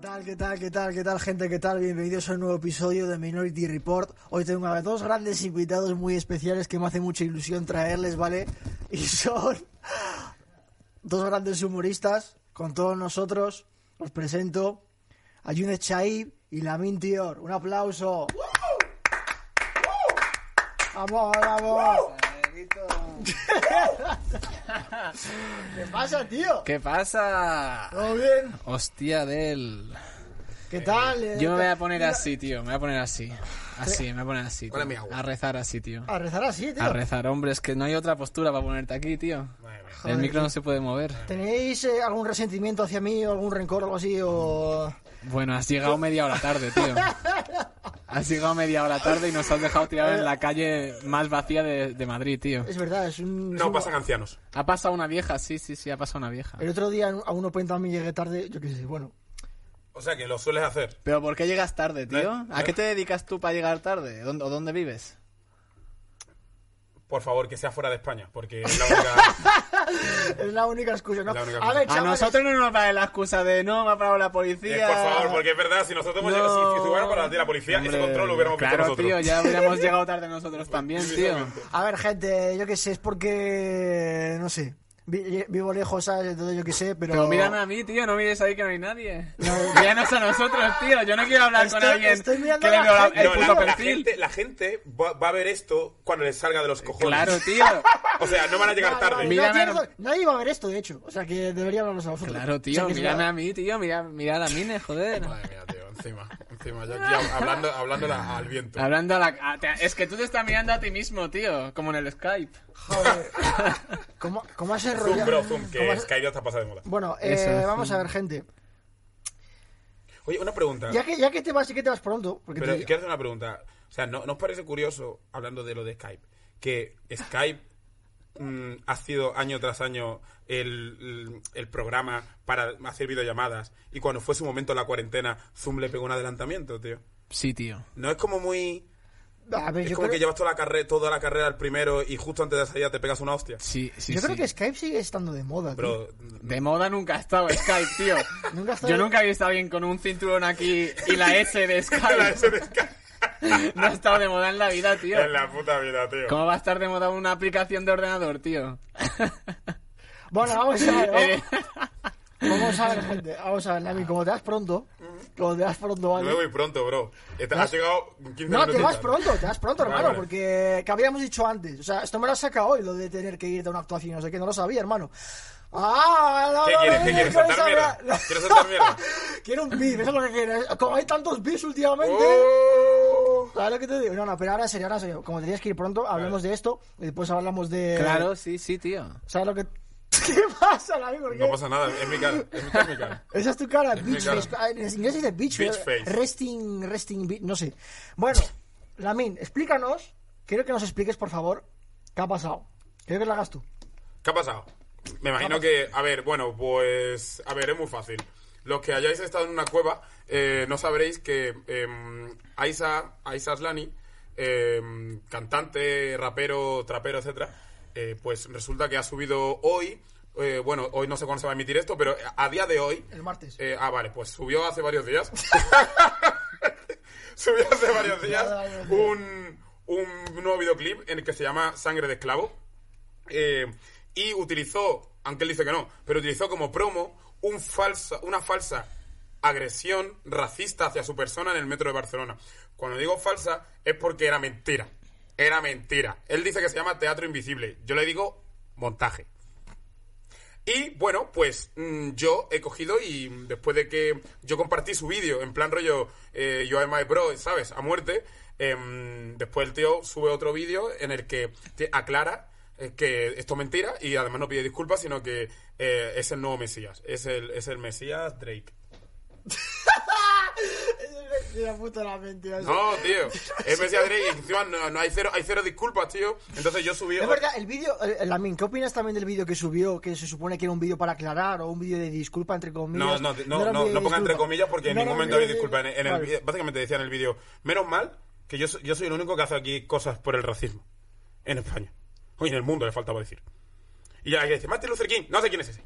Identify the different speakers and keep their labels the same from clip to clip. Speaker 1: tal, qué tal, qué tal, qué tal, gente? ¿Qué tal? Bienvenidos a un nuevo episodio de Minority Report. Hoy tengo a dos grandes invitados muy especiales que me hace mucha ilusión traerles, ¿vale? Y son dos grandes humoristas con todos nosotros. Os presento a Yunes Chai y Lamin Tior. Un aplauso. Vamos, vamos. ¿Qué pasa, tío?
Speaker 2: ¿Qué pasa?
Speaker 1: ¿Todo bien?
Speaker 2: Hostia del.
Speaker 1: ¿Qué tal? eh?
Speaker 2: Yo me voy a poner así, tío. Me voy a poner así. Así, me voy a poner así. tío.
Speaker 3: Hola, mi agua.
Speaker 2: A rezar así, tío.
Speaker 1: A rezar así, tío.
Speaker 2: A rezar, hombre, es que no hay otra postura para ponerte aquí, tío.
Speaker 3: Madre mía.
Speaker 1: Joder,
Speaker 2: el micro no se puede mover.
Speaker 1: ¿Tenéis eh, algún resentimiento hacia mí o algún rencor o algo así? O...
Speaker 2: Bueno, has llegado media hora tarde, tío. Has llegado media hora tarde y nos has dejado tirar en la calle más vacía de, de Madrid, tío.
Speaker 1: Es verdad, es un... es
Speaker 3: No
Speaker 1: un-
Speaker 3: pasan ancianos.
Speaker 2: Ha pasado una vieja, sí, sí, sí, ha pasado una vieja.
Speaker 1: El otro día a un Open también llegué tarde, yo qué sé, bueno.
Speaker 3: O sea que lo sueles hacer.
Speaker 2: Pero ¿por qué llegas tarde, tío?
Speaker 3: No,
Speaker 2: ¿A
Speaker 3: no.
Speaker 2: qué te dedicas tú para llegar tarde? ¿Dónde- ¿O dónde vives?
Speaker 3: Por favor, que sea fuera de España, porque es la única...
Speaker 1: Es la única excusa, ¿no?
Speaker 3: La única
Speaker 1: a ver,
Speaker 2: A
Speaker 1: chavales,
Speaker 2: nosotros no nos vale la excusa de no, me ha parado la
Speaker 3: Eh,
Speaker 2: policía.
Speaker 3: por favor, porque es verdad, si nosotros hemos llegado, si- si, hubiera para la de la policía,
Speaker 2: Hombre,
Speaker 3: ese control lo hubiéramos
Speaker 2: claro,
Speaker 3: visto nosotros.
Speaker 2: tío, ya hubiéramos llegado tarde nosotros también, tío.
Speaker 1: a ver, gente, yo qué sé, es porque... No sé, vi- eh, vivo lejos, ¿sabes? Entonces yo qué sé, pero...
Speaker 2: Pero mírame a mí, tío, no mires ahí que no hay nadie. Míranos a nosotros, tío. Yo no quiero hablar con
Speaker 1: Estoy-
Speaker 2: alguien
Speaker 1: estoy mirando
Speaker 2: que
Speaker 1: a la
Speaker 2: le veo la-
Speaker 1: gente,
Speaker 2: el
Speaker 3: No,
Speaker 2: puto
Speaker 3: la, la
Speaker 2: perfil.
Speaker 3: gente, la gente va, va a ver esto cuando les salga de los cojones.
Speaker 2: Claro, tío.
Speaker 3: O sea, no van a llegar
Speaker 1: Vale, vale,
Speaker 3: tarde.
Speaker 1: no,
Speaker 2: Mira- Mírame a-
Speaker 1: tiene razón. Nadie iba a ver esto, de hecho. O sea, que debería hablarnos a vosotros.
Speaker 2: Claro,
Speaker 1: O sea,
Speaker 2: tío,
Speaker 1: que es
Speaker 2: mírame
Speaker 1: verdad.
Speaker 2: a mí, tío. Mira, mira a la mine, joder.
Speaker 3: Madre mía, tío, encima. Encima, yo aquí hab- hablando, hablándola al viento.
Speaker 2: Hablando a la... a- te- es que tú te estás mirando a ti mismo, tío. Como en el Skype.
Speaker 1: Joder. ¿Cómo, cómo has
Speaker 3: Zoom,
Speaker 1: enrollado?
Speaker 3: bro, zoom,
Speaker 1: ¿Cómo
Speaker 3: que
Speaker 1: has-
Speaker 3: Skype ya está pasada de moda.
Speaker 1: Bueno, eh,
Speaker 2: Eso,
Speaker 1: vamos
Speaker 2: zoom.
Speaker 1: a ver, gente.
Speaker 3: Oye, una pregunta.
Speaker 1: Ya que, ya que te vas y que te vas pronto. Porque
Speaker 3: Pero
Speaker 1: te-
Speaker 3: quiero hacer una pregunta. O sea, ¿no, ¿no os parece curioso, hablando de lo de Skype, que Skype mm, ha sido año tras año el, el programa para hacer videollamadas y cuando fue su momento la cuarentena, Zoom le pegó un adelantamiento, tío?
Speaker 2: Sí, tío.
Speaker 3: No es como muy...
Speaker 1: A ver,
Speaker 3: Es
Speaker 1: yo
Speaker 3: como
Speaker 1: creo,
Speaker 3: que llevas toda la, carre- toda la carrera al primero y justo antes de salir te pegas una hostia.
Speaker 2: Sí, sí,
Speaker 1: yo
Speaker 2: sí.
Speaker 1: creo que Skype sigue estando de moda. tío.
Speaker 3: Pero...
Speaker 2: De moda nunca ha estado Skype, tío.
Speaker 1: Nunca ha estado-
Speaker 2: Yo nunca había estado bien con un cinturón aquí y la S de Skype.
Speaker 3: La S de Skype.
Speaker 2: No ha estado de moda en la vida, tío.
Speaker 3: En la puta vida, tío.
Speaker 2: ¿Cómo va a estar de moda una aplicación de ordenador, tío?
Speaker 1: Bueno, vamos a ver.
Speaker 2: Eh,
Speaker 1: Vamos, vamos a ver, gente. Vamos a ver, Lami, como te vas pronto. Como te vas pronto, ¿vale?
Speaker 3: Me voy pronto, bro. Estás- Has llegado 15
Speaker 1: No, te
Speaker 3: minutos
Speaker 1: vas
Speaker 3: tarde.
Speaker 1: pronto, te vas pronto,
Speaker 3: Vale,
Speaker 1: hermano,
Speaker 3: vale.
Speaker 1: porque que habíamos dicho antes. O sea, esto me lo has sacado hoy, lo de tener que irte a una actuación, no sé qué, no lo sabía, hermano. ¡Ah! no,
Speaker 3: ¿Qué
Speaker 1: no, no, no,
Speaker 3: quieres? ¿Qué quieres?
Speaker 1: no, no,
Speaker 3: ¿Saltar mierda?
Speaker 1: no, no.
Speaker 3: ¿Quieres saltar mierda?
Speaker 1: Quiero un bis, eso es lo que quieres. Como hay tantos bis últimamente.
Speaker 3: ¡Oh!
Speaker 1: ¿Sabes lo que te digo? No, no, pero ahora en serio, ahora en serio. Como tenías que ir pronto, hablemos de esto y después hablamos
Speaker 3: Eh,
Speaker 1: de.
Speaker 2: Claro, sí, sí, tío.
Speaker 1: ¿Sabes lo que.? ¿Qué pasa, Lami? ¿Por qué?
Speaker 3: No pasa nada, es mi cara, es mi cara, es mi cara.
Speaker 1: Esa es tu cara, bitch
Speaker 3: cara.
Speaker 1: face. Ah, En inglés dice bitch,
Speaker 3: Bitch
Speaker 1: pero
Speaker 3: face.
Speaker 1: Resting, resting, bi- no sé. Bueno, Lamin, explícanos. Quiero que nos expliques, por favor, qué ha pasado. Quiero que lo hagas tú.
Speaker 3: ¿Qué ha pasado? Me imagino que, a ver, bueno, pues, a ver, es muy fácil. Los que hayáis estado en una cueva, eh, no sabréis que eh, Aisa, Aisa Aslani, eh, cantante, rapero, trapero, etcétera, eh, pues resulta que ha subido hoy, eh, bueno, hoy no sé cuándo se va a emitir esto, pero a día de hoy,
Speaker 1: El martes.
Speaker 3: Eh, ah, vale, pues subió hace varios días. subió hace varios días un, un nuevo videoclip en el que se llama Sangre de Esclavo. Eh, y utilizó, aunque él dice que no, pero utilizó como promo un falsa, una falsa agresión racista hacia su persona en el metro de Barcelona. Cuando digo falsa es porque era mentira. Era mentira. Él dice que se llama Teatro Invisible. Yo le digo montaje. Y bueno, pues mm, yo he cogido y mm, después de que yo compartí su vídeo en plan rollo eh, Yo am my bro, ¿sabes? A muerte. em, después el tío sube otro vídeo en el que te aclara eh, que esto es mentira y además no pide disculpas, sino que eh, es el nuevo Mesías. Es el, es el Mesías Drake.
Speaker 1: Mira, puta la mentira.
Speaker 3: No, tío. Es Mesías Drake y encima no, no hay, cero, hay cero disculpas, tío. Entonces yo subí...
Speaker 1: Es verdad, el vídeo, eh, eh, Lamin, ¿qué opinas también del vídeo que subió? Que se supone que era un vídeo para aclarar o un vídeo de disculpa, entre
Speaker 3: No,
Speaker 1: comillas.
Speaker 3: no,
Speaker 1: era
Speaker 3: no,
Speaker 1: un
Speaker 3: no,
Speaker 1: vídeo
Speaker 3: no
Speaker 1: de
Speaker 3: ponga entre
Speaker 1: disculpa.
Speaker 3: comillas porque en
Speaker 1: No era
Speaker 3: ningún
Speaker 1: un vídeo
Speaker 3: momento había
Speaker 1: de-
Speaker 3: disculpa. En, en el
Speaker 1: Vale.
Speaker 3: vídeo- básicamente decía en el vídeo, menos mal que yo, soy- yo soy el único que hace aquí cosas por el racismo en España. Hoy en el mundo le faltaba decir. Y ya que dice, Martin Luther King, no sé quién es ese.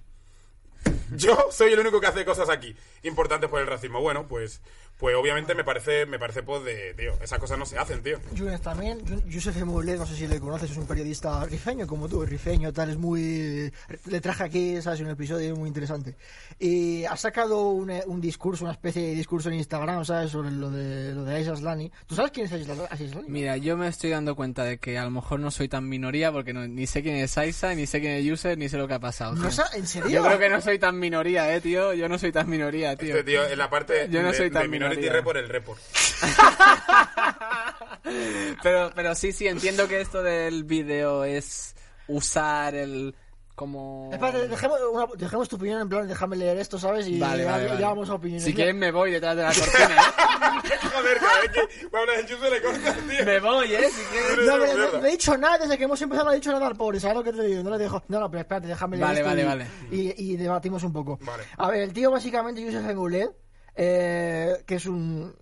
Speaker 3: Yo soy el único que hace cosas aquí importantes por el racismo. Bueno, pues, pues obviamente me parece, me parece pues de, tío, esas cosas no se hacen, tío.
Speaker 1: Yunes también, Yu- Yusef Moulé, no sé si le conoces, es un periodista rifeño como tú, es rifeño, tal, es muy... Le traje aquí, ¿sabes? Un episodio muy interesante. Y ha sacado un, eh, un discurso, una especie de discurso en Instagram, ¿sabes? Sobre lo de, lo de Aziz Aslani. ¿Tú sabes quién es Aziz Asla- Aziz Aslani?
Speaker 2: Mira, yo me estoy dando cuenta de que a lo mejor no soy tan minoría porque no- ni sé quién es Aiza, ni sé quién es User, ni sé lo que ha pasado.
Speaker 1: No
Speaker 2: tío.
Speaker 1: sa- ¿En serio?
Speaker 2: Yo creo que no soy tan minoría, eh, tío. Yo no soy tan minoría, tío.
Speaker 3: Este tío en la parte
Speaker 2: Yo no
Speaker 3: de,
Speaker 2: soy tan
Speaker 3: de Minority
Speaker 2: minoría.
Speaker 3: Report, el report.
Speaker 2: Pero, pero sí, sí, entiendo que esto del vídeo es usar el como...
Speaker 1: Espérate, dejemos, una- dejemos tu opinión en plan, déjame leer esto, ¿sabes? Y
Speaker 2: Vale,
Speaker 1: ya,
Speaker 2: vale, vale.
Speaker 1: ya vamos a opiniones.
Speaker 2: Si
Speaker 1: Mira,
Speaker 2: quieren me voy detrás de la cortina, ¿eh?
Speaker 3: Joder, cada vez que me hablas de Yuzu le cortas, tío.
Speaker 2: Me voy, ¿eh? Si quieren...
Speaker 1: No, pero
Speaker 3: Mierda.
Speaker 1: no, no he dicho nada desde que hemos empezado, no he dicho nada al pobre, ¿sabes lo que te digo? No le dejo. No, no, pero espérate, déjame leer
Speaker 2: Vale,
Speaker 1: esto
Speaker 2: vale,
Speaker 1: y,
Speaker 2: vale.
Speaker 1: Y, y debatimos un poco.
Speaker 3: Vale.
Speaker 1: A ver, el tío básicamente, Yusef Engoulet, eh, que es un,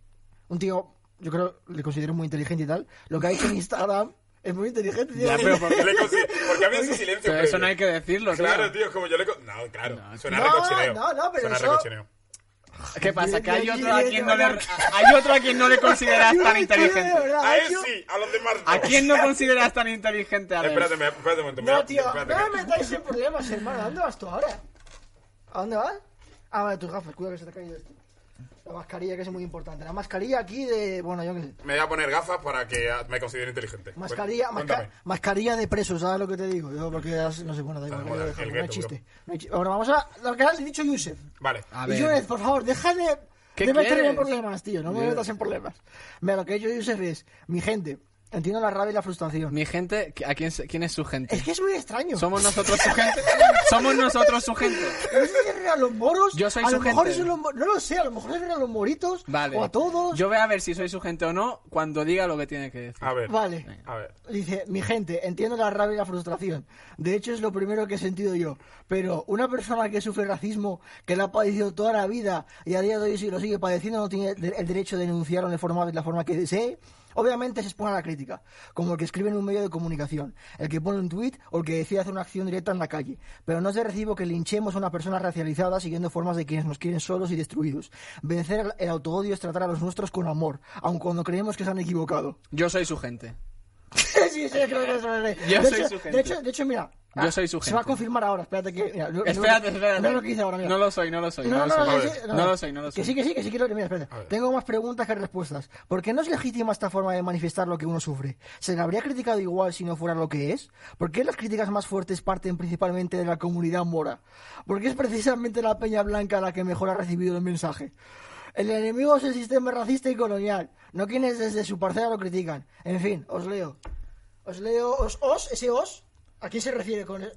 Speaker 1: un tío, yo creo, le considero muy inteligente y tal, lo que ha hecho en Instagram es muy inteligente. tío.
Speaker 2: Ya, pero por-
Speaker 3: Le consi- Porque había ese silencio.
Speaker 2: Pero
Speaker 3: previo.
Speaker 2: eso no hay que decirlo, tío.
Speaker 3: Claro, tío, es como yo le. co- No, claro. suena
Speaker 1: No,
Speaker 3: recochineo.
Speaker 1: no, no, pero
Speaker 3: suena
Speaker 1: eso-
Speaker 3: recochineo.
Speaker 2: ¿Qué pasa? Que hay
Speaker 1: Yo- yo-
Speaker 2: otro a
Speaker 1: yo-
Speaker 2: quien
Speaker 1: yo-
Speaker 2: no le... Hay otro a quien no le consideras tan
Speaker 1: Yusef Engoulet, de
Speaker 2: inteligente.
Speaker 1: verdad,
Speaker 3: A
Speaker 1: ha
Speaker 3: él
Speaker 1: hecho-
Speaker 3: sí, a los demás no.
Speaker 2: ¿A quién no consideras tan inteligente a ver?
Speaker 3: Espérate, me- espérate un momento. me-
Speaker 1: No, tío,
Speaker 3: espérate,
Speaker 1: no
Speaker 3: que-
Speaker 1: me metáis en problemas, hermano. ¿A dónde vas tú ahora? ¿A dónde vas? Ah, vale, tus gafas, cuidado que se te ha caído esto. La mascarilla, que es muy importante. La mascarilla aquí de. Bueno, yo qué sé.
Speaker 3: Me voy a poner gafas para que ah, me considere inteligente.
Speaker 1: Mascarilla,
Speaker 3: Bueno,
Speaker 1: masca-
Speaker 3: cuéntame.
Speaker 1: mascarilla de preso, ¿sabes lo que te digo? Yo, porque ya no sé, bueno, da igual,
Speaker 3: Está
Speaker 1: voy a
Speaker 3: moda,
Speaker 1: dejarlo, no
Speaker 3: el
Speaker 1: hay
Speaker 3: gueto, bro.
Speaker 1: chiste. No hay chi- Ahora vamos a lo que has dicho, Yusef.
Speaker 3: Vale.
Speaker 2: A
Speaker 1: Y Yusef,
Speaker 2: ver,
Speaker 1: por favor, deja de,
Speaker 2: ¿Qué
Speaker 1: de meterme en
Speaker 2: quieres?
Speaker 1: problemas, tío. No me
Speaker 2: Yo-
Speaker 1: metas en problemas. Mira, lo que ha hecho Yusef es: mi gente, entiendo la rabia y la frustración.
Speaker 2: mi gente, ¿a quién, se- quién es su gente?
Speaker 1: Es que es muy extraño.
Speaker 2: Somos nosotros su gente. Somos nosotros su gente.
Speaker 1: No sé si es a los moros.
Speaker 2: Yo soy
Speaker 1: a
Speaker 2: su
Speaker 1: lo mejor
Speaker 2: gente.
Speaker 1: es a los mo- no lo sé, a lo mejor es a los moritos.
Speaker 2: Vale.
Speaker 1: O a todos.
Speaker 2: Yo voy a ver si soy su gente o no cuando diga lo que tiene que decir.
Speaker 3: A ver.
Speaker 1: Vale.
Speaker 3: A ver.
Speaker 1: Dice, mi gente, entiendo la rabia y la frustración. De hecho, es lo primero que he sentido yo. Pero una persona que sufre racismo, que lo ha padecido toda la vida y a día de hoy si lo sigue padeciendo, no tiene de- el derecho de denunciarlo de, forma, de la forma que desee. Obviamente se expone a la crítica, como el que escribe en un medio de comunicación, el que pone un tuit o el que decide hacer una acción directa en la calle. Pero no es de recibo que linchemos a una persona racializada siguiendo formas de quienes nos quieren solos y destruidos. Vencer el- el autoodio es tratar a los nuestros con amor, aun cuando creemos que se han equivocado.
Speaker 2: Yo soy su gente.
Speaker 1: Sí, sí, creo que eso es.
Speaker 2: Yo
Speaker 1: de
Speaker 2: soy
Speaker 1: hecho,
Speaker 2: su gente.
Speaker 1: De hecho, de hecho, mira.
Speaker 2: Yo soy su
Speaker 1: Se va a
Speaker 2: gente.
Speaker 1: confirmar ahora, espérate que. mira, no- no-
Speaker 2: Espérate, espérate.
Speaker 1: No lo que hice ahora, mira.
Speaker 2: No lo soy, no lo soy. No,
Speaker 1: no, no,
Speaker 2: lo soy.
Speaker 1: sí,
Speaker 2: No lo soy, no lo
Speaker 1: Que
Speaker 2: soy.
Speaker 1: sí, que sí, que sí, que lo mira, espérate.
Speaker 3: ver.
Speaker 1: Tengo más preguntas que respuestas. ¿Por qué no es legítima esta forma de manifestar lo que uno sufre? ¿Se le habría criticado igual si no fuera lo que es? ¿Por qué las críticas más fuertes parten principalmente de la comunidad mora? ¿Por qué es precisamente la peña blanca la que mejor ha recibido el mensaje? El enemigo es el sistema racista y colonial, no quienes desde su parcela lo critican. En fin, os leo. Os leo, os, os, ese os, ¿a quién se refiere con el-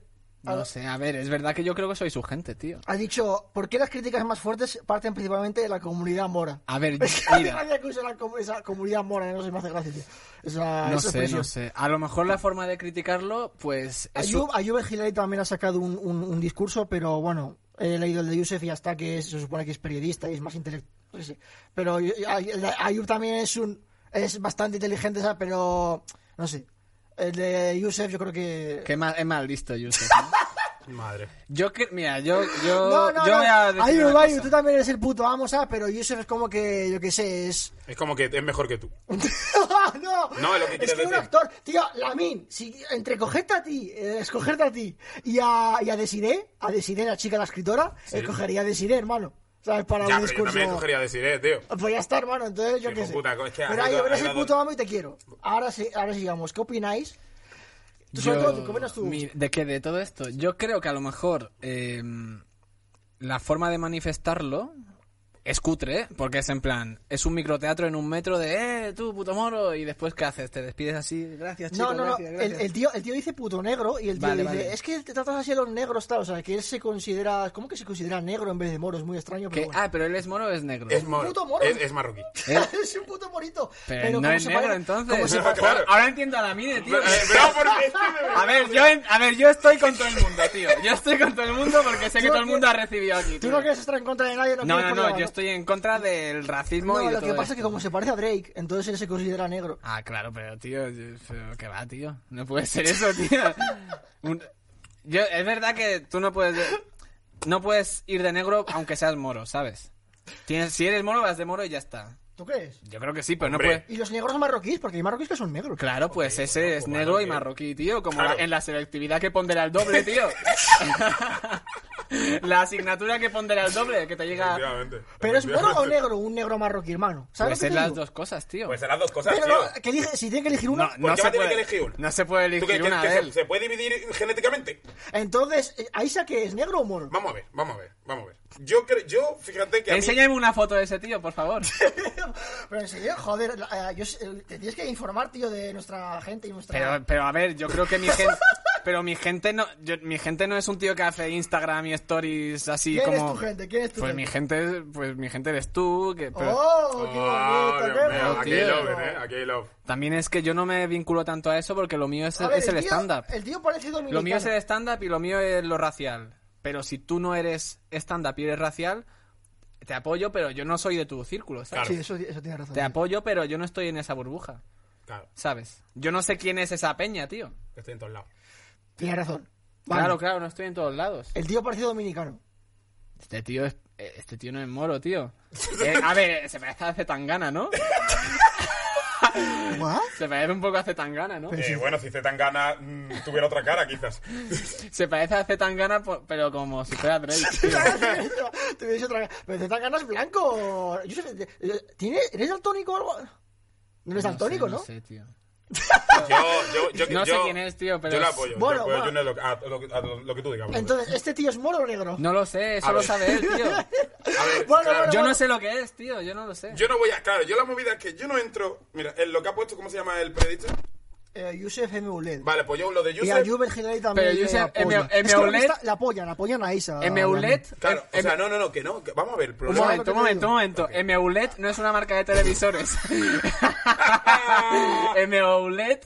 Speaker 1: a-
Speaker 2: No sé, a ver, es verdad que yo creo que soy su gente, tío.
Speaker 1: ha dicho, ¿por qué las críticas más fuertes parten principalmente de la comunidad mora?
Speaker 2: A ver,
Speaker 1: Es que hace
Speaker 2: Ah, mira.
Speaker 1: gracia que use la com- esa comunidad mora, no se me hace gracia, tío. Esa,
Speaker 2: No
Speaker 1: esa
Speaker 2: sé,
Speaker 1: expresión.
Speaker 2: no sé. A lo mejor la forma de criticarlo, pues. es su-
Speaker 1: Ayub, Ayub el Gilani también ha sacado un, un- un discurso, pero bueno, he leído el de Yusef y hasta que es- se supone que es periodista y es más intelectual. Pero y- y- Ay- el de Ayub también es un es bastante inteligente, ¿sabes? pero no sé. El de Yusef yo creo que...
Speaker 2: Que mal, es mal visto, Yusef.
Speaker 3: Madre.
Speaker 2: Yo que. Mira, yo. yo
Speaker 1: No, no,
Speaker 2: yo
Speaker 1: no.
Speaker 2: voy a decir
Speaker 1: Ayub,
Speaker 2: una
Speaker 1: Ayub,
Speaker 2: cosa.
Speaker 1: tú también eres el puto amo, ¿sabes? Pero Yusef es como que, yo qué sé, es...
Speaker 3: Es como que es mejor que tú.
Speaker 1: no,
Speaker 3: No, es lo que
Speaker 1: es
Speaker 3: quieres
Speaker 1: que un
Speaker 3: decir.
Speaker 1: actor, tío, Lamin, si, entre cogerte a ti, eh, escogerte a ti y a, y a Desiré, a Desiré, la chica, la escritora, escogería a Desiré, hermano. ¿Sabes? Para
Speaker 3: ya,
Speaker 1: un
Speaker 3: pero yo
Speaker 1: discurso.
Speaker 3: también cogería decir, eh, tío.
Speaker 1: Pues ya está, hermano, entonces yo
Speaker 3: Sí,
Speaker 1: qué
Speaker 3: con
Speaker 1: sé.
Speaker 3: puta, es que ha
Speaker 1: Pero ahí
Speaker 3: ido- ha
Speaker 1: eres el
Speaker 3: ido-
Speaker 1: puto amo y te quiero. Ahora sí, ahora sigamos. ¿Qué opináis? Tú, sobre
Speaker 2: Yo-
Speaker 1: todo, tú, ¿qué opinas tú?
Speaker 2: mi- ¿De qué? ¿De todo esto? Yo creo que a lo mejor eh, la forma de manifestarlo es cutre, ¿eh? porque es en plan, es un microteatro en un metro de, eh, tú, puto moro, y después ¿qué haces? ¿Te despides así? Gracias, chicos,
Speaker 1: No, no, no.
Speaker 2: gracias,
Speaker 1: El,
Speaker 2: gracias".
Speaker 1: el tío, el tío dice puto negro y el tío
Speaker 2: Vale,
Speaker 1: dice,
Speaker 2: vale.
Speaker 1: es que te tratas así a los negros, tal. O sea, que él se considera, ¿cómo que se considera negro en vez de moro? Es muy extraño, pero
Speaker 2: Que-
Speaker 1: bueno.
Speaker 2: Ah, pero él es moro o es negro.
Speaker 3: Es, moro.
Speaker 1: puto moro.
Speaker 3: Es, es marroquí.
Speaker 2: ¿Eh?
Speaker 1: es un puto morito.
Speaker 2: Pero, no
Speaker 1: como
Speaker 2: es
Speaker 1: se
Speaker 2: negro,
Speaker 1: pare- como
Speaker 2: entonces.
Speaker 1: se
Speaker 3: No,
Speaker 1: pare-
Speaker 3: claro.
Speaker 2: Ahora entiendo a la mide, tío.
Speaker 3: Pero, eh, pero por- es que de
Speaker 2: A ver, yo, en- a ver, yo estoy con todo el mundo, tío. Yo estoy con todo el mundo porque sé que
Speaker 1: Tú no
Speaker 2: todo el mundo ha
Speaker 1: quieres-
Speaker 2: recibido aquí.
Speaker 1: Tú
Speaker 2: tío.
Speaker 1: no quieres estar en contra de nadie, no
Speaker 2: No,
Speaker 1: quieres
Speaker 2: no,
Speaker 1: poner
Speaker 2: no,
Speaker 1: la-
Speaker 2: yo estoy en contra del racismo
Speaker 1: No,
Speaker 2: y de
Speaker 1: lo que
Speaker 2: todo
Speaker 1: pasa es que
Speaker 2: esto.
Speaker 1: como se parece a Drake, entonces él se considera negro.
Speaker 2: Ah, claro, pero tío, yo- pero ¿qué va, tío? No puede ser eso, tío. Un- yo, es verdad que tú no puedes... no puedes ir de negro aunque seas moro, ¿sabes? Tienes, si eres moro, vas de moro y ya está.
Speaker 1: ¿Tú crees?
Speaker 2: Yo creo que sí, pero
Speaker 3: Hombre.
Speaker 2: no puedes.
Speaker 1: Y los negros son marroquíes, porque hay marroquíes que son negros.
Speaker 2: Claro, pues ese
Speaker 3: bueno,
Speaker 2: es
Speaker 3: pues
Speaker 2: negro y
Speaker 3: marroquí.
Speaker 2: marroquí, tío. Como
Speaker 3: Claro.
Speaker 2: la- en la selectividad que pondera el doble, tío. la asignatura que pondera el doble, que te llega.
Speaker 3: Efectivamente.
Speaker 1: Ah. Pero es moro o
Speaker 3: Efectivamente.
Speaker 1: negro, un negro marroquí, hermano. ¿Sabes
Speaker 2: Pues
Speaker 1: lo
Speaker 2: es
Speaker 1: que te
Speaker 2: las
Speaker 1: digo?
Speaker 2: dos cosas, tío.
Speaker 3: Pues serán dos cosas,
Speaker 1: Pero
Speaker 3: tío.
Speaker 1: no, que elige, si tiene que elegir
Speaker 2: no,
Speaker 1: una,
Speaker 2: no
Speaker 3: ¿Por qué va
Speaker 2: se
Speaker 3: a tener
Speaker 2: puede,
Speaker 3: que elegir una?
Speaker 2: no se puede
Speaker 3: ¿Tú qué
Speaker 2: elegir
Speaker 3: crees
Speaker 2: una
Speaker 3: que
Speaker 2: de
Speaker 3: se-
Speaker 2: él.
Speaker 3: se puede dividir genéticamente?
Speaker 1: entonces, eh, ¿Aisa que es negro o moro?
Speaker 3: Vamos a ver, vamos a ver, vamos a ver. Yo creo, yo, fíjate que a mí-
Speaker 2: Enséñame una foto de ese tío, por favor.
Speaker 1: Pero en serio, joder, la- eh, yo sé- eh, te tienes que informar, tío, de nuestra gente y nuestra...
Speaker 2: Pero, pero a ver, yo creo que mi gente. Pero mi gente no. yo- mi gente no es un tío que hace Instagram y stories así
Speaker 1: ¿Quién es
Speaker 2: como.
Speaker 1: tu gente? ¿Quién es tu
Speaker 2: Pues mi
Speaker 1: gente?
Speaker 2: gente. Pues mi gente eres tú. Que, pero
Speaker 1: ¡Oh,
Speaker 3: Oh,
Speaker 1: qué bonito!
Speaker 3: Dios
Speaker 1: qué
Speaker 3: mío,
Speaker 1: bonito.
Speaker 3: aquí hay
Speaker 2: tío.
Speaker 3: love, eh, aquí hay love.
Speaker 2: También es que yo no me vinculo tanto a eso porque lo mío es,
Speaker 1: A ver,
Speaker 2: es el
Speaker 1: tío-
Speaker 2: stand-up.
Speaker 1: El tío parece dominicano.
Speaker 2: Lo mío es el stand-up y lo mío es lo racial. Pero si tú no eres stand-up y eres racial, te apoyo, pero yo no soy de tu círculo, ¿sabes?
Speaker 1: Sí, eso, eso tiene razón.
Speaker 2: Te apoyo, pero yo no estoy en esa burbuja,
Speaker 3: Claro,
Speaker 2: ¿sabes? Yo no sé quién es esa peña, tío.
Speaker 3: que estoy en todos lados.
Speaker 1: Tiene razón. Vale.
Speaker 2: Claro, claro, no estoy en todos lados.
Speaker 1: El tío parece dominicano.
Speaker 2: Este tío es. eh, Este tío no es moro, tío. Eh, a ver, eh, se parece a Zetangana, ¿no?
Speaker 1: ¿What?
Speaker 2: Se parece un poco a Zetangana, ¿no?
Speaker 1: Pero
Speaker 3: Eh,
Speaker 1: sí.
Speaker 3: bueno, si Zetangana mm, tuviera otra cara, quizás.
Speaker 2: Se parece a Zetangana, po- pero como si fuera Drake, tío.
Speaker 1: Te hubiese otra vez. Pero te ganas blanco. Yo sé- eh, ¿tiene, ¿Eres daltónico o algo? No eres daltónico,
Speaker 2: sé,
Speaker 1: ¿no?
Speaker 2: No sé, tío.
Speaker 3: Yo, yo, yo,
Speaker 2: No sé
Speaker 3: yo-
Speaker 2: quién es, tío, pero
Speaker 3: Yo lo
Speaker 2: es-
Speaker 3: apoyo.
Speaker 1: Bueno,
Speaker 3: yo apoyo,
Speaker 1: bueno.
Speaker 3: yo no lo, a, lo, a lo- lo que tú digas. Bruno.
Speaker 1: Entonces, ¿este tío es moro o negro?
Speaker 2: No lo sé, eso
Speaker 3: A
Speaker 2: lo
Speaker 3: ver.
Speaker 2: sabe él, tío.
Speaker 3: A ver,
Speaker 1: Bueno,
Speaker 3: claro,
Speaker 1: bueno,
Speaker 2: Yo
Speaker 1: bueno.
Speaker 2: no sé lo que es, tío, yo no lo sé.
Speaker 3: Yo no voy a. Claro, yo la movida es que yo no entro. Mira, en lo que ha puesto, ¿cómo se llama el periodista?
Speaker 1: Eh, Yusef M. Uled.
Speaker 3: Vale, pues yo lo de
Speaker 1: Y a
Speaker 3: Yusef.
Speaker 1: Juve General también.
Speaker 2: Pero
Speaker 1: le
Speaker 2: Yusef
Speaker 1: apoya.
Speaker 2: M.
Speaker 1: Es que
Speaker 2: Uled-
Speaker 1: está- la apoyan, la apoyan a Isa.
Speaker 2: Eh, Meulet.
Speaker 3: Ah, Claro, o sea, no, no, no, que no. que- vamos a ver, el
Speaker 2: Un
Speaker 3: problema.
Speaker 1: ¿Sabes lo que
Speaker 2: momento,
Speaker 1: te
Speaker 2: un
Speaker 1: digo?
Speaker 2: momento, un momento. MULED no es una marca de televisores. MULED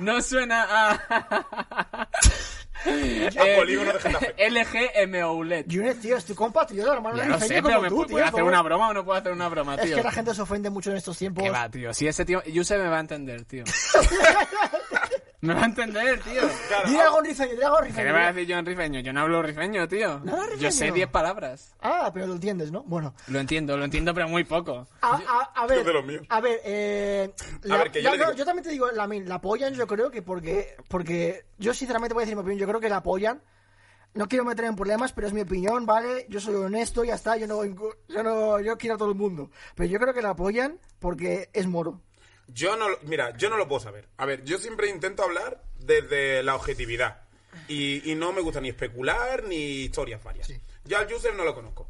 Speaker 2: no suena a. Eh,
Speaker 3: A polígono de Getafe.
Speaker 2: LG MULED.
Speaker 1: Junet, tío, es tu compatriota, hermano.
Speaker 2: Ya
Speaker 1: es
Speaker 2: lo
Speaker 1: gente
Speaker 2: sé,
Speaker 1: como
Speaker 2: pero me
Speaker 1: tú,
Speaker 2: pu-
Speaker 1: tío,
Speaker 2: puede hacer
Speaker 1: ¿no?
Speaker 2: una broma o no puedo hacer una broma,
Speaker 1: Es
Speaker 2: tío.
Speaker 1: que la gente se ofende mucho en estos tiempos.
Speaker 2: ¿Qué va, tío? Si ese tío. Yuse me va a entender, tío. me va a entender, tío.
Speaker 3: Claro,
Speaker 1: Dile algo en rifeño, dile algo en
Speaker 2: ¿Qué le
Speaker 1: rifeño.
Speaker 2: va a decir yo en rifeño? Yo no hablo rifeño, tío.
Speaker 1: No hablas
Speaker 2: Yo sé
Speaker 1: rifeño.
Speaker 2: 10 palabras.
Speaker 1: Ah, pero lo entiendes, ¿no? Bueno.
Speaker 2: Lo entiendo, lo entiendo, pero muy poco.
Speaker 1: A, a- a ver,
Speaker 3: de lo mío.
Speaker 1: a ver, eh,
Speaker 3: A ver, que yo
Speaker 1: la-
Speaker 3: le
Speaker 1: no,
Speaker 3: digo-
Speaker 1: yo también te digo, la, la apoyan, yo creo que porque, porque yo sinceramente voy a decir mi opinión, yo creo que la apoyan. No quiero meter en problemas, pero es mi opinión, ¿vale? Yo soy honesto, ya está, yo no, yo no, yo quiero a todo el mundo. Pero yo creo que la apoyan porque es moro.
Speaker 3: Yo no, lo- mira, yo no lo puedo saber. A ver, yo siempre intento hablar desde la objetividad. Y, y no me gusta ni especular ni historias varias. Yo al user no lo conozco,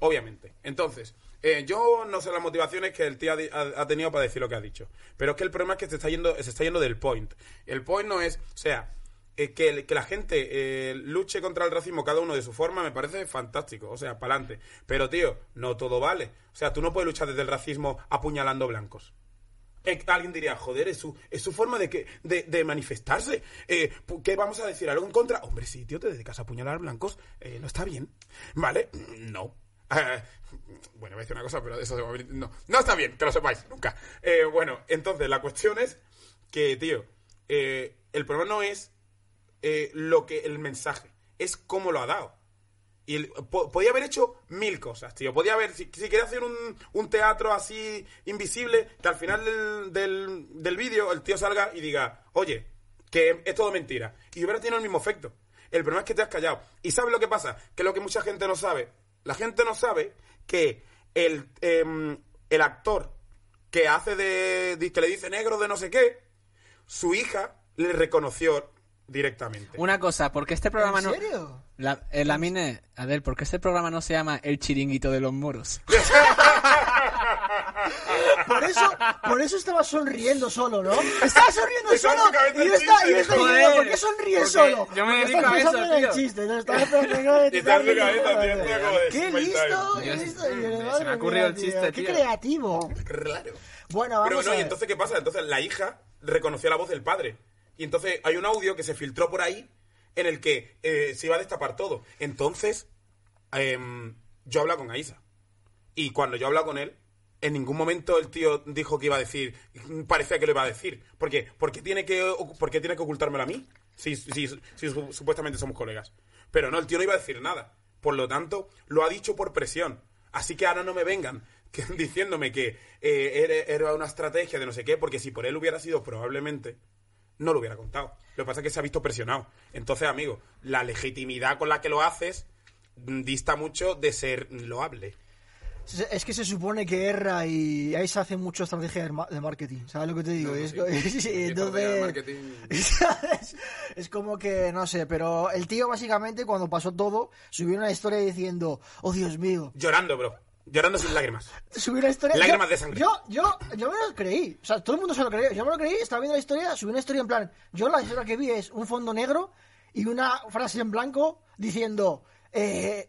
Speaker 3: obviamente. Entonces, eh, yo no sé las motivaciones que el tío ha, di- ha- ha tenido para decir lo que ha dicho. Pero es que el problema es que se está yendo, se está yendo del point. El point no es, o sea, eh, que, el- que la gente eh, luche contra el racismo cada uno de su forma me parece fantástico. O sea, para adelante. Pero, tío, no todo vale. O sea, tú no puedes luchar desde el racismo apuñalando blancos. Eh, Alguien diría, joder, es su, es su forma de, que, de, de manifestarse. Eh, pu- ¿Qué vamos a decir? ¿Algo en contra? Hombre, sí, tío, te dedicas a apuñalar blancos. eh, no está bien. ¿Vale? No. Eh, bueno, voy a decir una cosa, pero de eso se va a abrir- No, no está bien, que lo sepáis, nunca. Eh, bueno, entonces, la cuestión es que, tío, eh, el problema no es eh, lo que el mensaje, es cómo lo ha dado. Y el- po- podía haber hecho mil cosas, tío. Podía haber, si, si quería hacer un, un teatro así invisible, que al final del, del, del vídeo el tío salga y diga, oye, que es todo mentira. Y hubiera tenido el mismo efecto. El problema es que te has callado. ¿Y sabes lo que pasa? Que lo que mucha gente no sabe. La gente no sabe que el, em, el actor que hace de, de- que le dice negro de no sé qué, su hija le reconoció directamente.
Speaker 2: Una cosa, porque este programa
Speaker 1: ¿En
Speaker 2: no.
Speaker 1: serio?
Speaker 2: La, eh, Lamine, Adel, ¿por qué este programa no se llama El Chiringuito de los Moros?
Speaker 1: Por eso, por eso estaba sonriendo solo, ¿no? Estaba sonriendo
Speaker 3: Es
Speaker 1: solo.
Speaker 3: básicamente
Speaker 1: Y
Speaker 3: el
Speaker 1: yo estaba, y yo
Speaker 3: chiste,
Speaker 1: estaba
Speaker 2: joder.
Speaker 1: diciendo, ¿por qué sonríes
Speaker 2: Porque
Speaker 1: solo?
Speaker 2: yo me
Speaker 1: Porque
Speaker 2: dedico
Speaker 1: estás
Speaker 2: a eso,
Speaker 1: pensando en el
Speaker 2: tío.
Speaker 1: chiste, no estás pensando en el
Speaker 3: Y te hace
Speaker 1: chiste.
Speaker 3: cabeza, tío, tío, como de
Speaker 1: Qué
Speaker 3: 50
Speaker 1: listo,
Speaker 3: años.
Speaker 1: qué
Speaker 2: Yo-
Speaker 1: listo.
Speaker 2: mm,
Speaker 1: Yo,
Speaker 2: se me
Speaker 1: madre
Speaker 2: ha ocurrido
Speaker 1: mía,
Speaker 2: el chiste,
Speaker 1: Qué
Speaker 2: tío.
Speaker 1: creativo.
Speaker 3: Claro.
Speaker 1: Bueno, vamos
Speaker 3: Pero
Speaker 1: a
Speaker 3: no, y
Speaker 1: ver.
Speaker 3: entonces, ¿qué pasa? Entonces la hija reconoció la voz del padre. Y entonces hay un audio que se filtró por ahí en el que eh, se iba a destapar todo. Entonces, em, yo hablaba con Aisa. Y cuando yo hablaba con él, en ningún momento el tío dijo que iba a decir, parecía que lo iba a decir. ¿Por qué? ¿Por qué tiene que, ocu- por qué tiene que ocultármelo a mí? Si, si- si su- supuestamente somos colegas. Pero no, el tío no iba a decir nada. Por lo tanto, lo ha dicho por presión. Así que ahora no me vengan que- diciéndome que eh, era- era una estrategia de no sé qué, porque si por él hubiera sido probablemente, no lo hubiera contado. Lo que pasa es que se ha visto presionado. Entonces, amigo, la legitimidad con la que lo haces mm, dista mucho de ser loable.
Speaker 1: Se- Es que se supone que Erra y ahí se hace mucho estrategia de ma- de marketing, ¿sabes lo que te digo?
Speaker 3: No, no,
Speaker 1: Y es
Speaker 3: sí.
Speaker 1: co- y
Speaker 3: Sí, estrategia de
Speaker 1: entonces-
Speaker 3: marketing.
Speaker 1: ¿sabes? Es como que, no sé, pero el tío básicamente cuando pasó todo, subió una historia diciendo, oh Dios mío,
Speaker 3: Llorando, bro. Llorando sin lágrimas.
Speaker 1: subí una historia...
Speaker 3: Lágrimas
Speaker 1: yo-
Speaker 3: de sangre.
Speaker 1: Yo, yo, yo me lo creí, o sea, todo el mundo se lo creyó, yo me lo creí, estaba viendo la historia, subí una historia en plan, yo la historia que vi es un fondo negro y una frase en blanco diciendo, eh,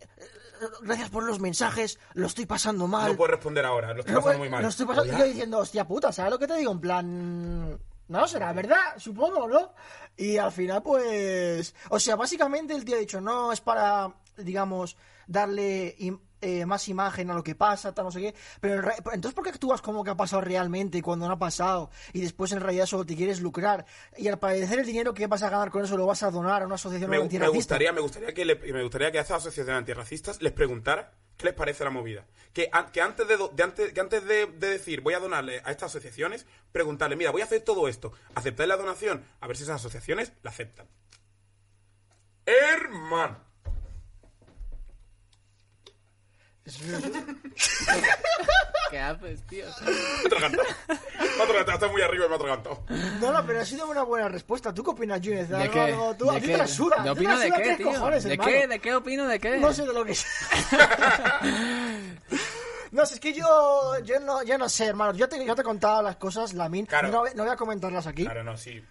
Speaker 1: gracias por los mensajes, lo estoy pasando mal.
Speaker 3: No puedo responder ahora, lo estoy
Speaker 1: No,
Speaker 3: pasando
Speaker 1: pues,
Speaker 3: muy mal.
Speaker 1: lo estoy pasando-
Speaker 3: Hola.
Speaker 1: yo diciendo, hostia puta, ¿sabes lo que te digo? En plan. No, será verdad, supongo, ¿no? Y al final, pues. O sea, básicamente el tío ha dicho, no, es para, digamos, darle im- eh, más imagen a lo que pasa, tal, no sé qué. Pero en re- entonces, ¿por qué actúas como que ha pasado realmente cuando no ha pasado? Y después, en realidad, solo te quieres lucrar. Y al parecer, el dinero que vas a ganar con eso lo vas a donar a una asociación
Speaker 3: me, me
Speaker 1: antirracista.
Speaker 3: gustaría, me gustaría que le- me gustaría que a esas asociaciones antirracistas les preguntara qué les parece la movida. Que, an- que antes de, do- de antes, que antes de, de decir voy a donarle a estas asociaciones, preguntarle, mira, voy a hacer todo esto, aceptáis la donación, a ver si esas asociaciones la aceptan. Hermano.
Speaker 2: ¿Qué haces, tío?
Speaker 3: Me ha atragantado. Me ha atragantado, está muy arriba y me ha atragantado.
Speaker 1: No, no, pero ha sido una buena respuesta. ¿Tú qué opinas, Junior?
Speaker 2: ¿De qué?
Speaker 1: ¿Tú, a
Speaker 2: ¿De
Speaker 1: ti
Speaker 2: qué?
Speaker 1: te la suda.
Speaker 2: ¿De
Speaker 1: a ti te
Speaker 2: opino
Speaker 1: la
Speaker 2: de
Speaker 1: suda
Speaker 2: qué,
Speaker 1: tres
Speaker 2: tío?
Speaker 1: cojones,
Speaker 2: ¿De
Speaker 1: hermano.
Speaker 2: qué? ¿De qué opino de qué?
Speaker 1: No sé de lo que es. No, si es que yo, yo, no, yo no sé, hermano. Yo te, yo te he contado las cosas, la min.
Speaker 3: Claro.
Speaker 1: No, no voy a comentarlas aquí.
Speaker 3: Claro, no, sí.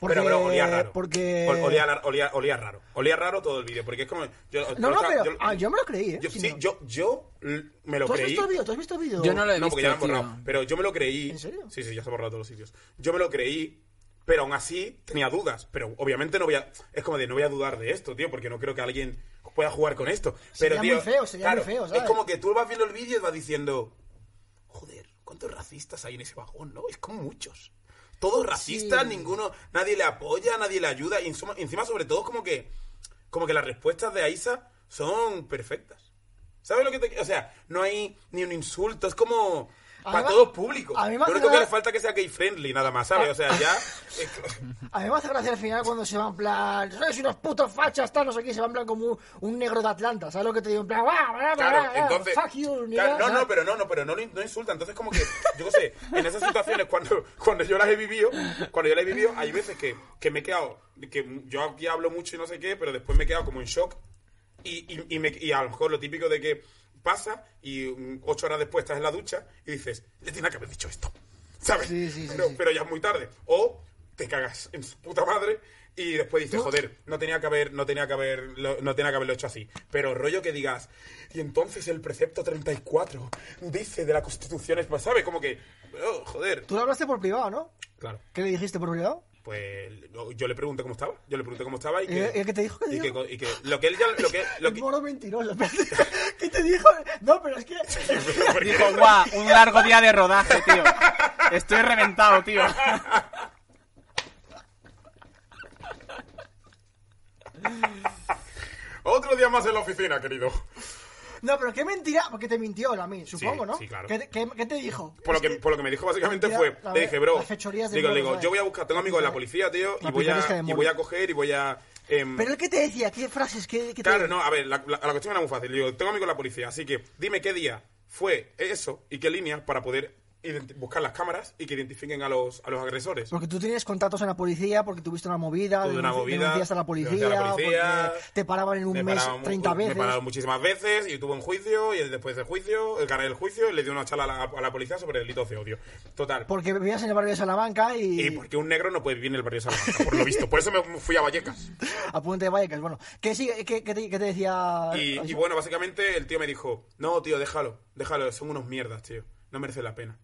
Speaker 1: Porque-
Speaker 3: pero, pero olía raro.
Speaker 1: porque-
Speaker 3: Ol- Olía, la- olía- olía raro. Olía raro todo el vídeo, porque es como... Yo,
Speaker 1: No, no,
Speaker 3: yo-
Speaker 1: pero.
Speaker 3: yo-
Speaker 1: ah, yo me lo creí, ¿eh?
Speaker 3: yo-
Speaker 1: Si
Speaker 3: sí,
Speaker 1: no.
Speaker 3: yo, yo l- me lo
Speaker 1: ¿Tú has
Speaker 3: creí.
Speaker 1: visto el vídeo? ¿Tú has visto el vídeo?
Speaker 2: Yo no lo he
Speaker 3: No, porque ya lo han
Speaker 2: visto, tío.
Speaker 3: borrado. Pero yo me lo creí.
Speaker 1: ¿En serio?
Speaker 3: Sí, sí, ya se ha borrado todos los sitios. Yo me lo creí, pero aún así tenía dudas. Pero obviamente no voy a. Es como de no voy a dudar de esto, tío, porque no creo que alguien pueda jugar con esto. Pero,
Speaker 1: Sería
Speaker 3: tío.
Speaker 1: muy feo, sería
Speaker 3: claro,
Speaker 1: muy feo, ¿sabes?
Speaker 3: Es como que tú vas viendo el vídeo y vas diciendo. Joder, ¿cuántos racistas hay en ese vagón, no? Es como muchos. Todos racistas,
Speaker 1: Sí.
Speaker 3: ninguno. Nadie le apoya, nadie le ayuda. Y encima, encima, sobre todo, como que. Como que las respuestas de Aisa son perfectas. ¿Sabes lo que te.? O sea, no hay ni un insulto, es como.
Speaker 1: A
Speaker 3: Para
Speaker 1: mí me-
Speaker 3: todo público.
Speaker 1: a mí me
Speaker 3: Lo
Speaker 1: hace
Speaker 3: único que
Speaker 1: gracia-
Speaker 3: le falta es que sea gay friendly, nada más, ¿sabes? O sea, ya. es que-
Speaker 1: A mí me hace gracia al final cuando se va en plan. Sois unos putos fachas, tal, no sé qué. Se va en plan como un, un negro de Atlanta. ¿Sabes lo que te digo? En plan. "Bla, bla, bla,
Speaker 3: Claro,
Speaker 1: bla,
Speaker 3: entonces.
Speaker 1: Fuck you, nigga",
Speaker 3: Claro, no,
Speaker 1: ¿sabes?
Speaker 3: no, pero no, no, pero no, lo in- no insulta. Entonces, como que. Yo qué sé, en esas situaciones, cuando, cuando yo las he vivido, cuando yo las he vivido, hay veces que, que me he quedado. Que yo aquí hablo mucho y no sé qué, pero después me he quedado como en shock. Y, y, y me- y a lo mejor lo típico de que pasa y mm, ocho horas después estás en la ducha y dices, ya tenía que haber dicho esto. ¿Sabes?
Speaker 1: Sí, sí, sí,
Speaker 3: pero,
Speaker 1: sí.
Speaker 3: pero ya es muy tarde. O te cagas en su puta madre y después dices, joder, no tenía que haber, no tenía que haber, lo- no tenía que haberlo hecho así. Pero rollo que digas, y entonces el precepto 34 dice de la Constitución, es- pues, ¿sabes? Como que, oh, joder.
Speaker 1: Tú lo hablaste por privado, ¿no?
Speaker 3: Claro.
Speaker 1: ¿Qué le dijiste por privado?
Speaker 3: Pues lo- yo le pregunté cómo estaba. Yo le pregunté cómo estaba y
Speaker 1: ¿Y
Speaker 3: que.
Speaker 1: él qué te dijo? ¿Qué te
Speaker 3: y que-
Speaker 1: dijo?
Speaker 3: y que lo que él ya. Lo que, lo
Speaker 1: El
Speaker 3: que-
Speaker 1: moro mentiroso. ¿Qué te dijo? No, pero es que.
Speaker 3: Pero, ¿por qué?
Speaker 2: Dijo, guau, un largo día de rodaje, tío. Estoy reventado, tío.
Speaker 3: Otro día más en la oficina, querido.
Speaker 1: No, pero qué mentira, porque te mintió la min, supongo,
Speaker 3: Sí,
Speaker 1: ¿no?
Speaker 3: sí, claro.
Speaker 1: ¿Qué, te- qué- qué te dijo?
Speaker 3: Por lo, que, por lo que me dijo básicamente
Speaker 1: Mira,
Speaker 3: fue,
Speaker 1: la
Speaker 3: le
Speaker 1: ve-
Speaker 3: dije, bro,
Speaker 1: las fechorías del
Speaker 3: digo,
Speaker 1: moro,
Speaker 3: le digo,
Speaker 1: ¿sabes?
Speaker 3: yo voy a buscar, tengo amigos de la policía, tío,
Speaker 1: La
Speaker 3: y voy,
Speaker 1: picaresca de
Speaker 3: a, y
Speaker 1: moro.
Speaker 3: voy a coger y voy a... em,
Speaker 1: ¿Pero qué te decía? ¿Qué frases? ¿Qué, qué te-
Speaker 3: claro, no, a ver, la, la- la cuestión era muy fácil. Le digo, tengo amigos de la policía, así que dime qué día fue eso y qué líneas para poder identi- buscar las cámaras y que identifiquen a los, a los agresores.
Speaker 1: Porque tú tienes contactos en la policía, porque tuviste una movida,
Speaker 3: Tuve una
Speaker 1: denunci-
Speaker 3: movida,
Speaker 1: denunciaste a la
Speaker 3: denuncié
Speaker 1: policía,
Speaker 3: a la policía,
Speaker 1: porque te paraban en un
Speaker 3: Me
Speaker 1: mes
Speaker 3: pararon mu-
Speaker 1: 30 veces.
Speaker 3: Me pararon muchísimas veces y tuve un juicio y después del juicio, eh, gané el juicio y le di una charla a la, a la policía sobre delitos de odio. Total.
Speaker 1: Porque vivías en el barrio de Salamanca y,
Speaker 3: Y porque un negro no puede vivir en el barrio de Salamanca, por lo visto. Por eso me fui a Vallecas.
Speaker 1: a Puente de Vallecas. Bueno, ¿qué, sí, qué- qué te, qué te decía?
Speaker 3: Y, y bueno, básicamente el tío me dijo, no, tío, déjalo, déjalo, son unos mierdas, tío, no merece la pena.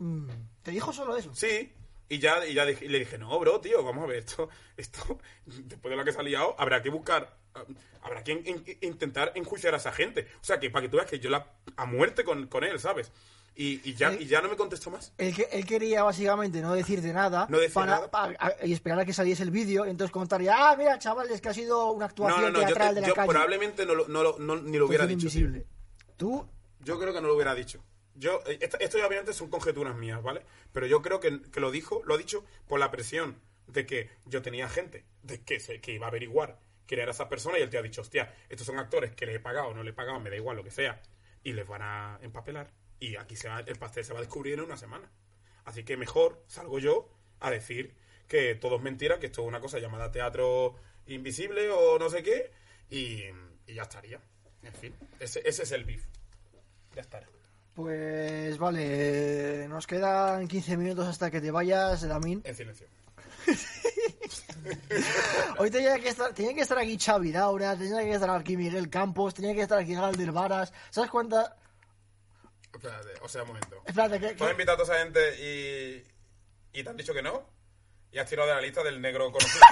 Speaker 1: Mm, ¿Te dijo solo eso?
Speaker 3: Sí, y ya, y ya dije- y le dije, no, bro, tío, vamos a ver, esto, esto, después de lo que se ha liado, habrá que buscar, ah, habrá que in- in- intentar enjuiciar a esa gente. O sea, que para que tú veas que yo la, a muerte con, con él, ¿sabes? y, y ya, y ya no me contestó más.
Speaker 1: Él, que- él quería básicamente no decirte nada,
Speaker 3: No decir
Speaker 1: para,
Speaker 3: nada.
Speaker 1: pa- a- y esperar a que saliese el vídeo y entonces contaría, ah, mira, chavales, que ha sido una
Speaker 3: No,
Speaker 1: actuación
Speaker 3: no, no, yo,
Speaker 1: teatral
Speaker 3: te-
Speaker 1: de la
Speaker 3: yo
Speaker 1: calle.
Speaker 3: probablemente no, lo- no lo- no- ni lo hubiera
Speaker 1: Actuación
Speaker 3: dicho. tío.
Speaker 1: invisible. Tú,
Speaker 3: Yo creo que no lo hubiera dicho. Yo, eh, esta- esto obviamente son conjeturas mías, ¿vale? Pero yo creo que, que lo dijo, lo ha dicho por la presión de que yo tenía gente, de que, se, que iba a averiguar quién era esa persona y él te ha dicho, hostia, estos son actores que les he pagado, no les he pagado, me da igual lo que sea, y les van a empapelar. Y aquí se va, el pastel se va a descubrir en una semana. Así que mejor salgo yo a decir que todo es mentira, que esto es una cosa llamada teatro invisible o no sé qué, y, y ya estaría. En fin, ese, ese es el beef. Ya estará.
Speaker 1: pues vale, eh, nos quedan 15 minutos hasta que te vayas, Damín.
Speaker 3: En silencio.
Speaker 1: Hoy tenía que estar, tenía que estar aquí Xavi Daura, tenía que estar aquí Miguel Campos, tenía que estar aquí Galder Varas. ¿Sabes cuántas?
Speaker 3: Espérate, o sea, un momento.
Speaker 1: Espérate, que,
Speaker 3: Tú has
Speaker 1: que-
Speaker 3: invitado a toda esa gente y, y te han dicho que no. Y has tirado de la lista del negro conocido.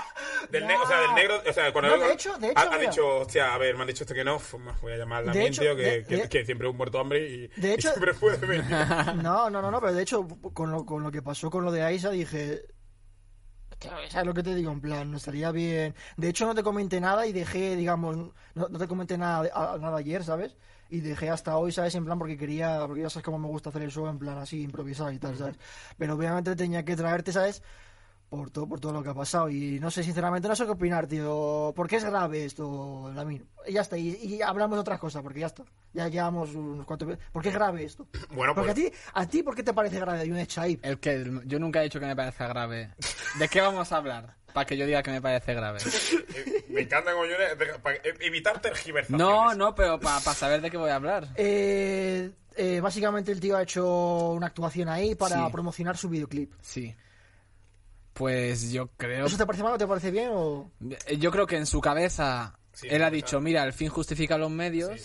Speaker 3: Del ne- o sea, del negro. O sea, cuando
Speaker 1: No, de hecho, de hecho,
Speaker 3: ha, ha
Speaker 1: mira.
Speaker 3: dicho, hostia, a ver, me han dicho este que no. pues, más, Voy a llamar a
Speaker 1: De
Speaker 3: Lamien,
Speaker 1: hecho,
Speaker 3: tío, que,
Speaker 1: de-
Speaker 3: que-
Speaker 1: de-
Speaker 3: que siempre es un muerto hambre y,
Speaker 1: De
Speaker 3: y
Speaker 1: hecho-
Speaker 3: siempre puede venir.
Speaker 1: No, no, no, no, pero de hecho, con lo, con lo que pasó con lo de Aisa, dije. ¿Sabes lo que te digo? En plan, no estaría bien. De hecho, no te comenté nada y dejé, digamos, no, no te comenté nada, a- nada ayer, ¿sabes? Y dejé hasta hoy, ¿sabes? En plan, porque quería, porque ya sabes cómo me gusta hacer el show, en plan así, improvisar y tal, ¿sabes? Pero obviamente tenía que traerte, ¿sabes? Por todo, por todo lo que ha pasado. Y no sé, sinceramente, no sé qué opinar, tío. ¿Por qué es grave esto, Lamin? Y Ya está, y, y hablamos de otras cosas, porque ya está. Ya llevamos unos cuantos. ¿Por qué es grave esto?
Speaker 3: Bueno,
Speaker 1: Porque
Speaker 3: pues.
Speaker 1: a ti, ¿a ti por qué te parece grave Yunes Chaib?
Speaker 2: El que yo nunca he dicho que me parezca grave. ¿De qué vamos a hablar? Para que yo diga que me parece grave.
Speaker 3: eh, Me encanta como yo. Para eh, evitar tergiversaciones.
Speaker 2: No, no, pero para saber de qué voy a hablar.
Speaker 1: Eh, eh, básicamente el tío ha hecho una actuación ahí para
Speaker 2: Sí.
Speaker 1: promocionar su videoclip.
Speaker 2: Sí. Pues yo creo.
Speaker 1: ¿Eso te parece mal o te parece bien? O...
Speaker 2: Eh, Yo creo que en su cabeza
Speaker 3: Sí,
Speaker 2: él ha
Speaker 3: o sea-
Speaker 2: dicho, mira, el fin justifica los medios,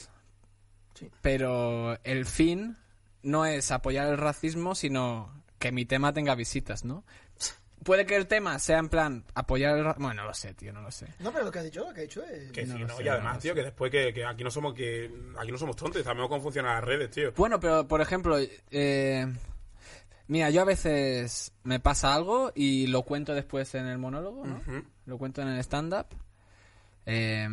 Speaker 3: Sí.
Speaker 1: Sí.
Speaker 2: pero el fin no es apoyar el racismo, sino que mi tema tenga visitas, ¿no? Puede que el tema sea en plan apoyar el ra- Bueno, no lo sé, tío, no lo sé.
Speaker 1: No, pero lo que ha dicho, lo que ha dicho es...
Speaker 3: Que
Speaker 2: No
Speaker 3: sí,
Speaker 2: lo
Speaker 3: no.
Speaker 2: sé,
Speaker 3: y además,
Speaker 2: no lo
Speaker 3: tío,
Speaker 2: sé.
Speaker 3: que después que, que aquí no somos que aquí no somos tontos, sabemos cómo funcionan las redes, tío.
Speaker 2: Bueno, pero por ejemplo, eh, mira, yo a veces me pasa algo y lo cuento después en el monólogo, ¿no?
Speaker 3: Ujú.
Speaker 2: Lo cuento en el stand-up. Eh,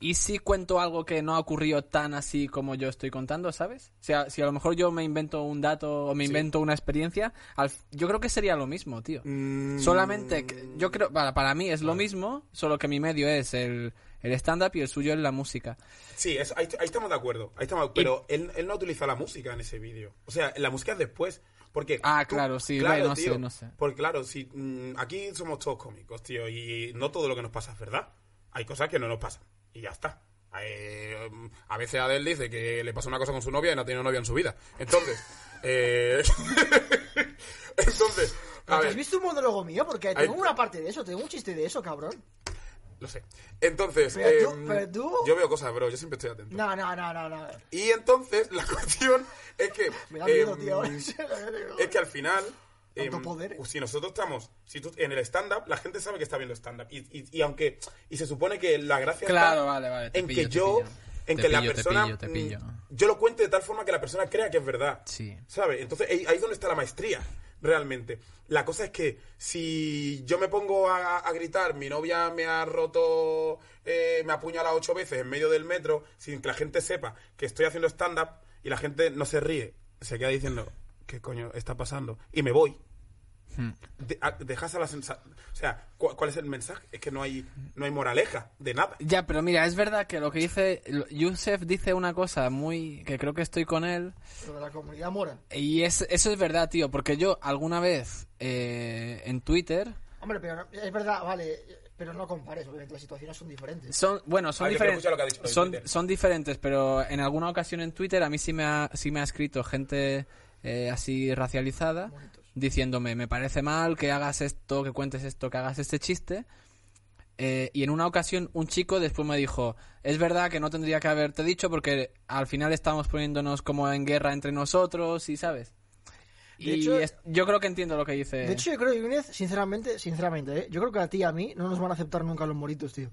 Speaker 2: y si cuento algo que no ha ocurrido tan así como yo estoy contando, ¿sabes? O sea, si a lo mejor yo me invento un dato o me invento una experiencia, al- yo creo que sería lo mismo, tío.
Speaker 3: Mm,
Speaker 2: Solamente, que- yo creo, para, para mí es lo mismo, solo que mi medio es el, el stand-up y el suyo es la música.
Speaker 3: Sí, eso- ahí, ahí estamos de acuerdo. Ahí estamos, pero él, él no utiliza la música en ese vídeo. O sea, la música es después. Porque
Speaker 2: Ah, claro, sí, bueno, no sé, no sé.
Speaker 3: Porque claro, si mm, aquí somos todos cómicos, tío, y no todo lo que nos pasa es verdad. Hay cosas que no nos pasan y ya está. Eh, mm, a veces Adel dice que le pasó una cosa con su novia y no ha tenido novia en su vida. Entonces, eh, entonces,
Speaker 1: ¿Pero
Speaker 3: a
Speaker 1: ¿Te has
Speaker 3: ver,
Speaker 1: visto un monólogo mío? Porque tengo
Speaker 3: Ay.
Speaker 1: una parte de eso, tengo un chiste de eso, cabrón.
Speaker 3: lo sé. Entonces,
Speaker 1: Pero tú-
Speaker 3: em,
Speaker 1: pero tú-
Speaker 3: yo veo cosas, bro. Yo siempre estoy atento.
Speaker 1: No, no, no, no, no.
Speaker 3: Y entonces la cuestión es que
Speaker 1: Me da miedo,
Speaker 3: em,
Speaker 1: tío.
Speaker 3: es que al final
Speaker 1: Tanto
Speaker 3: em,
Speaker 1: poder.
Speaker 3: si nosotros estamos si tú, en el stand up la gente sabe que está viendo stand up y, y- y aunque y se supone que la gracia
Speaker 2: Claro,
Speaker 3: está
Speaker 2: vale, vale, te
Speaker 3: en
Speaker 2: pillo,
Speaker 3: que
Speaker 2: te
Speaker 3: yo
Speaker 2: pillo.
Speaker 3: en
Speaker 2: Te
Speaker 3: que la
Speaker 2: pillo, te
Speaker 3: persona
Speaker 2: pillo, te
Speaker 3: mm,
Speaker 2: pillo.
Speaker 3: yo lo cuente de tal forma que la persona crea que es verdad
Speaker 2: Sí.
Speaker 3: ¿Sabes? Entonces ahí ahí es donde está la maestría, realmente. La cosa es que si yo me pongo a, a gritar, mi novia me ha roto, eh, me ha apuñalado ocho veces en medio del metro, sin que la gente sepa que estoy haciendo stand-up y la gente no se ríe, se queda diciendo, ¿qué coño está pasando? Y me voy.
Speaker 2: Hmm.
Speaker 3: De- a- dejas a la sensación. O sea, ¿cu- ¿cuál es el mensaje? Es que no hay, no hay moraleja de nada.
Speaker 2: Ya, pero mira, es verdad que lo que dice. lo- Yusef dice una cosa muy. que creo que estoy con él.
Speaker 1: Lo de la comunidad mora.
Speaker 2: Y es, eso es verdad, tío, porque yo alguna vez eh, en Twitter.
Speaker 1: Hombre, pero no- es verdad, vale, pero no compares, obviamente las situaciones son diferentes.
Speaker 2: Son, bueno, son
Speaker 3: Hay Ah, que
Speaker 2: diferentes.
Speaker 3: escuchar lo que ha dicho en
Speaker 2: Son,
Speaker 3: Twitter.
Speaker 2: son diferentes, pero en alguna ocasión en Twitter a mí sí me ha, sí me ha escrito gente eh, así racializada diciéndome: Me parece mal que hagas esto, que cuentes esto, que hagas este chiste. Eh, y en una ocasión un chico después me dijo, es verdad que no tendría que haberte dicho porque al final estamos poniéndonos como en guerra entre nosotros y sabes.
Speaker 1: De
Speaker 2: y
Speaker 1: hecho-
Speaker 2: es- yo creo que entiendo lo que dice.
Speaker 1: De hecho, yo creo, eh, Yunes, sinceramente, sinceramente, ¿eh? yo creo que a ti y a mí no nos van a aceptar nunca los moritos, tío.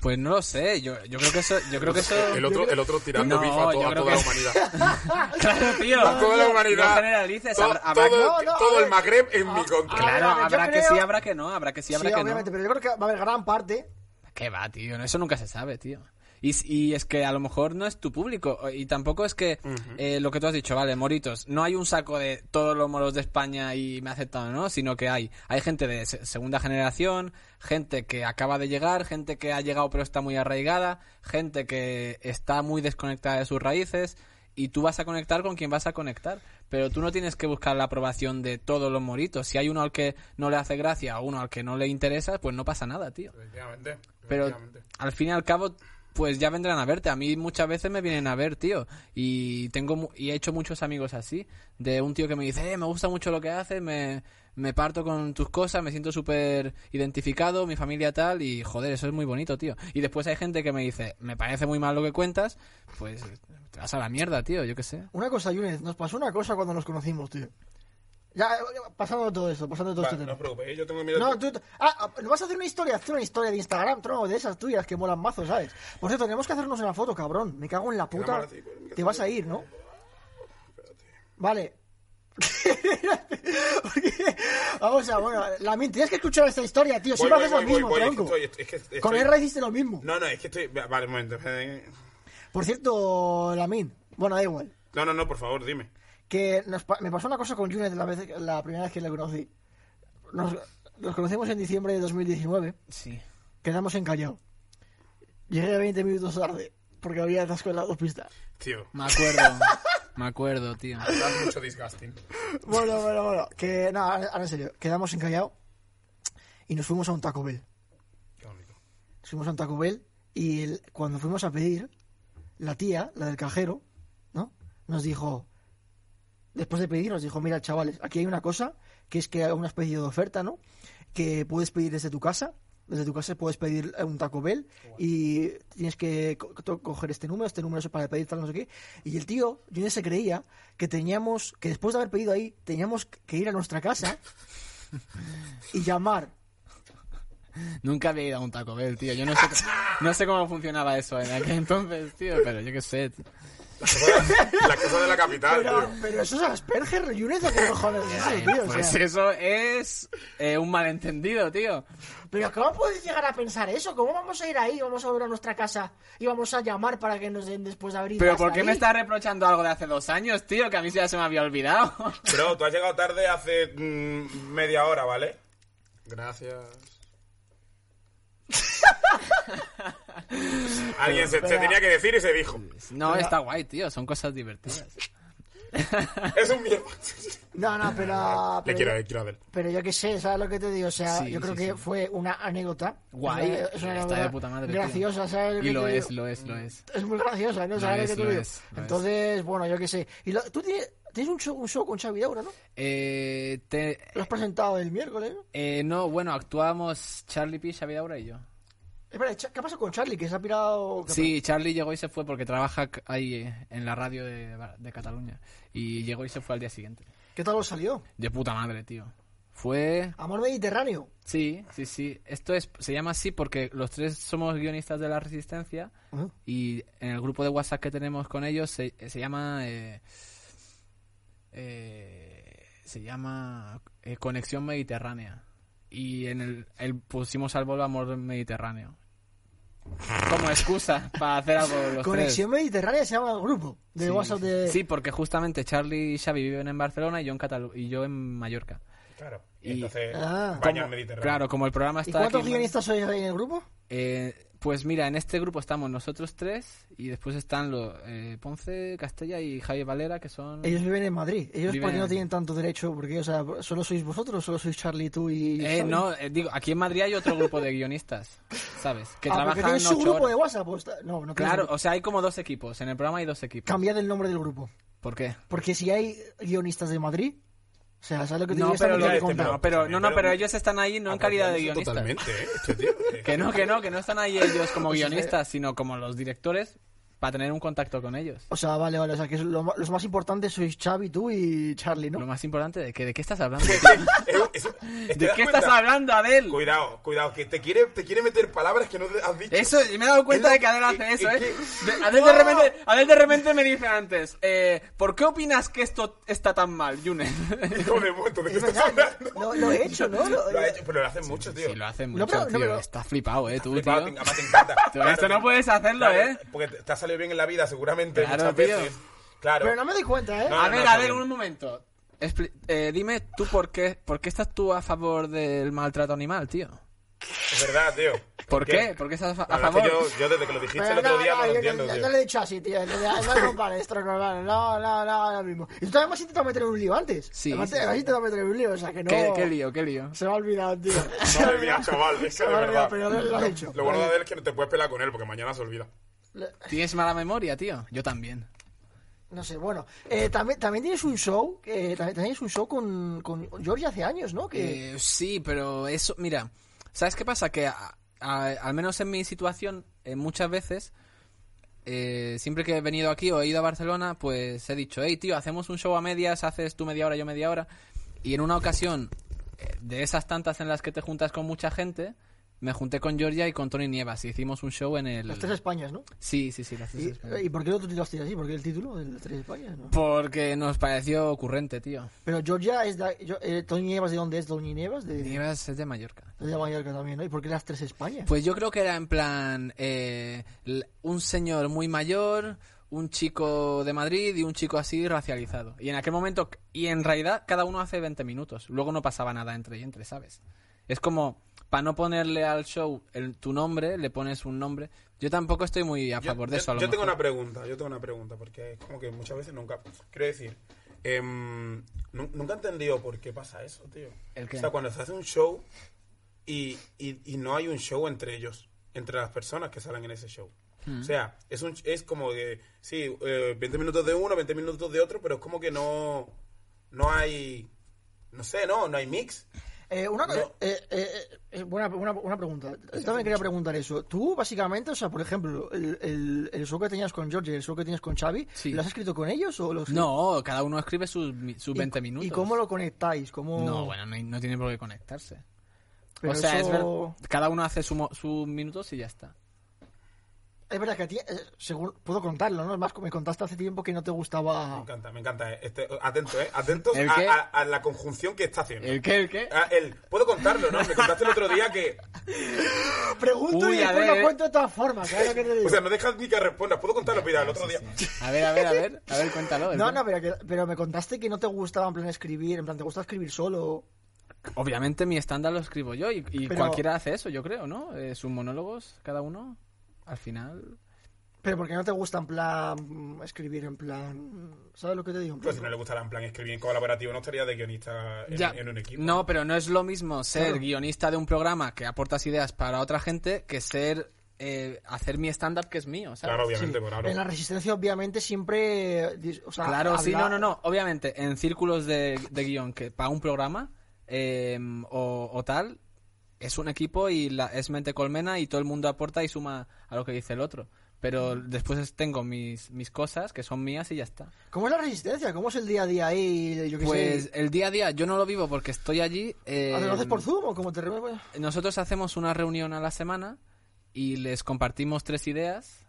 Speaker 2: Pues no lo sé, yo, yo creo que eso... Yo creo que eso...
Speaker 3: Pues El otro, el otro tirando
Speaker 2: No,
Speaker 3: bifa a, to-
Speaker 2: yo
Speaker 3: a
Speaker 2: creo
Speaker 3: toda
Speaker 2: que-
Speaker 3: la humanidad.
Speaker 2: Claro, tío.
Speaker 3: A toda la
Speaker 2: No
Speaker 3: humanidad.
Speaker 2: generalices.
Speaker 3: To-
Speaker 2: habrá- habrá-
Speaker 3: todo,
Speaker 1: No, no,
Speaker 3: todo
Speaker 1: a ver.
Speaker 3: el Magreb en mi contra.
Speaker 2: Claro,
Speaker 1: A ver, a ver, yo
Speaker 2: habrá que
Speaker 1: creo-
Speaker 2: sí, habrá que no, habrá que sí, habrá
Speaker 1: Sí,
Speaker 2: que
Speaker 1: obviamente,
Speaker 2: no.
Speaker 1: pero yo creo que va a haber gran parte.
Speaker 2: ¿Qué va, tío? Eso nunca se sabe, tío. Y, s- y es que a lo mejor no es tu público. Y tampoco es que eh, lo que tú has dicho, vale, moritos, no hay un saco de todos los moros de España y me aceptan, ¿no? Sino que hay, hay gente de se- segunda generación, gente que acaba de llegar, gente que ha llegado pero está muy arraigada, gente que está muy desconectada de sus raíces. Y tú vas a conectar con quien vas a conectar. Pero tú no tienes que buscar la aprobación de todos los moritos. Si hay uno al que no le hace gracia o uno al que no le interesa, pues no pasa nada, tío.
Speaker 3: Efectivamente,
Speaker 2: Pero
Speaker 3: efectivamente.
Speaker 2: al fin y al cabo, pues ya vendrán a verte. A mí muchas veces me vienen a ver, tío. Y tengo mu- y he hecho muchos amigos así. De un tío que me dice, eh, me gusta mucho lo que haces, me, me parto con tus cosas, me siento súper identificado, mi familia tal. Y joder, eso es muy bonito, tío. Y después hay gente que me dice, me parece muy mal lo que cuentas. Pues te vas a la mierda, tío, yo qué sé.
Speaker 1: Una cosa, Yunes, nos pasó una cosa cuando nos conocimos, tío. Ya, eh, pasando todo esto, pasando todo
Speaker 3: Vale,
Speaker 1: este
Speaker 3: no
Speaker 1: tema.
Speaker 3: os preocupéis, yo tengo miedo.
Speaker 1: No, tú, ah, ah, ¿no vas a hacer una historia, hacer una historia de Instagram, trono, de esas tuyas que molan mazo, ¿sabes? Por cierto, tenemos que hacernos una foto, cabrón. Me cago en la puta.
Speaker 3: Cámara, sí, pues,
Speaker 1: Te vas a ir, ¿no? Vale. Porque- Vamos a, bueno, la tienes que escuchar esta historia, tío.
Speaker 3: Voy,
Speaker 1: Siempre
Speaker 3: voy,
Speaker 1: haces lo
Speaker 3: voy,
Speaker 1: mismo,
Speaker 3: voy, voy,
Speaker 1: tronco.
Speaker 3: estoy- es que estoy-
Speaker 1: Con
Speaker 3: estoy-
Speaker 1: R hiciste lo mismo.
Speaker 3: No, no, es que estoy. Vale, un momento.
Speaker 1: Por cierto, Lamin, bueno, da igual.
Speaker 3: No, no, no, por favor, dime.
Speaker 1: Que nos pa- me pasó una cosa con Junet la, vez, la primera vez que le conocí. Nos, nos conocimos en diciembre de 2019,
Speaker 2: Sí.
Speaker 1: quedamos en Callao. Llegué 20 minutos tarde, porque había atasco en la autopista.
Speaker 3: Tío,
Speaker 2: Me acuerdo. me acuerdo, tío.
Speaker 3: das mucho disgusting.
Speaker 1: Bueno, bueno, bueno. Que, no, ahora ahora en serio, quedamos en Callao y nos fuimos a un Taco Bell.
Speaker 3: Qué bonito.
Speaker 1: Nos fuimos a un Taco Bell y el- cuando fuimos a pedir, la tía, la del cajero, ¿no? Nos dijo, después de pedir, nos dijo, mira, chavales, aquí hay una cosa, que es que hay una especie de oferta, ¿no? Que puedes pedir desde tu casa, desde tu casa puedes pedir eh, un Taco Bell y tienes que co- to- coger este número, este número es para pedir tal, no sé qué. Y el tío, yo ya se creía que teníamos, que después de haber pedido ahí, teníamos que ir a nuestra casa y llamar
Speaker 2: Nunca había ido a un Taco Bell, tío. Yo no sé, no sé cómo funcionaba eso en aquel entonces, tío, pero yo qué sé. tío.
Speaker 3: Las cosas, las cosas de la capital,
Speaker 1: Pero,
Speaker 3: tío.
Speaker 1: pero eso es Asperger, Yunes, ¿o qué cojones es eso,
Speaker 2: Eh,
Speaker 1: tío? O
Speaker 2: pues
Speaker 1: sea,
Speaker 2: eso es eh, un malentendido, tío.
Speaker 1: Pero ¿cómo puedes llegar a pensar eso? ¿Cómo vamos a ir ahí? Vamos a ir a nuestra casa y vamos a llamar para que nos den después de abrir.
Speaker 2: Pero
Speaker 1: hasta
Speaker 2: ¿por qué me
Speaker 1: ahí?
Speaker 2: estás reprochando algo de hace dos años, tío? Que a mí ya se me había olvidado.
Speaker 3: Bro, tú has llegado tarde hace mm, media hora, ¿vale? Gracias. Alguien se, se tenía que decir y se dijo.
Speaker 2: Pues No, está guay, tío. Son cosas divertidas.
Speaker 3: Es un mierda.
Speaker 1: No, no, pero.
Speaker 3: Le
Speaker 1: pero
Speaker 3: quiero,
Speaker 1: yo-
Speaker 3: le quiero a ver.
Speaker 1: Pero yo qué sé, ¿sabes lo que te digo? O sea,
Speaker 2: Sí,
Speaker 1: yo creo
Speaker 2: sí,
Speaker 1: que
Speaker 2: sí.
Speaker 1: fue una anécdota.
Speaker 2: Guay.
Speaker 1: Es una- es una
Speaker 2: Está
Speaker 1: anécdota
Speaker 2: de puta madre. tío.
Speaker 1: Graciosa, ¿sabes?
Speaker 2: Y
Speaker 1: que
Speaker 2: lo
Speaker 1: te
Speaker 2: es,
Speaker 1: digo?
Speaker 2: lo es, lo es.
Speaker 1: Es muy graciosa, ¿no?
Speaker 2: Lo
Speaker 1: ¿Sabes
Speaker 2: es,
Speaker 1: lo que te
Speaker 2: lo
Speaker 1: digo?
Speaker 2: es, lo es.
Speaker 1: Entonces, bueno, yo qué sé. Y lo- tú tienes, tienes un, show, un show con Xavi Daura, ¿no?
Speaker 2: Eh, te-
Speaker 1: Lo has presentado el miércoles, ¿no?
Speaker 2: eh, no, bueno, actuábamos Charlie P, Xavi Daura y yo.
Speaker 1: Espera, Cha- ¿qué ha pasado con Charlie? Que se ha pirado. ¿qué
Speaker 2: Sí, Charlie llegó y se fue porque trabaja c- ahí eh, en la radio de, de Cataluña. Y llegó y se fue al día siguiente.
Speaker 1: pasa? ¿Qué tal os salió?
Speaker 2: De puta madre, tío. Fue
Speaker 1: Amor Mediterráneo.
Speaker 2: Sí, sí, sí. Esto es, se llama así porque los tres somos guionistas de la Resistencia y en el grupo de WhatsApp que tenemos con ellos se, se llama eh, eh, se llama eh, Conexión Mediterránea y en el, el pusimos al bolo Amor Mediterráneo como excusa para hacer algo los
Speaker 1: Conexión Mediterránea se llama el grupo de
Speaker 2: tres. Sí,
Speaker 1: WhatsApp
Speaker 2: sí,
Speaker 1: de.
Speaker 2: sí, porque justamente Charlie y Xavi viven en Barcelona y yo en Catalu y yo en Mallorca.
Speaker 3: Claro.
Speaker 2: Y-
Speaker 3: Y entonces,
Speaker 1: Ah.
Speaker 3: baña
Speaker 2: Como-
Speaker 3: el Mediterráneo.
Speaker 2: claro, como el programa está
Speaker 1: ¿Y
Speaker 2: aquí
Speaker 1: cuántos
Speaker 2: en-
Speaker 1: guionistas sois ahí en el grupo?
Speaker 2: Eh, pues mira, en este grupo estamos nosotros tres y después están los eh, Ponce, Castella y Javier Valera, que son...
Speaker 1: Ellos viven en Madrid. Ellos
Speaker 2: Mm. Viven
Speaker 1: porque no
Speaker 2: aquí.
Speaker 1: tienen tanto derecho, porque o sea, solo sois vosotros, solo sois Charlie tú y.
Speaker 2: Eh,
Speaker 1: Xavi?
Speaker 2: no, eh, digo, aquí en Madrid hay otro grupo de guionistas, ¿sabes? Que
Speaker 1: Ah, porque
Speaker 2: trabajan
Speaker 1: tenéis su
Speaker 2: ocho
Speaker 1: grupo de
Speaker 2: horas.
Speaker 1: WhatsApp. pues, está- no, no tenéis
Speaker 2: Claro,
Speaker 1: grupo.
Speaker 2: o sea, hay como dos equipos. En el programa hay dos equipos.
Speaker 1: Cambiad el nombre del grupo.
Speaker 2: ¿Por qué?
Speaker 1: Porque si hay guionistas de Madrid, o sea, ¿sabes lo que te
Speaker 2: No,
Speaker 1: digo? Esta
Speaker 2: pero,
Speaker 1: me tiene
Speaker 2: lo-
Speaker 1: que
Speaker 3: este,
Speaker 1: comprar.
Speaker 2: no, pero, no, no,
Speaker 3: Pero-
Speaker 2: pero ellos están ahí no en calidad de
Speaker 3: Apropiándose
Speaker 2: guionistas.
Speaker 3: Totalmente, ¿eh? Este tío.
Speaker 1: eh.
Speaker 2: Que no, que no, que no están ahí ellos como guionistas, sino como los directores para tener un contacto con ellos.
Speaker 1: O sea, vale, vale. O sea, que es lo ma- los más importantes sois Xavi, tú y Charlie,
Speaker 2: Lo
Speaker 1: ¿no?
Speaker 2: más importante de que de qué estás hablando.
Speaker 3: Es que- es- es- ¿te
Speaker 2: ¿De
Speaker 3: das
Speaker 2: qué
Speaker 3: cuenta?
Speaker 2: estás hablando, Adel?
Speaker 3: Cuidado, cuidado, que te quiere, te quiere meter palabras que no te has dicho.
Speaker 2: Eso, y me he dado cuenta
Speaker 3: Es
Speaker 2: de
Speaker 3: la-
Speaker 2: que Adel hace
Speaker 3: es-
Speaker 2: eso, ¿eh?
Speaker 3: es que-
Speaker 2: De- Adel, de repente, Adel de repente me dice antes, eh, ¿por qué opinas que esto está tan mal, Junen?
Speaker 3: Hijo de puto, ¿de qué
Speaker 1: Es
Speaker 3: estás
Speaker 1: verdad,
Speaker 3: hablando?
Speaker 1: lo, lo he hecho, ¿no? Lo- eh,
Speaker 3: Lo ha hecho, pero lo hacen mucho, tío.
Speaker 2: Sí, lo hace mucho,
Speaker 1: No, pero- no,
Speaker 2: tío.
Speaker 1: pero-
Speaker 2: Está flipado, ¿eh? Tú,
Speaker 3: Flipado,
Speaker 2: tío.
Speaker 3: te- además te encanta.
Speaker 2: Tío, esto no
Speaker 3: te-
Speaker 2: puedes hacerlo,
Speaker 3: claro,
Speaker 2: ¿eh?
Speaker 3: Porque te te ha salido bien en la vida, seguramente,
Speaker 2: Claro,
Speaker 3: muchas
Speaker 2: tío.
Speaker 3: veces. Claro.
Speaker 1: Pero no me doy cuenta, ¿eh?
Speaker 3: No,
Speaker 2: A ver,
Speaker 3: no,
Speaker 2: a
Speaker 3: no.
Speaker 2: ver, un momento. Expli- eh, dime tú por qué, por qué estás tú a favor del maltrato animal, tío.
Speaker 3: Es verdad, tío.
Speaker 2: ¿Por qué? ¿Por qué estás a, a
Speaker 3: La verdad
Speaker 2: favor?
Speaker 3: es que yo, yo desde que lo dijiste el
Speaker 1: Pero
Speaker 3: otro día no, lo
Speaker 1: yo-
Speaker 3: entiendo,
Speaker 1: yo-
Speaker 3: tío.
Speaker 1: yo le he dicho así, tío. No, no, no, compadre, esto no es normal. No, no, no, ahora mismo. Y tú también me has intentado meter en un lío antes.
Speaker 2: Sí,
Speaker 1: Además,
Speaker 2: sí,
Speaker 1: te-
Speaker 2: sí.
Speaker 1: has intentado meter en un lío, o sea que no.
Speaker 2: ¿Qué, qué lío, qué lío?
Speaker 1: Se me ha olvidado, tío.
Speaker 3: Madre mía, chaval, es que
Speaker 1: Se
Speaker 3: de
Speaker 1: me ha olvidado,
Speaker 3: verdad.
Speaker 1: pero lo, lo has hecho.
Speaker 3: Lo bueno de él es que no te puedes pelar con él porque mañana se olvida.
Speaker 1: Le-
Speaker 2: ¿Tienes mala memoria, tío? Yo también.
Speaker 1: No sé, bueno. Eh, también, también tienes un show, eh, también, también es un show con, con George hace años, ¿no? Que...
Speaker 2: Eh, sí, pero eso, mira, ¿sabes qué pasa? Que a- a- al menos en mi situación, eh, muchas veces, eh, siempre que he venido aquí o he ido a Barcelona, pues he dicho, hey, tío, hacemos un show a medias, haces tú media hora, yo media hora. Y en una ocasión, eh, de esas tantas en las que te juntas con mucha gente, me junté con Georgia y con Tony Nievas y hicimos un show en el...
Speaker 1: Las tres Españas, ¿no?
Speaker 2: Sí, sí, sí, las tres
Speaker 1: ¿Y,
Speaker 2: Españas.
Speaker 1: ¿y por qué lo titulas así? ¿Por qué el título de las tres Españas? ¿no?
Speaker 2: Porque nos pareció ocurrente, tío.
Speaker 1: Pero Georgia es de... yo- eh, Tony Nievas, ¿de dónde es Tony Nievas? De, de
Speaker 2: Nievas es de Mallorca.
Speaker 1: Mallorca también, ¿no? ¿Y por qué las tres Españas?
Speaker 2: Pues yo creo que era en plan eh, l- un señor muy mayor, un chico de Madrid y un chico así racializado. Y en aquel momento, y en realidad cada uno hace 20 minutos, luego no pasaba nada entre y entre, ¿sabes? Es como, para no ponerle al show el- tu nombre, le pones un nombre. Yo tampoco estoy muy a favor de eso. A lo
Speaker 3: yo tengo
Speaker 2: mejor.
Speaker 3: una pregunta, yo tengo una pregunta, porque es como que muchas veces nunca. Quiero decir, em, nu- nunca he entendido por qué pasa eso, tío.
Speaker 2: ¿El qué?
Speaker 3: O sea, cuando se hace un show y, y- y no hay un show entre ellos, entre las personas que salen en ese show.
Speaker 2: Mm.
Speaker 3: O sea, es, un, es como que, sí, eh, 20 minutos de uno, 20 minutos de otro, pero es como que no, no hay, no sé, no, no hay mix.
Speaker 1: Eh, una, cosa-
Speaker 3: No.
Speaker 1: eh, eh, eh, buena, buena- buena pregunta. Yo también quería preguntar eso. Tú, básicamente, o sea, por ejemplo, el, el, el show que tenías con George y el show que tenías con Xavi,
Speaker 2: Sí.
Speaker 1: ¿lo has escrito con ellos o los
Speaker 2: No, cada uno escribe sus, mi- sus 20 minutos.
Speaker 1: ¿Y cómo lo conectáis? ¿Cómo...
Speaker 2: No, bueno, no, hay- no tiene por qué conectarse.
Speaker 1: Pero
Speaker 2: o sea, es
Speaker 1: eso-
Speaker 2: ver- cada uno hace su mo- sus minutos y ya está.
Speaker 1: Es verdad que a ti, eh, según puedo contarlo, ¿no? Es más, me contaste hace tiempo que no te
Speaker 3: Me
Speaker 1: gustaba.
Speaker 3: encanta, me encanta. Este, atento, ¿eh? Atentos
Speaker 2: ¿El
Speaker 3: a,
Speaker 2: qué?
Speaker 3: a- a la conjunción que está haciendo.
Speaker 2: ¿El qué? ¿El qué?
Speaker 3: Ah, él. Puedo contarlo, ¿no? Me contaste el otro día que.
Speaker 1: Pregunto
Speaker 2: Uy,
Speaker 1: y
Speaker 2: a
Speaker 1: después
Speaker 2: ver,
Speaker 1: lo
Speaker 2: eh.
Speaker 1: cuento de todas formas, ¿sabes lo que te digo?
Speaker 3: O sea, no dejas ni que respondas. Puedo contarlo, Pida, el otro día.
Speaker 2: A ver, a ver, a ver, a ver, cuéntalo.
Speaker 1: No,
Speaker 2: ¿verdad?
Speaker 1: no, pero, que- pero me contaste que no te gustaba en plan escribir, en plan te gusta escribir solo.
Speaker 2: Obviamente mi estándar lo escribo yo y, y
Speaker 1: Pero-
Speaker 2: cualquiera hace eso, yo creo, ¿no? Eh, sus monólogos, cada uno, al final.
Speaker 1: Pero porque no te gusta en plan mm, escribir, en plan... ¿Sabes lo que te digo? En
Speaker 3: Pues
Speaker 1: plan-
Speaker 3: si no le gustará en plan escribir en colaborativo, no estaría de guionista en,
Speaker 2: Ya.
Speaker 3: en un equipo.
Speaker 2: No, pero no es lo mismo ser
Speaker 1: Claro.
Speaker 2: guionista de un programa que aportas ideas para otra gente que ser eh, hacer mi stand-up que es mío, ¿sabes?
Speaker 3: Claro, obviamente, por
Speaker 1: En la
Speaker 3: ahora.
Speaker 1: resistencia, obviamente, siempre. dis- O sea,
Speaker 2: Claro, sí, no,
Speaker 1: Ah, habla-
Speaker 2: no, no. Obviamente, en círculos de, de guión que para un programa eh, o, o tal, es un equipo y la, es mente colmena y todo el mundo aporta y suma a lo que dice el otro. Pero
Speaker 1: Mm.
Speaker 2: después es- tengo mis, mis cosas que son mías y ya está.
Speaker 1: ¿Cómo es la resistencia? ¿Cómo es el día a día ahí? Yo qué
Speaker 2: Pues
Speaker 1: sé.
Speaker 2: el día a día yo no lo vivo porque estoy allí. eh,
Speaker 1: ¿Ah, ¿Lo haces por Zoom o cómo te reúnes?
Speaker 2: Nosotros hacemos una reunión a la semana y les compartimos tres ideas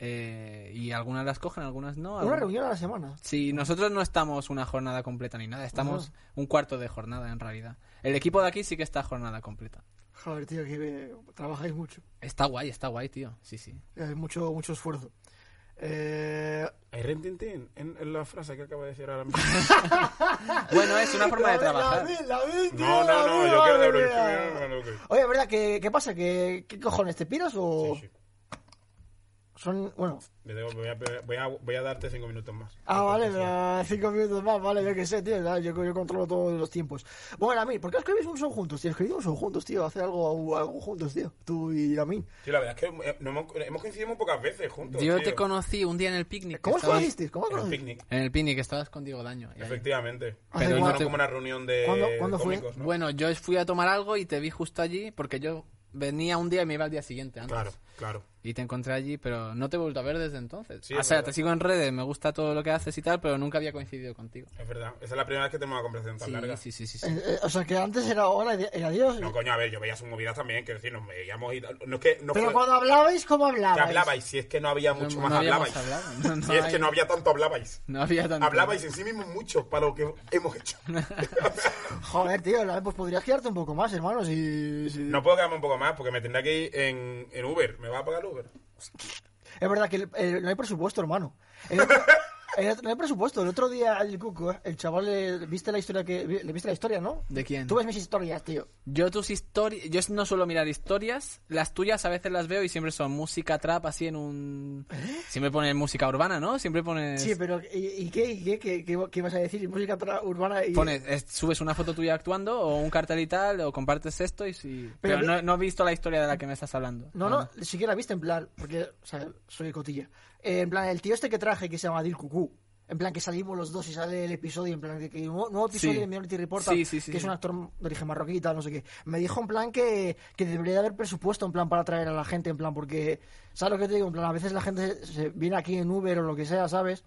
Speaker 2: eh, y algunas las cogen, algunas no.
Speaker 1: Una
Speaker 2: algunas-
Speaker 1: reunión a la semana.
Speaker 2: Sí, nosotros no estamos una jornada completa ni nada, estamos un cuarto de jornada en realidad. El equipo de aquí sí que está jornada completa.
Speaker 1: Joder, tío, que eh, trabajáis mucho.
Speaker 2: Está guay, está guay, tío. Sí, sí.
Speaker 1: Hay mucho, mucho esfuerzo. Eh,
Speaker 3: Hay rentintín en, en la frase que acaba de decir ahora mismo.
Speaker 2: Bueno, es una forma de
Speaker 1: la vi,
Speaker 2: trabajar.
Speaker 1: la vi, la vi, tío,
Speaker 3: No,
Speaker 1: la
Speaker 3: no, no,
Speaker 1: vi,
Speaker 3: yo quiero
Speaker 1: madre
Speaker 3: hablar.
Speaker 1: mía.
Speaker 3: yo quiero hablar, ok.
Speaker 1: Oye, ¿verdad? ¿Qué, qué pasa? ¿Qué, ¿Qué cojones te piras o.?
Speaker 3: Sí, sí.
Speaker 1: Son. Bueno.
Speaker 3: Le digo, voy, a, voy, a, voy a darte cinco minutos más.
Speaker 1: Ah, vale, la- cinco minutos más, vale, yo qué sé, tío, ya, yo, yo controlo todos los tiempos. Bueno, a mí, ¿por qué escribís un show juntos, tío? Escribimos un show juntos, tío, hacer algo, algo juntos, tío, tú y a mí.
Speaker 3: Sí, la verdad es que eh, no hemos, hemos coincidido muy pocas veces juntos.
Speaker 2: Yo
Speaker 3: tío.
Speaker 2: te conocí un día en el picnic. que
Speaker 1: ¿Cómo os
Speaker 2: estabas-
Speaker 1: conocisteis? ¿Cómo os
Speaker 3: En un
Speaker 1: conocisteis?
Speaker 3: picnic.
Speaker 2: En el picnic, que estabas con Diego Daño. y ahí-
Speaker 3: Efectivamente.
Speaker 1: Hace
Speaker 3: Pero
Speaker 2: igual.
Speaker 3: no como una reunión de
Speaker 1: ¿Cuándo- cuándo fue?
Speaker 3: cómicos, ¿no?
Speaker 2: Bueno, yo fui a tomar algo y te vi justo allí porque yo venía un día y me iba al día siguiente antes.
Speaker 3: Claro, claro.
Speaker 2: Y te encontré allí, pero no te he vuelto a ver desde entonces.
Speaker 3: Sí,
Speaker 2: o
Speaker 3: es
Speaker 2: sea,
Speaker 3: verdad.
Speaker 2: te sigo en redes, me gusta todo lo que haces y tal, pero nunca había coincidido contigo.
Speaker 3: Es verdad. Esa es la primera vez que tenemos una conversación tan
Speaker 2: Sí,
Speaker 3: larga.
Speaker 2: sí, sí, sí, sí.
Speaker 1: Eh, eh, o sea, que antes era hola y y adiós.
Speaker 3: No, coño, a ver, yo veía sus movidas también, quiero decir, nos veíamos y tal. No es que no
Speaker 1: Pero
Speaker 3: fue-
Speaker 1: cuando hablabais, ¿cómo
Speaker 3: que
Speaker 1: hablabais?
Speaker 3: hablabais, si es que no había mucho
Speaker 2: No-
Speaker 3: más
Speaker 2: no habíamos
Speaker 3: hablabais.
Speaker 2: hablado, no- no
Speaker 3: si es
Speaker 2: hay-
Speaker 3: que no había tanto hablabais.
Speaker 2: No había tanto.
Speaker 3: Hablabais en sí mismos mucho para lo que hemos hecho.
Speaker 1: Joder, tío, la- pues podrías quedarte un poco más, hermano. Si, si-
Speaker 3: no puedo quedarme un poco más porque me tendrá que ir en, en Uber. ¿Me va a pagar Uber?
Speaker 1: Es verdad que el- el- no hay presupuesto, hermano. El otro- el otro- no hay presupuesto. El otro día el Cuco, eh, el chaval, le, viste la historia que vi- le viste la historia, ¿no?
Speaker 2: ¿De quién?
Speaker 1: Tú ves mis historias, tío.
Speaker 2: Yo tus historias, yo no suelo mirar historias, las tuyas a veces las veo y siempre son música trap así en un siempre pones música urbana, ¿no? Siempre pones
Speaker 1: Sí, pero ¿y, y qué, y qué, qué, qué, qué vas a decir? Música tra- urbana y
Speaker 2: pones es- subes una foto tuya actuando o un cartel y tal o compartes esto y sí,
Speaker 1: Pero
Speaker 2: pero,
Speaker 1: ve-
Speaker 2: no, no he visto la historia de la que me estás hablando. Ah.
Speaker 1: No, no, ni siquiera viste en plan, porque, o sea, soy cotilla. Eh, en plan, el tío este que traje que se llama Dil Cucú. En plan, que salimos los dos y sale el episodio, en plan, que, que nuevo, nuevo episodio
Speaker 2: Sí.
Speaker 1: de Minority Report,
Speaker 2: Sí, sí, sí,
Speaker 1: que es
Speaker 2: sí.
Speaker 1: un actor de origen marroquí y tal, no sé qué. Me dijo en plan que, que debería de haber presupuesto en plan para traer a la gente, en plan, porque, ¿sabes lo que te digo? En plan, a veces la gente se, se viene aquí en Uber o lo que sea, ¿sabes?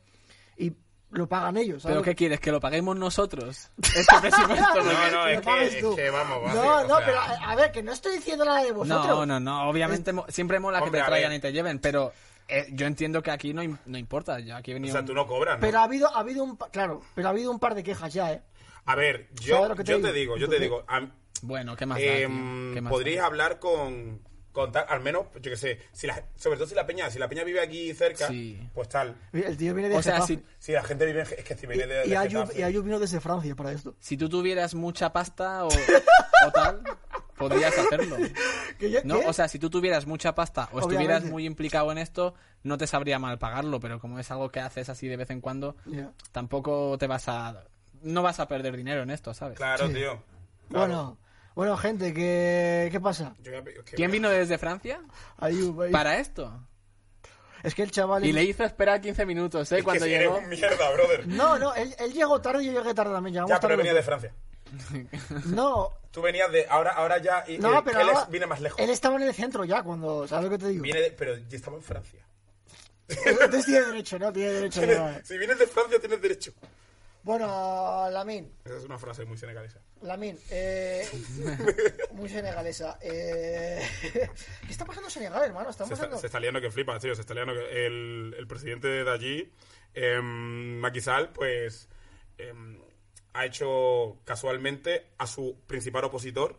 Speaker 1: Y lo pagan ellos, ¿sabes?
Speaker 2: Pero qué quieres que lo paguemos nosotros? Este presupuesto.
Speaker 3: No, no,
Speaker 1: Lo
Speaker 3: es que-
Speaker 1: pagas
Speaker 3: es
Speaker 1: tú.
Speaker 3: que vamos, vamos,
Speaker 1: No,
Speaker 3: o
Speaker 1: no,
Speaker 3: sea-
Speaker 1: pero a, a ver, que no estoy diciendo nada de vosotros.
Speaker 2: No, no, no. Obviamente mo- siempre mola
Speaker 3: Hombre,
Speaker 2: que
Speaker 3: a
Speaker 2: te traigan
Speaker 3: ver.
Speaker 2: y te lleven, pero eh, yo entiendo que aquí no, im- no importa. Yo aquí he
Speaker 3: O
Speaker 2: venido.
Speaker 3: sea, tú no cobras, ¿no?
Speaker 1: Pero ha habido, ha habido un, pa- claro, pero ha habido un par de quejas ya, ¿eh?
Speaker 3: A ver,
Speaker 1: ¿Sabes
Speaker 3: yo,
Speaker 1: lo que te Ah,
Speaker 3: yo te
Speaker 1: digo?
Speaker 3: digo, yo te digo, a-
Speaker 2: Bueno, ¿qué más? da,
Speaker 3: eh,
Speaker 2: tío? ¿Qué más
Speaker 3: podrías
Speaker 2: da?
Speaker 3: hablar con, con tal- al menos, yo qué sé, si la- sobre todo si la peña, si la peña vive aquí cerca,
Speaker 2: Sí.
Speaker 3: pues tal.
Speaker 1: El tío viene de
Speaker 2: O sea,
Speaker 1: Getafe.
Speaker 2: si,
Speaker 3: Si la gente vive en, es que si viene de, de
Speaker 1: Y Ayu,
Speaker 3: Getafe.
Speaker 1: y Ayu vino desde Francia para esto.
Speaker 2: si tú tuvieras mucha pasta o, o tal, podrías hacerlo.
Speaker 1: Que yo-
Speaker 2: No,
Speaker 1: ¿qué?
Speaker 2: o sea, si tú tuvieras mucha pasta o estuvieras
Speaker 1: Obviamente.
Speaker 2: muy implicado en esto, no te sabría mal pagarlo, pero como es algo que haces así de vez en cuando,
Speaker 1: Ya.
Speaker 2: tampoco te vas a no vas a perder dinero en esto, ¿sabes?
Speaker 3: Claro,
Speaker 1: Sí.
Speaker 3: tío. Claro.
Speaker 1: Bueno, bueno, gente, que, ¿qué pasa?
Speaker 3: Yo voy a pedir- es que-
Speaker 2: ¿Quién vino desde Francia
Speaker 1: Ayub, Ayub.
Speaker 2: para esto?
Speaker 1: Es que el chaval...
Speaker 2: Y le hizo esperar 15 minutos, ¿eh?
Speaker 3: es que
Speaker 2: Cuando
Speaker 3: si
Speaker 2: llegó.
Speaker 3: eres un mierda, brother.
Speaker 1: No, no, él, él llegó tarde y yo llegué tarde también.
Speaker 3: Ya,
Speaker 1: Llegamos
Speaker 3: pero
Speaker 1: tarde.
Speaker 3: venía de Francia.
Speaker 1: No,
Speaker 3: Tú venías de. Ahora, ahora ya. y-
Speaker 1: no,
Speaker 3: él-
Speaker 1: pero
Speaker 3: él es-
Speaker 1: ahora-
Speaker 3: viene más lejos.
Speaker 1: Él estaba en el centro ya cuando... ¿Sabes lo que te digo?
Speaker 3: Viene de- pero ya estaba en Francia.
Speaker 1: Entonces tiene derecho, ¿no? Tiene derecho. ya.
Speaker 3: si vienes de Francia, tienes derecho.
Speaker 1: Bueno, Lamin,
Speaker 3: Esa es una frase muy senegalesa.
Speaker 1: Lamin, eh, muy senegalesa. Eh, ¿Qué está pasando en Senegal, hermano? Estamos
Speaker 3: Se está,
Speaker 1: pasando...
Speaker 3: se está liando que flipas, tío. Se está liando que el, el presidente de allí, eh, Macky Sall, pues em, ha hecho casualmente a su principal opositor,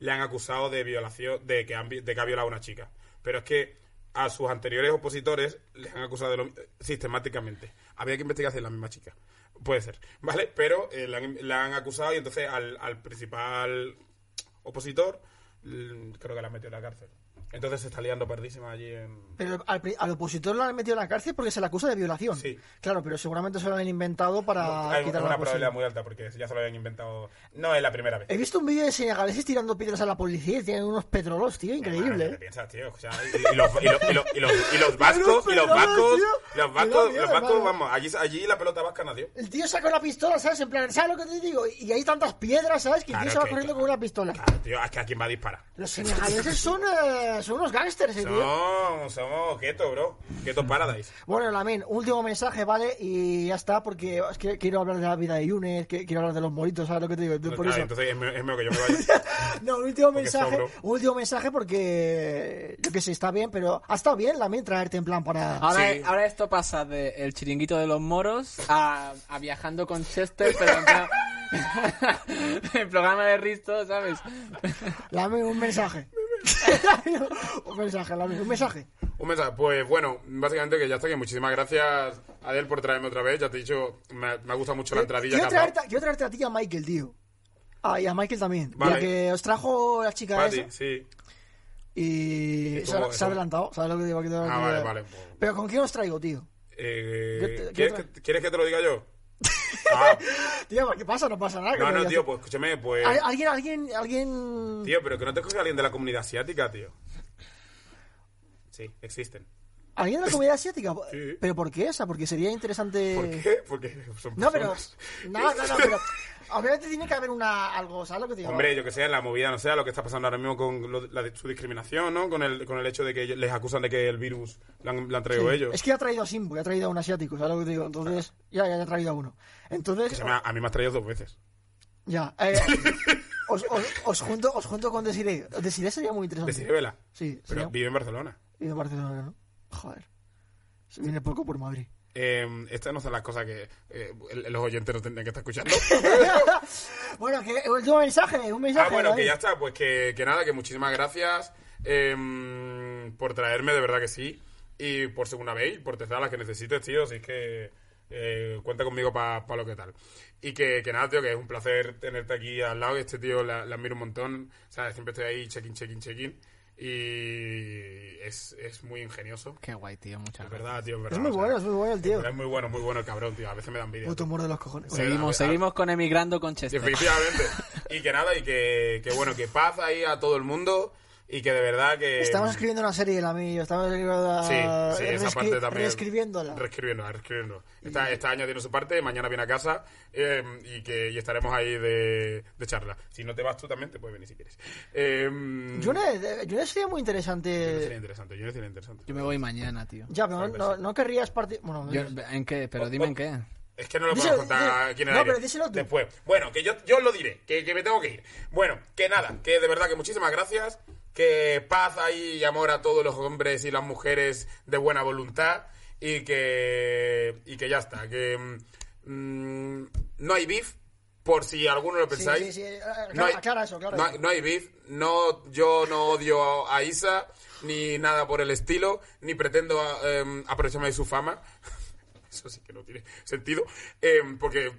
Speaker 3: le han acusado de violación, de que, han vi- de que ha violado a una chica. Pero es que a sus anteriores opositores les han acusado de lo, mi- sistemáticamente. Había que investigar si es la misma chica. Puede ser, ¿vale? Pero eh, la, han, la han acusado y entonces al, al principal opositor l- creo que la han metido en la cárcel. Entonces se está liando perdísima allí en...
Speaker 1: Pero al, pri- al opositor lo han metido en la cárcel porque se le acusa de violación.
Speaker 3: Sí.
Speaker 1: Claro, pero seguramente se lo han inventado para
Speaker 3: Hay
Speaker 1: quitar
Speaker 3: una
Speaker 1: la
Speaker 3: probabilidad
Speaker 1: posibilidad.
Speaker 3: muy alta porque ya se lo habían inventado... No es la primera vez.
Speaker 1: He visto un vídeo de senegaleses tirando piedras a la policía y tienen unos petrolos, tío, increíble.
Speaker 3: Hermano, ¿qué
Speaker 1: ¿eh?
Speaker 3: te piensas, Ah, tío? O sea, y, y los, y los- y los- y los- y los vascos, y los
Speaker 1: Pero,
Speaker 3: vascos,
Speaker 1: tío,
Speaker 3: los
Speaker 1: me da
Speaker 3: vascos,
Speaker 1: miedo,
Speaker 3: los vascos,
Speaker 1: hermano.
Speaker 3: vamos, allí, allí la pelota vasca nació.
Speaker 1: El tío saca una pistola, ¿sabes? En plan, ¿sabes lo que te digo? Y hay tantas piedras, ¿sabes? Que el
Speaker 3: Claro
Speaker 1: tío se va
Speaker 3: que-
Speaker 1: corriendo con una pistola.
Speaker 3: Claro, tío, es que a quién va a disparar.
Speaker 1: Los senegaleses son, eh, son unos gángsters, ¿eh, tío.
Speaker 3: No, somos Keto, bro. Keto Paradise.
Speaker 1: Bueno, Lamin, último mensaje, ¿vale? Y ya está, porque es que quiero hablar de la vida de Yunes, que quiero hablar de los moritos, ¿sabes lo que te digo? Por
Speaker 3: Ah,
Speaker 1: eso.
Speaker 3: entonces es mejor, es mejor que yo me vaya.
Speaker 1: No, un último
Speaker 3: Porque
Speaker 1: mensaje.
Speaker 3: sobro.
Speaker 1: Un último mensaje porque yo que sé, está bien, pero ha estado bien también traerte en plan para.
Speaker 2: Ahora,
Speaker 3: Sí.
Speaker 2: ahora esto pasa de el chiringuito de los moros a, a viajando con Chester, pero en plan- el programa de Risto, ¿sabes?
Speaker 1: Lame un mensaje. un mensaje, Lame, un mensaje.
Speaker 3: Un mensaje. Pues bueno, básicamente que ya está. Que muchísimas gracias, Adel, por traerme otra vez. Ya te he dicho, me, me ha gustado mucho la entradilla que
Speaker 1: Quiero
Speaker 3: has dado.
Speaker 1: traerte, quiero traerte a ti y a Michael, tío. Ah, y a Michael también.
Speaker 3: Vale.
Speaker 1: Ya que os trajo la chica
Speaker 3: Para ti,
Speaker 1: esa.
Speaker 3: sí.
Speaker 1: Y se,
Speaker 3: ¿Cómo-
Speaker 1: ha- se ha
Speaker 3: cómo?
Speaker 1: adelantado, ¿sabes lo que digo? Que tengo
Speaker 3: Ah,
Speaker 1: que-
Speaker 3: vale, vale, pues.
Speaker 1: Pero ¿con quién os traigo, tío?
Speaker 3: Eh,
Speaker 1: Yo te- yo
Speaker 3: ¿quieres,
Speaker 1: tra-
Speaker 3: que, quieres que te lo diga yo? Ah,
Speaker 1: Tío, ¿qué pasa? No pasa nada. Ah, que
Speaker 3: no,
Speaker 1: me
Speaker 3: no,
Speaker 1: digas ah.
Speaker 3: tío,
Speaker 1: tú.
Speaker 3: pues escúchame, pues.
Speaker 1: Al- Alguien, alguien, alguien.
Speaker 3: Tío, pero que no te escuche alguien de la comunidad asiática, tío. Sí, existen.
Speaker 1: ¿Alguien de la comunidad asiática?
Speaker 3: Sí.
Speaker 1: ¿Pero por qué esa? Porque sería interesante...
Speaker 3: ¿Por qué? Porque son
Speaker 1: No, pero...
Speaker 3: personas.
Speaker 1: No, no, no, pero... Obviamente tiene que haber una... algo, ¿sabes lo que te digo?
Speaker 3: Hombre, yo que sé, la movida, no sea lo que está pasando ahora mismo con lo- la, de- su discriminación, ¿no? Con el, con el hecho de que ellos- les acusan de que el virus lo han, lo han traído ellos.
Speaker 1: Es que ya ha traído a Simbu, ya ha traído a un asiático, ¿sabes lo que te digo? Entonces, ya, ya ha traído a uno.
Speaker 3: Que
Speaker 1: Entonces,
Speaker 3: se me ha- a mí me has traído dos veces.
Speaker 1: ya. eh, os, os, os junto, os junto con Desiree. Desiree sería muy interesante.
Speaker 3: Deciré, vela.
Speaker 1: Sí,
Speaker 3: Pero
Speaker 1: sería-
Speaker 3: vive en Barcelona.
Speaker 1: Y de Barcelona, ¿no? Joder. Se viene poco por Madrid.
Speaker 3: Eh, estas no son las cosas que eh, el- los oyentes no tendrían que estar escuchando.
Speaker 1: bueno, que último mensaje, un mensaje.
Speaker 3: ah, bueno, que
Speaker 1: David.
Speaker 3: ya está. Pues que, que nada, que muchísimas gracias eh, por traerme, de verdad que sí. Y por segunda vez, y por tercera, las que necesites, tío. Así que eh, cuenta conmigo para lo que tal. Y que, que nada, tío, que es un placer tenerte aquí al lado. Este tío la, la admiro un montón. O sea, siempre estoy ahí, check-in, check-in, check-in. Y es, es muy ingenioso.
Speaker 2: Qué guay, tío, muchas
Speaker 3: Es
Speaker 2: gracias.
Speaker 3: verdad, tío. Es, verdad,
Speaker 1: Es muy
Speaker 3: o sea,
Speaker 1: bueno, es muy bueno el tío.
Speaker 3: Es muy bueno, muy bueno el cabrón, tío. A veces me dan envidia.
Speaker 1: Puto humor de los cojones.
Speaker 3: Sí.
Speaker 2: Seguimos,
Speaker 3: a ver, a-
Speaker 2: seguimos con emigrando con Chester.
Speaker 3: Efectivamente. Y que nada, y que, que bueno, que paz ahí a todo el mundo. Y que de verdad que.
Speaker 1: Estamos escribiendo una serie, el amigo. Estamos escribiendo-
Speaker 3: Sí, sí, esa
Speaker 1: reescri-
Speaker 3: parte también.
Speaker 1: Reescribiéndola.
Speaker 3: Reescribiéndola, reescribiéndola. Esta, este año tiene su parte, mañana viene a casa eh, y que y estaremos ahí de, de charla. Si no te vas tú también, te puedes venir si quieres. Eh,
Speaker 1: Yunes, eh, Yunes sería muy
Speaker 3: Yunes
Speaker 1: interesante.
Speaker 3: sería interesante, Yunes sería interesante.
Speaker 2: Yo me voy mañana, tío.
Speaker 1: Ya, pero no- no, no querrías partir. Bueno,
Speaker 2: Yo- ¿En qué? Pero dime en qué.
Speaker 3: Es que no lo
Speaker 1: Díselo,
Speaker 3: podemos contar
Speaker 1: díselo.
Speaker 3: quién era.
Speaker 1: No, pero díselo tú.
Speaker 3: Después. Bueno, que yo, yo os lo diré, que, que me tengo que ir. Bueno, que nada, que de verdad que muchísimas gracias. Que paz ahí y amor a todos los hombres y las mujeres de buena voluntad. Y que, y que ya está. Que mm, no hay beef, por si alguno lo
Speaker 1: sí,
Speaker 3: pensáis.
Speaker 1: sí, sí. eh, Aclara, aclara eso, aclara
Speaker 3: no,
Speaker 1: eso.
Speaker 3: hay- no hay beef, no, yo no odio a Isa, ni nada por el estilo, ni pretendo eh, aprovecharme de su fama. Eso sí que no tiene sentido, eh, porque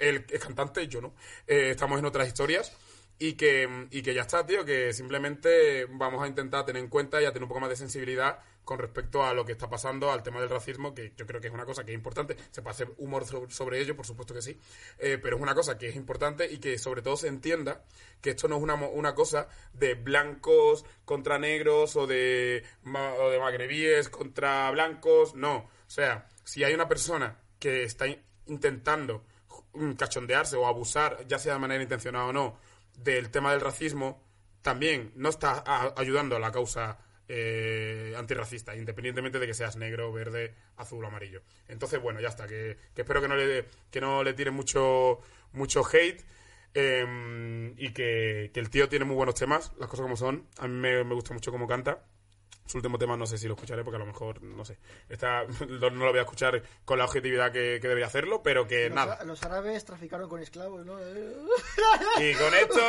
Speaker 3: él es cantante, yo no. Eh, estamos en otras historias. Y que, y que ya está, tío, que simplemente vamos a intentar tener en cuenta y a tener un poco más de sensibilidad con respecto a lo que está pasando, al tema del racismo, que yo creo que es una cosa que es importante. Se puede hacer humor so- sobre, ello, por supuesto que sí, eh, pero es una cosa que es importante y que sobre todo se entienda que esto no es una, mo- una cosa de blancos contra negros o de, ma- o de magrebíes contra blancos, no. O sea, si hay una persona que está in- intentando mm, cachondearse o abusar, ya sea de manera intencionada o no, del tema del racismo, también no está a- ayudando a la causa eh, antirracista, independientemente de que seas negro, verde, azul o amarillo. Entonces, bueno, ya está, que, que espero que no le, que no le tiren mucho, mucho hate. eh, y que, que el tío tiene muy buenos temas, las cosas como son. A mí me, me gusta mucho cómo canta. Su último tema no sé si lo escucharé porque a lo mejor, no sé, está, no lo voy a escuchar con la objetividad que, que debería hacerlo, pero que
Speaker 1: Los-
Speaker 3: nada.
Speaker 1: Los árabes traficaron con esclavos, ¿no?
Speaker 3: Y con esto,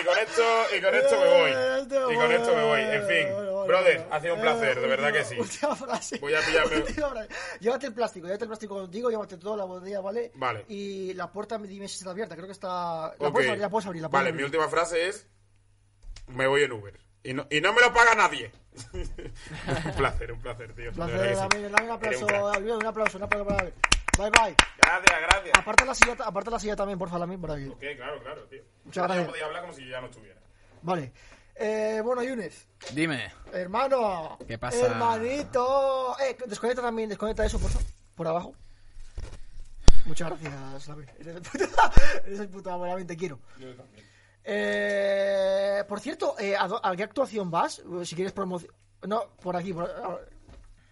Speaker 3: y con esto, y con esto
Speaker 1: Este
Speaker 3: me voy. Y con esto me voy. En fin, brother, ha sido un placer, de verdad que sí.
Speaker 1: Última frase.
Speaker 3: Voy a pillarme-
Speaker 1: Última frase. Llévate el plástico, llévate el plástico contigo, llévate toda la botella, ¿vale?
Speaker 3: Vale.
Speaker 1: Y la puerta, dime si está abierta, creo que está... La
Speaker 3: Ok.
Speaker 1: puedes abrir, la puedes abrir, la puedes
Speaker 3: Vale, mi
Speaker 1: abrir.
Speaker 3: última frase es: Me voy en Uber. Y no, y no me lo paga nadie. un placer, un placer, tío. de
Speaker 1: Un placer,
Speaker 3: verdad que sí.
Speaker 1: David, dale un
Speaker 3: Eres
Speaker 1: aplauso,
Speaker 3: un crack.
Speaker 1: David, un aplauso, un aplauso para David. Bye, bye.
Speaker 3: Gracias, gracias.
Speaker 1: Aparte la silla, aparte la silla también, porfa, la misma por aquí.
Speaker 3: Ok, claro, claro, tío.
Speaker 1: Muchas gracias.
Speaker 3: Yo podía hablar como si yo ya no estuviera.
Speaker 1: Vale. Eh, bueno, Yunes,
Speaker 2: Dime.
Speaker 1: hermano.
Speaker 2: ¿Qué pasa?
Speaker 1: Hermanito. Eh, desconecta también, desconecta eso, por, fa- por abajo. Muchas gracias, David. Eres el puto, eres el puto amo, David, te quiero.
Speaker 3: Yo también.
Speaker 1: Eh, por cierto, eh, ¿a, do- a qué actuación vas? Si quieres promoción... No, por aquí, por... a-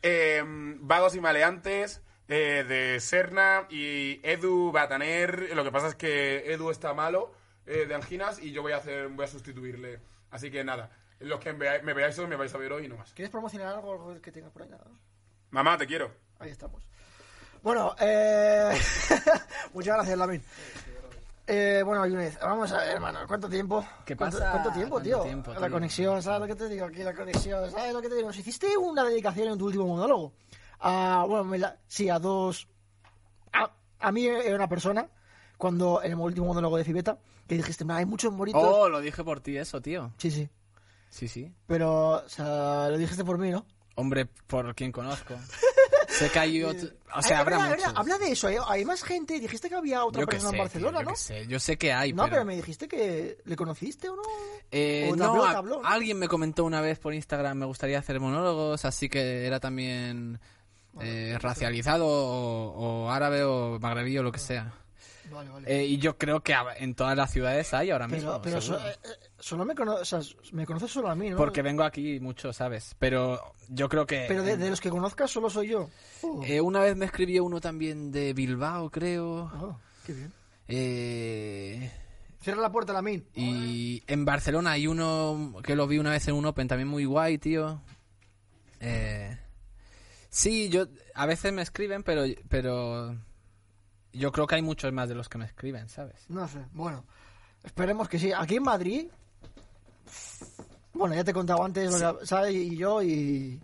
Speaker 3: Eh, Vagos y Maleantes eh, de Serna y Edu Bataner. Lo que pasa es que Edu está malo eh, de anginas y yo voy a hacer voy a sustituirle. Así que nada, los que me, vea- me veáis hoy me vais a ver hoy y no más.
Speaker 1: ¿Quieres promocionar algo, algo que tengas por ahí? Nada.
Speaker 3: Mamá, te quiero.
Speaker 1: Ahí estamos. Bueno, eh... muchas gracias, Lamin. Eh, bueno, Yunes, vamos a ver, hermano, ¿cuánto tiempo?
Speaker 2: ¿Qué
Speaker 1: ¿Cuánto-
Speaker 2: pasa?
Speaker 1: ¿Cuánto, tiempo,
Speaker 2: ¿Cuánto
Speaker 1: tío?
Speaker 2: tiempo,
Speaker 1: La
Speaker 2: tío?
Speaker 1: conexión, ¿sabes lo que te digo aquí? La conexión, ¿sabes lo que te digo? Nos hiciste una dedicación en tu último monólogo. A, bueno, me la- sí, a dos... A, a mí era una persona, cuando en el último monólogo de Cibeta, que dijiste, "Nah, hay muchos moritos...
Speaker 2: Oh, lo dije por ti eso, tío.
Speaker 1: Sí, sí.
Speaker 2: Sí, sí.
Speaker 1: Pero, o sea, lo dijiste por mí, ¿no?
Speaker 2: Hombre, por quien conozco. Sé que hay otro... O sea,
Speaker 1: Ay,
Speaker 2: habrá
Speaker 1: verdad,
Speaker 2: muchos.
Speaker 1: verdad, Habla de eso, ¿eh? hay más gente. Dijiste que había otra
Speaker 2: Yo que
Speaker 1: persona
Speaker 2: sé,
Speaker 1: en Barcelona,
Speaker 2: tío, yo
Speaker 1: ¿no?
Speaker 2: que sé. Yo sé que hay,
Speaker 1: No, pero
Speaker 2: pero...
Speaker 1: me dijiste que le conociste o no.
Speaker 2: Eh,
Speaker 1: o
Speaker 2: no,
Speaker 1: habló,
Speaker 2: a-
Speaker 1: te habló, ¿no?
Speaker 2: alguien me comentó una vez por Instagram, me gustaría hacer monólogos, así que era también eh, racializado o, o árabe o magrebí o
Speaker 1: Ah.
Speaker 2: lo que sea.
Speaker 1: Vale, vale.
Speaker 2: Eh, y yo creo que a- en todas las ciudades hay ahora mismo.
Speaker 1: pero pero so-
Speaker 2: seguro.
Speaker 1: eh, eh, solo me conoces, o sea, me conoces solo a mí, ¿no?
Speaker 2: Porque vengo aquí mucho, ¿sabes? Pero yo creo que...
Speaker 1: Pero de, de los que conozcas solo soy yo. Oh,
Speaker 2: Eh, una vez me escribió uno también de Bilbao, creo.
Speaker 1: oh, qué bien.
Speaker 2: Eh,
Speaker 1: Cierra la puerta, Lamín.
Speaker 2: y en Barcelona hay uno que lo vi una vez en un Open, también muy guay, tío. Eh, sí, yo a veces me escriben, pero, pero yo creo que hay muchos más de los que me escriben, ¿sabes?
Speaker 1: No sé, bueno. Esperemos que sí. Aquí en Madrid. Bueno, ya te he contado antes lo que sabes y yo y.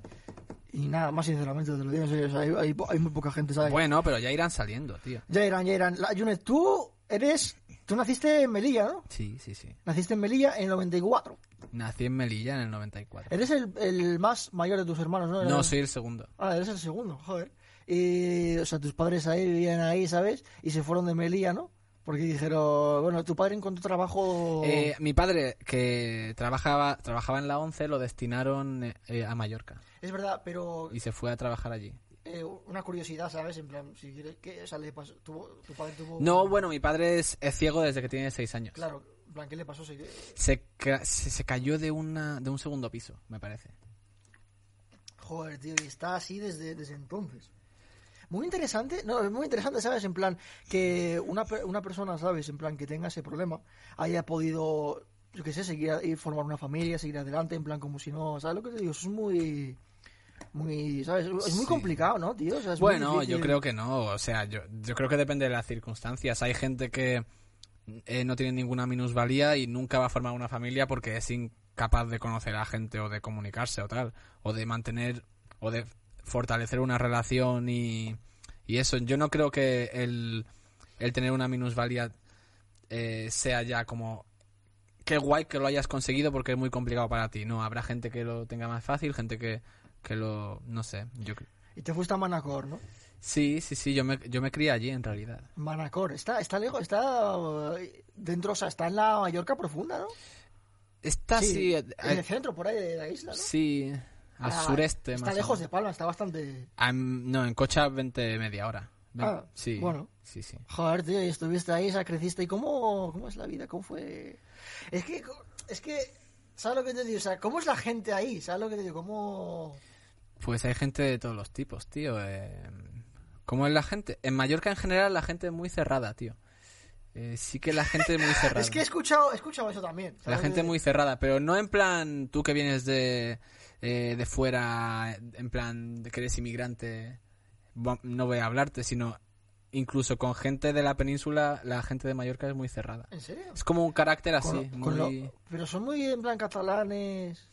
Speaker 1: Y nada, más sinceramente te lo digo en serio. o sea, hay, hay po- hay muy poca gente, ¿sabes?
Speaker 2: Bueno, pero ya irán saliendo, tío.
Speaker 1: Ya eran, ya eran. La, Junet, tú eres. Tú naciste en Melilla, ¿no?
Speaker 2: Sí, sí, sí.
Speaker 1: Naciste en Melilla en el 94.
Speaker 2: Nací en Melilla en el 94.
Speaker 1: Eres el, el más mayor de tus hermanos, ¿no?
Speaker 2: No,
Speaker 1: Eres-
Speaker 2: soy el segundo.
Speaker 1: Ah, eres el segundo, joder. Y, o sea, tus padres ahí vivían ahí, ¿sabes? Y se fueron de Melilla, ¿no? Porque dijeron, bueno, tu padre encontró trabajo.
Speaker 2: Eh, mi padre, que trabajaba, trabajaba en la 11, lo destinaron eh, eh, a Mallorca
Speaker 1: es verdad, pero
Speaker 2: y se fue a trabajar allí.
Speaker 1: eh, una curiosidad, ¿sabes? En plan, si quieres, ¿qué? O sea, le pasó, tuvo- tu padre tuvo.
Speaker 2: No, bueno, mi padre es, es ciego desde que tiene 6 años.
Speaker 1: Oh. Claro, en plan, ¿qué le pasó? Si-
Speaker 2: Se, ca- se, se cayó de, una, de un segundo piso, me parece.
Speaker 1: Joder, tío, y está así desde, desde entonces. Muy interesante, no, es muy interesante, ¿sabes? En plan, que una, per- una persona, ¿sabes? En plan, que tenga ese problema, haya podido, yo qué sé, seguir a- ir formar una familia, seguir adelante, en plan, como si no, ¿sabes lo que te digo? Eso es muy, muy, ¿sabes? Es muy
Speaker 2: Sí.
Speaker 1: complicado, ¿no, tío? O sea, es muy
Speaker 2: Bueno, yo
Speaker 1: difícil.
Speaker 2: creo que no. O sea, yo, yo creo que depende de las circunstancias. Hay gente que eh, no tiene ninguna minusvalía y nunca va a formar una familia porque es incapaz de conocer a gente o de comunicarse o tal. O de mantener o de fortalecer una relación y, y eso. Yo no creo que el, el tener una minusvalía eh, sea ya como... Qué guay que lo hayas conseguido porque es muy complicado para ti. No, habrá gente que lo tenga más fácil, gente que, que lo... No sé, yo cre-
Speaker 1: Y te fuiste a Manacor, ¿no?
Speaker 2: Sí, sí, sí, yo me, yo me crié allí en realidad.
Speaker 1: Manacor, está, está lejos, está eh, dentro, o sea, está en la Mallorca profunda, ¿no?
Speaker 2: Está así, eh,
Speaker 1: en el
Speaker 2: eh,
Speaker 1: centro, por ahí de la isla, ¿no?
Speaker 2: sí, al
Speaker 1: Ah,
Speaker 2: sureste
Speaker 1: Está
Speaker 2: más o
Speaker 1: lejos de
Speaker 2: menos.
Speaker 1: Palma, está bastante...
Speaker 2: Am- no, en coche a 20 media hora. Ve-
Speaker 1: Ah,
Speaker 2: sí,
Speaker 1: bueno.
Speaker 2: sí, sí.
Speaker 1: Joder, tío, y estuviste ahí, ya creciste. ¿Y cómo, cómo es la vida? ¿Cómo fue? Es que, es que, ¿sabes lo que te digo? O sea, ¿cómo es la gente ahí? ¿Sabes lo que te digo? ¿Cómo...?
Speaker 2: Pues hay gente de todos los tipos, tío. eh, ¿Cómo es la gente? En Mallorca en general la gente es muy cerrada, tío. Eh, sí que la gente es muy cerrada.
Speaker 1: Es que he escuchado, he escuchado eso también.
Speaker 2: La
Speaker 1: ¿sabes?
Speaker 2: gente muy cerrada, pero no en plan tú que vienes de, eh, de fuera, en plan de que eres inmigrante, va- no voy a hablarte, sino incluso con gente de la península, la gente de Mallorca es muy cerrada.
Speaker 1: ¿En serio?
Speaker 2: Es como un carácter así,
Speaker 1: Con lo- con lo-
Speaker 2: muy-
Speaker 1: Pero son muy en plan catalanes...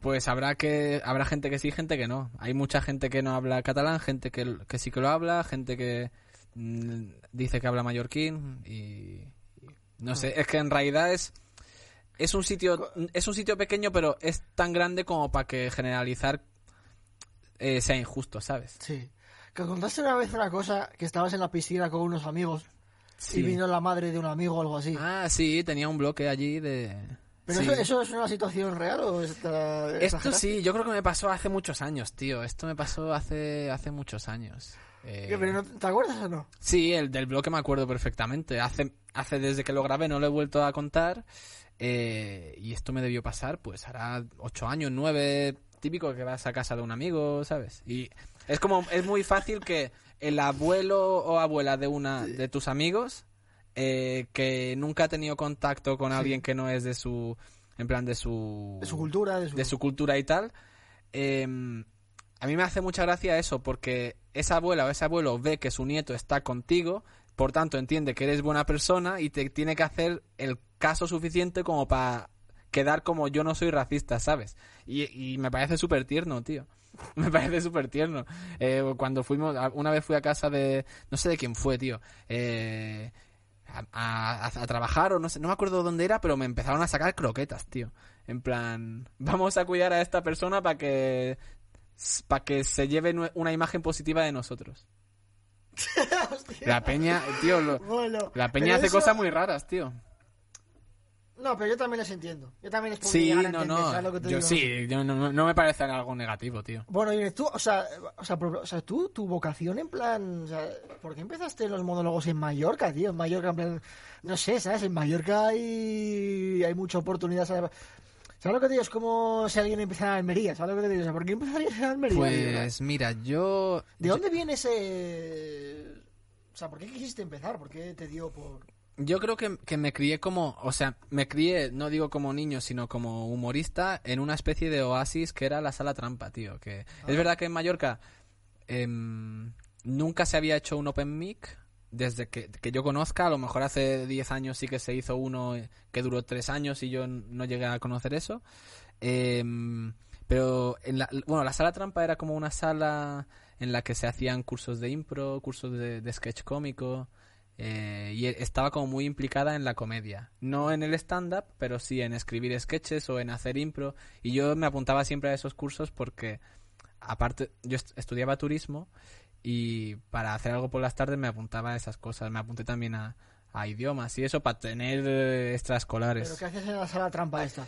Speaker 2: Pues habrá que habrá gente que sí, gente que no. Hay mucha gente que no habla catalán, gente que, que sí que lo habla, gente que mm, dice que habla mallorquín y y no sé, es que en realidad es es un sitio es un sitio pequeño, pero es tan grande como para que generalizar eh, sea injusto, ¿sabes?
Speaker 1: Sí. Que contaste una vez una cosa, que estabas en la piscina con unos amigos y vino la madre de un amigo o algo así.
Speaker 2: Ah, sí, tenía un bloque allí de
Speaker 1: ¿Pero
Speaker 2: sí.
Speaker 1: eso, eso es una situación real o está
Speaker 2: Esto
Speaker 1: exagerado?
Speaker 2: sí, yo creo que me pasó hace muchos años, tío. Esto me pasó hace hace muchos años. Eh,
Speaker 1: ¿Qué, pero no- ¿Te acuerdas o no?
Speaker 2: Sí, el del bloque me acuerdo perfectamente. Hace, hace desde que lo grabé no lo he vuelto a contar. eh, y esto me debió pasar, pues hará ocho años, nueve, típico que vas a casa de un amigo, ¿sabes? Y es como, es muy fácil que el abuelo o abuela de una de tus amigos, eh, que nunca ha tenido contacto con alguien que no es de su, en plan de su...
Speaker 1: De su cultura, de su...
Speaker 2: Uh. de su cultura y tal. eh, a mí me hace mucha gracia eso, porque esa abuela o ese abuelo ve que su nieto está contigo, por tanto entiende que eres buena persona y te tiene que hacer el caso suficiente como para quedar como yo no soy racista, ¿sabes? Y, y me parece súper tierno, tío. Me parece súper tierno. Eh, cuando fuimos, a- una vez fui a casa de, no sé de quién fue, tío. Eh, a, a- a trabajar o no sé, no me acuerdo dónde era, pero me empezaron a sacar croquetas, tío. En plan, vamos a cuidar a esta persona para que para que se lleve nue- una imagen positiva de nosotros. La peña, tío, lo-
Speaker 1: Bueno,
Speaker 2: la peña
Speaker 1: pero
Speaker 2: hace
Speaker 1: eso-
Speaker 2: cosas muy raras, tío.
Speaker 1: No, pero yo también les entiendo. Yo también les puedo
Speaker 2: Sí,
Speaker 1: llegar a
Speaker 2: no,
Speaker 1: entender, ¿sabes lo
Speaker 2: no.
Speaker 1: que te
Speaker 2: Yo
Speaker 1: digo?
Speaker 2: sí, yo no, no me parece algo negativo, tío.
Speaker 1: Bueno, y tú, o sea, o sea, pro- o sea, tú, tu vocación en plan, o sea, ¿por qué empezaste los monólogos en Mallorca, tío? En Mallorca, en plan, no sé, ¿sabes? En Mallorca hay, hay mucha oportunidad, ¿sabes? ¿Sabes lo que te digo? Es como si alguien empezara en Almería, ¿sabes lo que te digo? O sea, ¿por qué empezarías en Almería?
Speaker 2: Pues mira, yo.
Speaker 1: ¿De dónde viene ese...? O sea, ¿por qué quisiste empezar? ¿Por qué te dio por...?
Speaker 2: Yo creo que, que me crié como, o sea, me crié, no digo como niño, sino como humorista, en una especie de oasis que era la sala trampa, tío. Que Es verdad que en Mallorca em, nunca se había hecho un open mic, desde que, que yo conozca, a lo mejor hace 10 años sí que se hizo uno eh, que duró 3 años y yo n- no llegué a conocer eso. Em, pero, en la, bueno, la sala trampa era como una sala en la que se hacían cursos de impro, cursos de, de sketch cómico, eh, y e- estaba como muy implicada en la comedia. No en el stand-up, pero sí en escribir sketches o en hacer impro. Y yo me apuntaba siempre a esos cursos porque, aparte, yo est- estudiaba turismo y para hacer algo por las tardes me apuntaba a esas cosas. Me apunté también a, a idiomas y eso para tener eh, extraescolares.
Speaker 1: ¿Pero qué hacías en la sala trampa esta?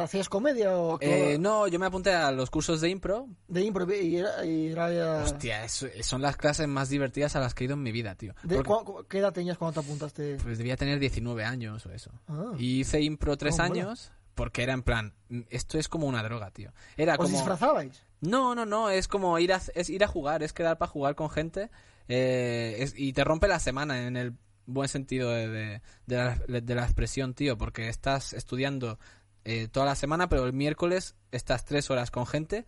Speaker 1: ¿Hacías comedia o...?
Speaker 2: Eh, no, yo me apunté a los cursos de impro.
Speaker 1: De impro y era... y era-
Speaker 2: Hostia, es- son las clases más divertidas a las que he ido en mi vida, tío.
Speaker 1: ¿De
Speaker 2: Porque,
Speaker 1: cua- cu- ¿Qué edad tenías cuando te apuntaste?
Speaker 2: pues debía tener 19 años o eso.
Speaker 1: Ah.
Speaker 2: Y hice impro tres
Speaker 1: Oh, mola.
Speaker 2: años porque era en plan, "Mm, esto es como una droga, tío. Era
Speaker 1: ¿Os
Speaker 2: como...
Speaker 1: disfrazabais?
Speaker 2: No, no, no, es como ir a, es ir a jugar, es quedar para jugar con gente eh, es- y te rompe la semana en el buen sentido de, de- de la, de la expresión, tío, porque estás estudiando eh, toda la semana, pero el miércoles estás tres horas con gente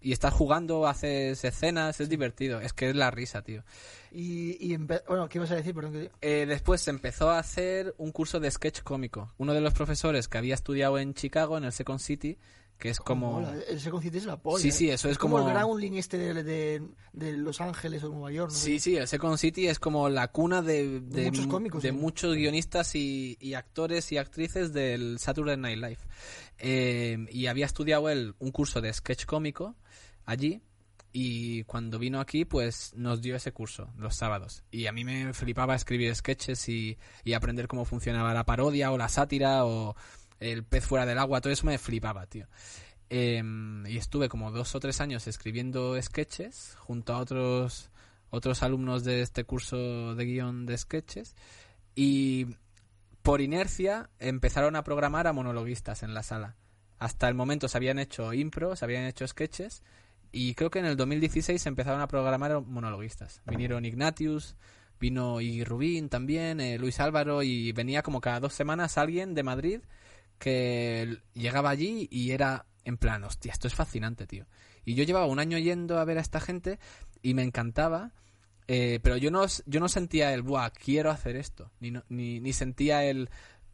Speaker 2: y estás jugando, haces escenas, es divertido, es que es la risa, tío.
Speaker 1: Y, y empe- bueno, ¿qué ibas a decir? Perdón, que-
Speaker 2: Eh, después se empezó a hacer un curso de sketch cómico. Uno de los profesores que había estudiado en Chicago, en el Second City, que es como...
Speaker 1: Mola, el Second City es la polla.
Speaker 2: Sí,
Speaker 1: ¿eh?
Speaker 2: sí, eso es
Speaker 1: como...
Speaker 2: como-
Speaker 1: el Groundling este de, de- de Los Ángeles o Nueva York. ¿no?
Speaker 2: Sí, sí, el Second City es como la cuna de, de
Speaker 1: muchos
Speaker 2: mu-
Speaker 1: cómicos,
Speaker 2: de
Speaker 1: ¿no?
Speaker 2: muchos guionistas y, y actores y actrices del Saturday Night Live. Eh, y había estudiado él un curso de sketch cómico allí y cuando vino aquí pues nos dio ese curso los sábados. Y a mí me flipaba escribir sketches y, y aprender cómo funcionaba la parodia o la sátira o el pez fuera del agua, todo eso me flipaba, tío. Eh, y estuve como dos o tres años escribiendo sketches junto a otros otros alumnos de este curso de guión de sketches y por inercia empezaron a programar a monologuistas en la sala. Hasta el momento se habían hecho impro, se habían hecho sketches y creo que en el 2016 se empezaron a programar monologuistas. Vinieron Ignatius, vino Iggy Rubín también, eh, Luis Álvaro y venía como cada dos semanas alguien de Madrid que l- llegaba allí y era en plan, hostia, esto es fascinante, tío. Y yo llevaba un año yendo a ver a esta gente y me encantaba, eh, pero yo no, s- yo no sentía el, buah, quiero hacer esto, ni, no- ni, ni sentía el...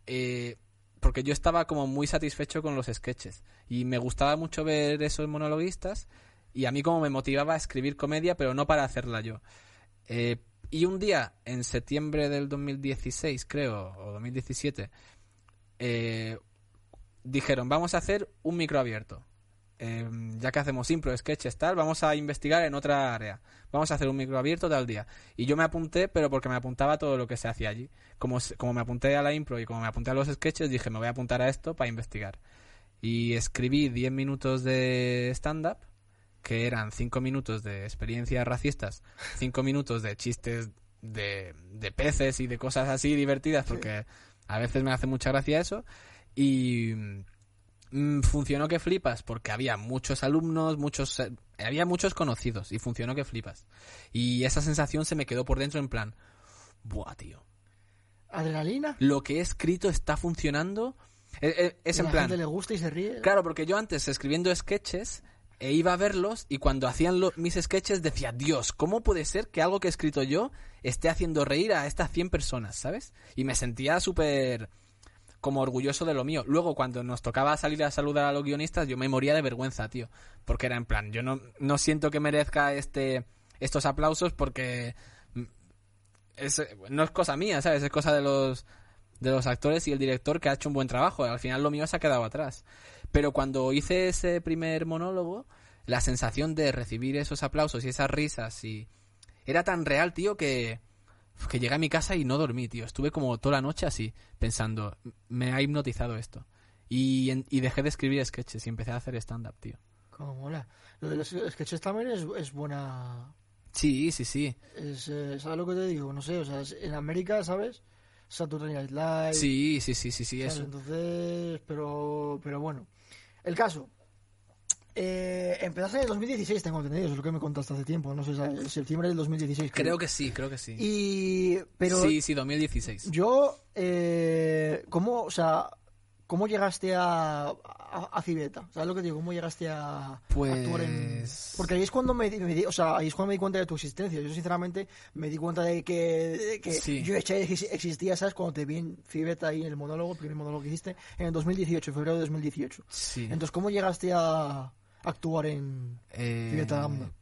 Speaker 2: eh, porque yo estaba como muy satisfecho con los sketches y me gustaba mucho ver esos monologuistas y a mí como me motivaba a escribir comedia, pero no para hacerla yo. Eh, y un día, en septiembre del 2016, creo, o 2017, eh, dijeron, vamos a hacer un micro abierto. Eh, ya que hacemos impro, sketches, tal, vamos a investigar en otra área. Vamos a hacer un micro abierto tal día. Y yo me apunté, pero porque me apuntaba todo lo que se hacía allí. Como, se- como me apunté a la impro y como me apunté a los sketches, dije, me voy a apuntar a esto para investigar. Y escribí 10 minutos de stand-up, que eran 5 minutos de experiencias racistas, 5 minutos de chistes de, de peces y de cosas así divertidas, porque a veces me hace mucha gracia eso. Y mm, funcionó que flipas, porque había muchos alumnos, muchos eh, había muchos conocidos, y funcionó que flipas. Y esa sensación se me quedó por dentro en plan, buah, tío.
Speaker 1: ¿Adrenalina?
Speaker 2: Lo que he escrito está funcionando. Eh, eh, es
Speaker 1: y
Speaker 2: en
Speaker 1: la
Speaker 2: plan...
Speaker 1: gente le gusta y se ríe.
Speaker 2: Claro, porque yo antes escribiendo sketches e iba a verlos y cuando hacían lo- mis sketches decía, Dios, ¿cómo puede ser que algo que he escrito yo esté haciendo reír a estas 100 personas, ¿sabes? Y me sentía súper como orgulloso de lo mío. Luego, cuando nos tocaba salir a saludar a los guionistas, yo me moría de vergüenza, tío. Porque era en plan, yo no, no siento que merezca este estos aplausos porque mm, es, no es cosa mía, ¿sabes? Es cosa de los, de los actores y el director que ha hecho un buen trabajo. Al final lo mío se ha quedado atrás. Pero cuando hice ese primer monólogo, la sensación de recibir esos aplausos y esas risas y era tan real, tío, que que llegué a mi casa y no dormí, tío. Estuve como toda la noche así, pensando, me ha hipnotizado esto. Y, en- y dejé de escribir sketches y empecé a hacer stand-up, tío.
Speaker 1: Como mola. Lo de los sketches también es, es buena.
Speaker 2: Sí, sí, sí.
Speaker 1: Es, eh, ¿Sabes lo que te digo? No sé, o sea, es- en América, ¿sabes? Saturday Night Live.
Speaker 2: Sí, sí, sí, sí, sí,
Speaker 1: ¿sabes?
Speaker 2: eso.
Speaker 1: Entonces, pero, pero bueno. El caso. Eh, empezaste en el 2016, tengo entendido, eso es lo que me contaste hace tiempo, no sé, ¿sabes? en septiembre del 2016.
Speaker 2: Creo que sí, creo que sí.
Speaker 1: Y, pero
Speaker 2: Sí, sí, 2016.
Speaker 1: yo, eh, ¿cómo, o sea, cómo llegaste a, a, a Civeta? ¿Sabes lo que te digo? ¿Cómo llegaste a
Speaker 2: Pues-
Speaker 1: actuar en...? Porque ahí es cuando me, di- me di, o sea, ahí es cuando me di cuenta de tu existencia. Yo, sinceramente, me di cuenta de que, de que
Speaker 2: Sí.
Speaker 1: yo eché- existía, ¿sabes? Cuando te vi en Civeta ahí en el monólogo, el primer monólogo que hiciste, en el 2018, en febrero de 2018.
Speaker 2: Sí.
Speaker 1: Entonces, ¿cómo llegaste a actuar en...?
Speaker 2: Eh,
Speaker 1: Julieta Damna.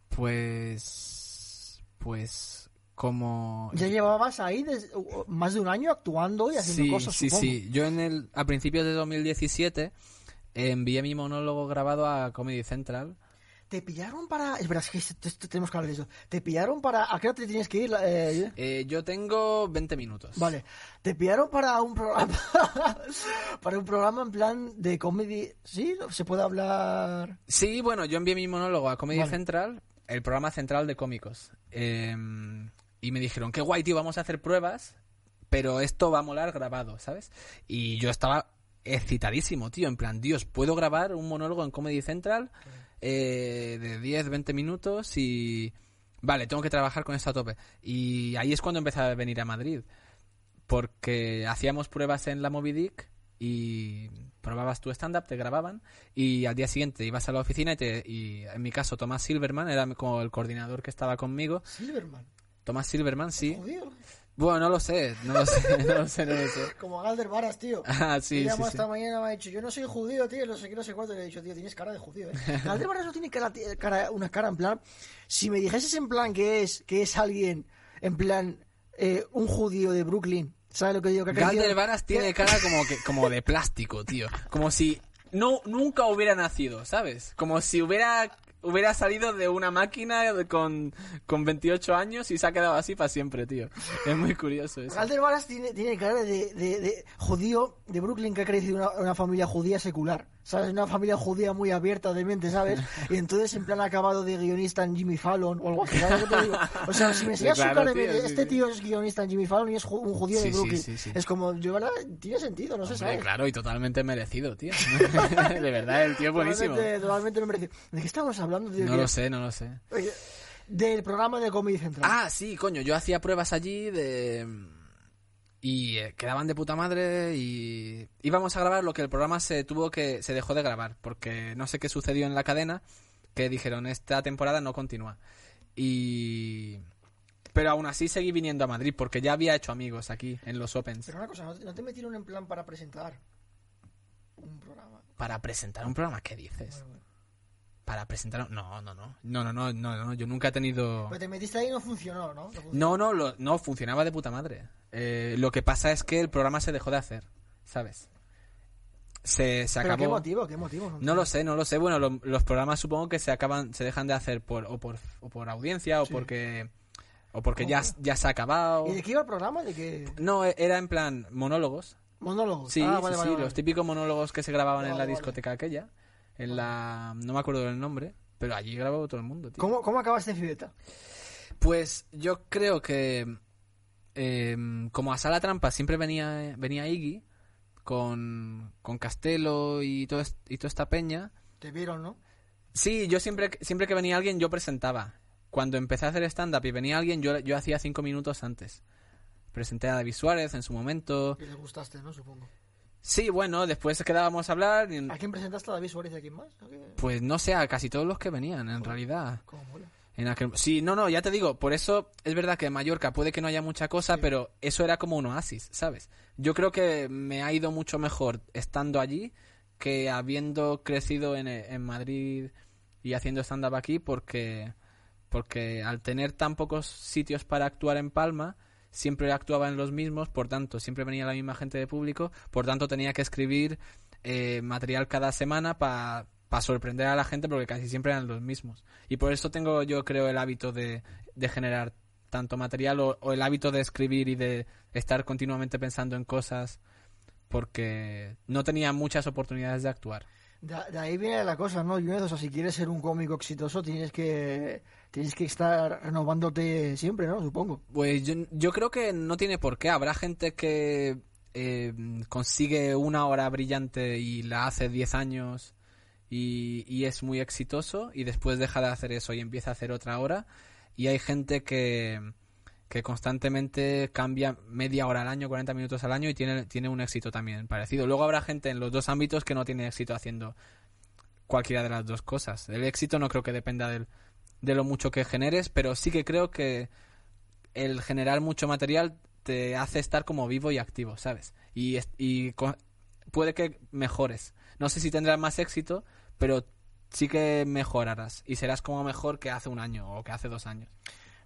Speaker 2: Pues. Pues. Como.
Speaker 1: Ya llevabas ahí des- o- o- más de un año actuando y haciendo
Speaker 2: sí,
Speaker 1: cosas,
Speaker 2: sí,
Speaker 1: supongo.
Speaker 2: sí. Yo en el, a principios de 2017 eh, envié mi monólogo grabado a Comedy Central.
Speaker 1: Te pillaron para. Espera, es que esto- esto tenemos que hablar de eso. Te pillaron para. ¿A qué hora te tienes que ir? la- eh,
Speaker 2: Eh, yo tengo 20 minutos.
Speaker 1: Vale. Te pillaron para un programa. para un programa en plan de comedy. ¿Sí? ¿Se puede hablar?
Speaker 2: Sí, bueno, yo envié mi monólogo a Comedy
Speaker 1: Vale.
Speaker 2: Central, el programa central de cómicos. Eh, y me dijeron, qué guay, tío, vamos a hacer pruebas, pero esto va a molar grabado, ¿sabes? Y yo estaba excitadísimo, tío, en plan, Dios, ¿puedo grabar un monólogo en Comedy Central eh, de 10, 20 minutos? Y... Vale, tengo que trabajar con esto a tope. Y ahí es cuando empecé a venir a Madrid porque hacíamos pruebas en la Moby Dick y probabas tu stand-up, te grababan y al día siguiente ibas a la oficina y, te- y en mi caso Tomás Silverman era como el coordinador que estaba conmigo.
Speaker 1: Silverman.
Speaker 2: Tomás Silverman, sí.
Speaker 1: Jodido.
Speaker 2: Bueno, no lo sé, no lo sé, no lo sé, no lo sé.
Speaker 1: Como a Galder Varas, tío.
Speaker 2: Ah, sí,
Speaker 1: me
Speaker 2: sí,
Speaker 1: llamó
Speaker 2: sí.
Speaker 1: esta mañana me ha dicho, yo no soy judío, tío, no sé qué, no sé cuánto. Y Le he dicho, tío, tienes cara de judío, eh. Galder Varas no tiene cara, ti- cara- una cara en plan... Si me dijeses en plan que es, que es alguien, en plan, eh, un judío de Brooklyn, ¿sabes lo que digo? Que ha crecido-
Speaker 2: Galder Varas tiene cara como que como de plástico, tío, como si no nunca hubiera nacido, ¿sabes? Como si hubiera hubiera salido de una máquina de- con, con 28 años y se ha quedado así para siempre, tío. Es muy curioso eso.
Speaker 1: Galder Varas tiene, tiene cara de, de- de judío de Brooklyn que ha crecido en una, una familia judía secular, ¿sabes? Una familia judía muy abierta de mente, ¿sabes? Y entonces en plan ha acabado de guionista en Jimmy Fallon o algo así, ¿sabes lo que te digo? O sea, si me enseñas
Speaker 2: Claro,
Speaker 1: su cara, de
Speaker 2: tío, sí,
Speaker 1: este
Speaker 2: sí.
Speaker 1: tío es guionista en Jimmy Fallon y es ju- un judío
Speaker 2: Sí,
Speaker 1: de
Speaker 2: sí,
Speaker 1: Brooklyn.
Speaker 2: sí, sí.
Speaker 1: Es como, yo, ¿verdad? Tiene sentido, no sé,
Speaker 2: Hombre,
Speaker 1: ¿sabes?
Speaker 2: claro, y totalmente merecido, tío. de verdad, el tío es buenísimo.
Speaker 1: Totalmente, totalmente me merece. ¿De qué estamos hablando, tío?
Speaker 2: No
Speaker 1: Que-
Speaker 2: lo sé, no lo sé.
Speaker 1: Oye, Del programa de Comedy Central.
Speaker 2: Ah, sí, coño, yo hacía pruebas allí de... Y eh, quedaban de puta madre y íbamos a grabar lo que el programa se tuvo que... se dejó de grabar, porque no sé qué sucedió en la cadena, que dijeron, esta temporada no continúa. Y... Pero aún así seguí viniendo a Madrid, porque ya había hecho amigos aquí, en los Opens.
Speaker 1: Pero una cosa, ¿no te- ¿no te metieron en plan para presentar un programa?
Speaker 2: Para presentar un programa, ¿qué dices?
Speaker 1: Bueno, bueno.
Speaker 2: Para presentar... un- No, no, no. No, no, no, no, no. Yo nunca he tenido...
Speaker 1: Pero te metiste ahí y no funcionó, ¿no? No funcionó.
Speaker 2: No, no, lo- no, funcionaba de puta madre. Eh, lo que pasa es que el programa se dejó de hacer, ¿sabes? Se, se
Speaker 1: ¿Pero qué
Speaker 2: acabó.
Speaker 1: motivo? ¿Qué motivo?
Speaker 2: No lo sé, no lo sé. Bueno, lo- los programas supongo que se acaban, se dejan de hacer por, o por, o por audiencia o
Speaker 1: Sí.
Speaker 2: porque, o porque ya, ya se ha acabado.
Speaker 1: ¿Y de qué iba el programa? ¿De qué?
Speaker 2: No, e- era en plan monólogos.
Speaker 1: ¿Monólogos?
Speaker 2: Sí,
Speaker 1: ah,
Speaker 2: sí,
Speaker 1: vale,
Speaker 2: sí,
Speaker 1: vale, vale.
Speaker 2: los típicos monólogos que se grababan en
Speaker 1: Vale,
Speaker 2: la
Speaker 1: vale.
Speaker 2: discoteca aquella, en la, no me acuerdo del nombre, pero allí grababa todo el mundo. Tío.
Speaker 1: ¿Cómo, ¿Cómo acabaste en Fibeta?
Speaker 2: Pues yo creo que em, como a Sala Trampa siempre venía, venía Iggy con, con Castelo y, todo, es- y toda esta peña.
Speaker 1: Te vieron, ¿no?
Speaker 2: Sí, yo siempre, siempre que venía alguien yo presentaba. Cuando empecé a hacer stand-up y venía alguien yo, yo hacía cinco minutos antes. Presenté a David Suárez en su momento.
Speaker 1: Que les gustaste, ¿no? Supongo.
Speaker 2: Sí, bueno, después quedábamos a hablar. y-
Speaker 1: ¿A quién presentaste? ¿A David Suárez y a quién más? ¿A qué?
Speaker 2: pues no sé, a casi todos los que venían, en realidad.
Speaker 1: ¿Cómo mola?
Speaker 2: En aquel- Sí, no, no, ya te digo, por eso es verdad que en Mallorca puede que no haya mucha cosa, pero eso era como un oasis, ¿sabes? Yo creo que me ha ido mucho mejor estando allí que habiendo crecido en, en Madrid y haciendo stand-up aquí, porque, porque al tener tan pocos sitios para actuar en Palma, siempre actuaba en los mismos, por tanto, siempre venía la misma gente de público, por tanto tenía que escribir eh, material cada semana para para sorprender a la gente porque casi siempre eran los mismos. Y por eso tengo, yo creo, el hábito de, de generar tanto material o, o el hábito de escribir y de estar continuamente pensando en cosas porque no tenía muchas oportunidades de actuar.
Speaker 1: De, de ahí viene la cosa, ¿no, Yunez? O sea, si quieres ser un cómico exitoso, tienes que, tienes que estar renovándote siempre, ¿no? Supongo.
Speaker 2: Pues yo, yo creo que no tiene por qué. Habrá gente que eh, consigue una hora brillante y la hace 10 años y, y es muy exitoso y después deja de hacer eso y empieza a hacer otra hora. Y hay gente que, que constantemente cambia media hora al año, 40 minutos al año y tiene, tiene un éxito también parecido. Luego habrá gente en los dos ámbitos que no tiene éxito haciendo cualquiera de las dos cosas. El éxito no creo que dependa del, de lo mucho que generes, pero sí que creo que el generar mucho material te hace estar como vivo y activo, ¿sabes? Y, y con, puede que mejores. No sé si tendrás más éxito, pero sí que mejorarás y serás como mejor que hace un año o que hace dos años.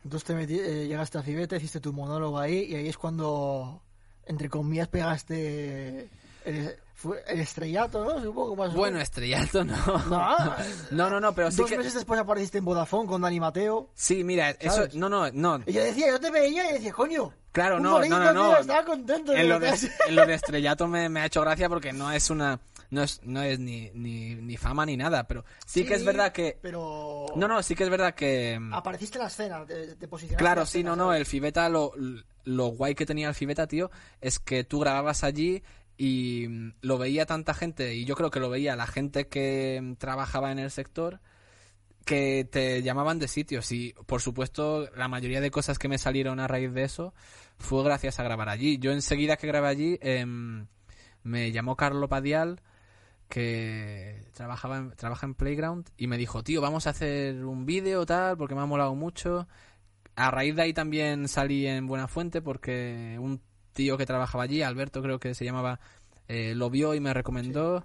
Speaker 1: Entonces te metí- eh, llegaste a Fibete, hiciste tu monólogo ahí y ahí es cuando, entre comillas, pegaste el, fue el estrellato, ¿no? Supongo más o
Speaker 2: Bueno,
Speaker 1: menos.
Speaker 2: estrellato no.
Speaker 1: No.
Speaker 2: no, no, no, pero sí
Speaker 1: Dos
Speaker 2: que...
Speaker 1: meses después apareciste en Vodafone con Dani Mateo.
Speaker 2: Sí, mira, eso...
Speaker 1: ¿Sabes?
Speaker 2: No, no, no.
Speaker 1: Y yo decía, yo te veía y decía, coño.
Speaker 2: Claro,
Speaker 1: un
Speaker 2: no,
Speaker 1: morenito,
Speaker 2: no, no, no.
Speaker 1: tío, Estaba contento.
Speaker 2: En lo,
Speaker 1: que
Speaker 2: de,
Speaker 1: te-
Speaker 2: en lo de estrellato me, me ha hecho gracia porque no es una... No es, no es ni, ni, ni fama ni nada, pero sí, que es verdad que...
Speaker 1: Pero.
Speaker 2: No, no, sí que es verdad que... mm,
Speaker 1: Apareciste en la escena, te, te posicionaste. en
Speaker 2: Claro,
Speaker 1: la
Speaker 2: sí,
Speaker 1: escena,
Speaker 2: no, no,
Speaker 1: ¿sabes?
Speaker 2: el Fibeta, lo, lo guay que tenía el Fibeta, tío, es que tú grababas allí y mm, lo veía tanta gente, y yo creo que lo veía la gente que mm, trabajaba en el sector, que te llamaban de sitios. Y, por supuesto, la mayoría de cosas que me salieron a raíz de eso fue gracias a grabar allí. Yo enseguida que grabé allí, em, me llamó Carlo Padial que trabajaba en- trabaja en Playground y me dijo, tío, vamos a hacer un vídeo tal, porque me ha molado mucho. A raíz de ahí también salí en Buenafuente porque un tío que trabajaba allí, Alberto creo que se llamaba, eh, lo vio y me recomendó.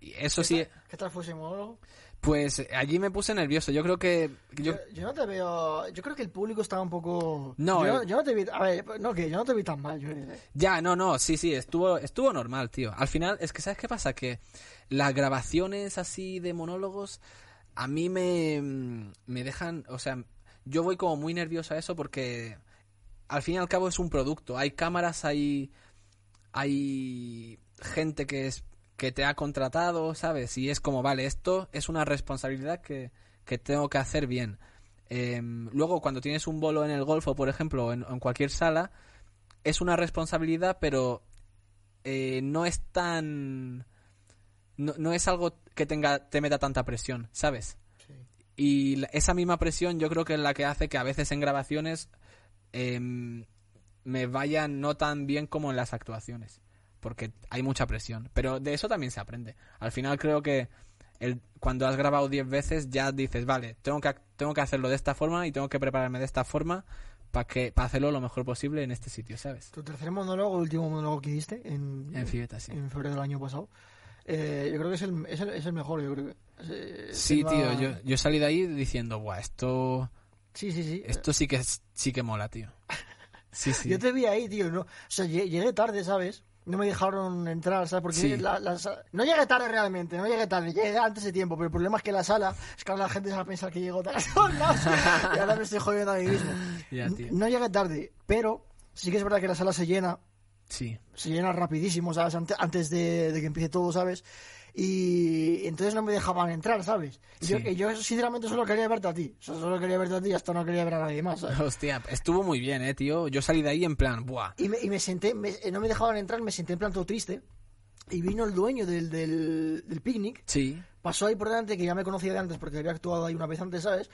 Speaker 2: Y eso
Speaker 1: ¿Qué
Speaker 2: sí,
Speaker 1: tal- ¿Qué tal fue ese monólogo?
Speaker 2: pues allí me puse nervioso. Yo creo que...
Speaker 1: Yo,
Speaker 2: Yo,
Speaker 1: yo no te veo. Yo creo que el público estaba un poco.
Speaker 2: No,
Speaker 1: yo,
Speaker 2: eh.
Speaker 1: yo no te vi. A ver, no, que yo no te vi tan mal. Yo, eh.
Speaker 2: Ya, no, no, sí, sí, estuvo, estuvo normal, tío. Al final, es que ¿sabes qué pasa? Que las grabaciones así de monólogos a mí me, mm, me dejan, o sea, yo voy como muy nervioso a eso porque al fin y al cabo es un producto. Hay cámaras, hay, hay gente que, es, que te ha contratado, ¿sabes? Y es como, vale, esto es una responsabilidad que, que tengo que hacer bien. Em, luego, cuando tienes un bolo en el golfo, por ejemplo, o en- en cualquier sala, es una responsabilidad, pero eh, no es tan. No, no es algo que tenga, te meta tanta presión, ¿sabes?
Speaker 1: Sí.
Speaker 2: Y la- esa misma presión yo creo que es la que hace que a veces en grabaciones em, me vaya no tan bien como en las actuaciones, porque hay mucha presión. Pero de eso también se aprende. Al final creo que el, cuando has grabado 10 veces ya dices, vale, tengo que, ac- tengo que hacerlo de esta forma y tengo que prepararme de esta forma para para hacerlo lo mejor posible en este sitio, ¿sabes?
Speaker 1: Tu tercer monólogo, el último monólogo que diste en,
Speaker 2: En Fibeta, sí.
Speaker 1: en febrero del año pasado. eh, yo creo que es el, es el, es el mejor, yo creo que. Es, eh,
Speaker 2: Sí,
Speaker 1: tema-
Speaker 2: tío, yo, yo salí de ahí diciendo, buah, esto,
Speaker 1: Sí, sí, sí.
Speaker 2: esto sí que es- sí que mola, tío. Sí, sí.
Speaker 1: Yo te vi ahí, tío. No, o sea, lle- llegué tarde, ¿sabes? No me dejaron entrar, ¿sabes? Porque
Speaker 2: Sí.
Speaker 1: la- la sa- no llegué tarde realmente, no llegué tarde, llegué antes de tiempo, pero el problema es que la sala, es que ahora la gente se va a pensar que llego tarde. No, no, y ahora me estoy jodiendo a mí mismo.
Speaker 2: Ya, tío.
Speaker 1: No llegué tarde, pero sí que es verdad que la sala se llena,
Speaker 2: Sí.
Speaker 1: se llena rapidísimo, ¿sabes? Ante- Antes de, de que empiece todo, ¿sabes? Y entonces no me dejaban entrar, ¿sabes? Y Yo,
Speaker 2: Sí.
Speaker 1: y yo sinceramente solo quería verte a ti, O sea, solo quería verte a ti y hasta no quería ver a nadie más, ¿sabes?
Speaker 2: Hostia, estuvo muy bien, eh, tío. Yo salí de ahí en plan, buah.
Speaker 1: Y me, y me senté, me- eh, no me dejaban entrar, me senté en plan todo triste. Y vino el dueño del, del, del picnic,
Speaker 2: Sí.
Speaker 1: pasó ahí por delante, que ya me conocía de antes porque había actuado ahí una vez antes, ¿sabes?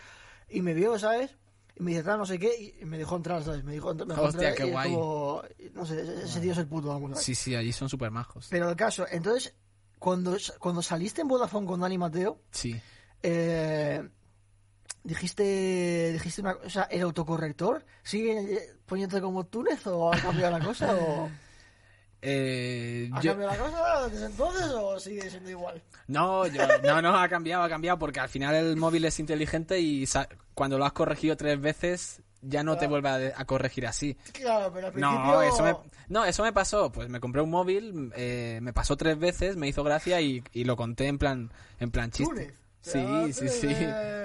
Speaker 1: Y me vio, ¿sabes? Y me dice, "Tal, no sé qué, y me dejó entrar, ¿sabes? Me dijo, me dejó
Speaker 2: Hostia,
Speaker 1: entrar,
Speaker 2: qué
Speaker 1: y es
Speaker 2: guay.
Speaker 1: como- no sé, ese- ese tío es el puto amo, ¿sabes?
Speaker 2: Sí, sí, allí son súper majos.
Speaker 1: Pero el caso, entonces, cuando, cuando saliste en Vodafone con Dani Mateo,
Speaker 2: Sí.
Speaker 1: eh, dijiste, dijiste una cosa, ¿el autocorrector sigue eh, poniéndote como Túnez o ha cambiado la cosa o...?
Speaker 2: Eh,
Speaker 1: ¿Ha
Speaker 2: yo-
Speaker 1: cambiado la cosa desde entonces o sigue siendo igual?
Speaker 2: No, yo- no, no, ha cambiado, ha cambiado, porque al final el móvil es inteligente y sa- cuando lo has corregido tres veces ya no
Speaker 1: Ah.
Speaker 2: te vuelve a, de- a corregir así.
Speaker 1: Claro, pero al principio...
Speaker 2: No eso, me, no, eso me pasó. Pues me compré un móvil, eh, me pasó tres veces, me hizo gracia y, y lo conté en plan, en plan chiste.
Speaker 1: Túnez.
Speaker 2: Sí, sí, sí.
Speaker 1: Eh,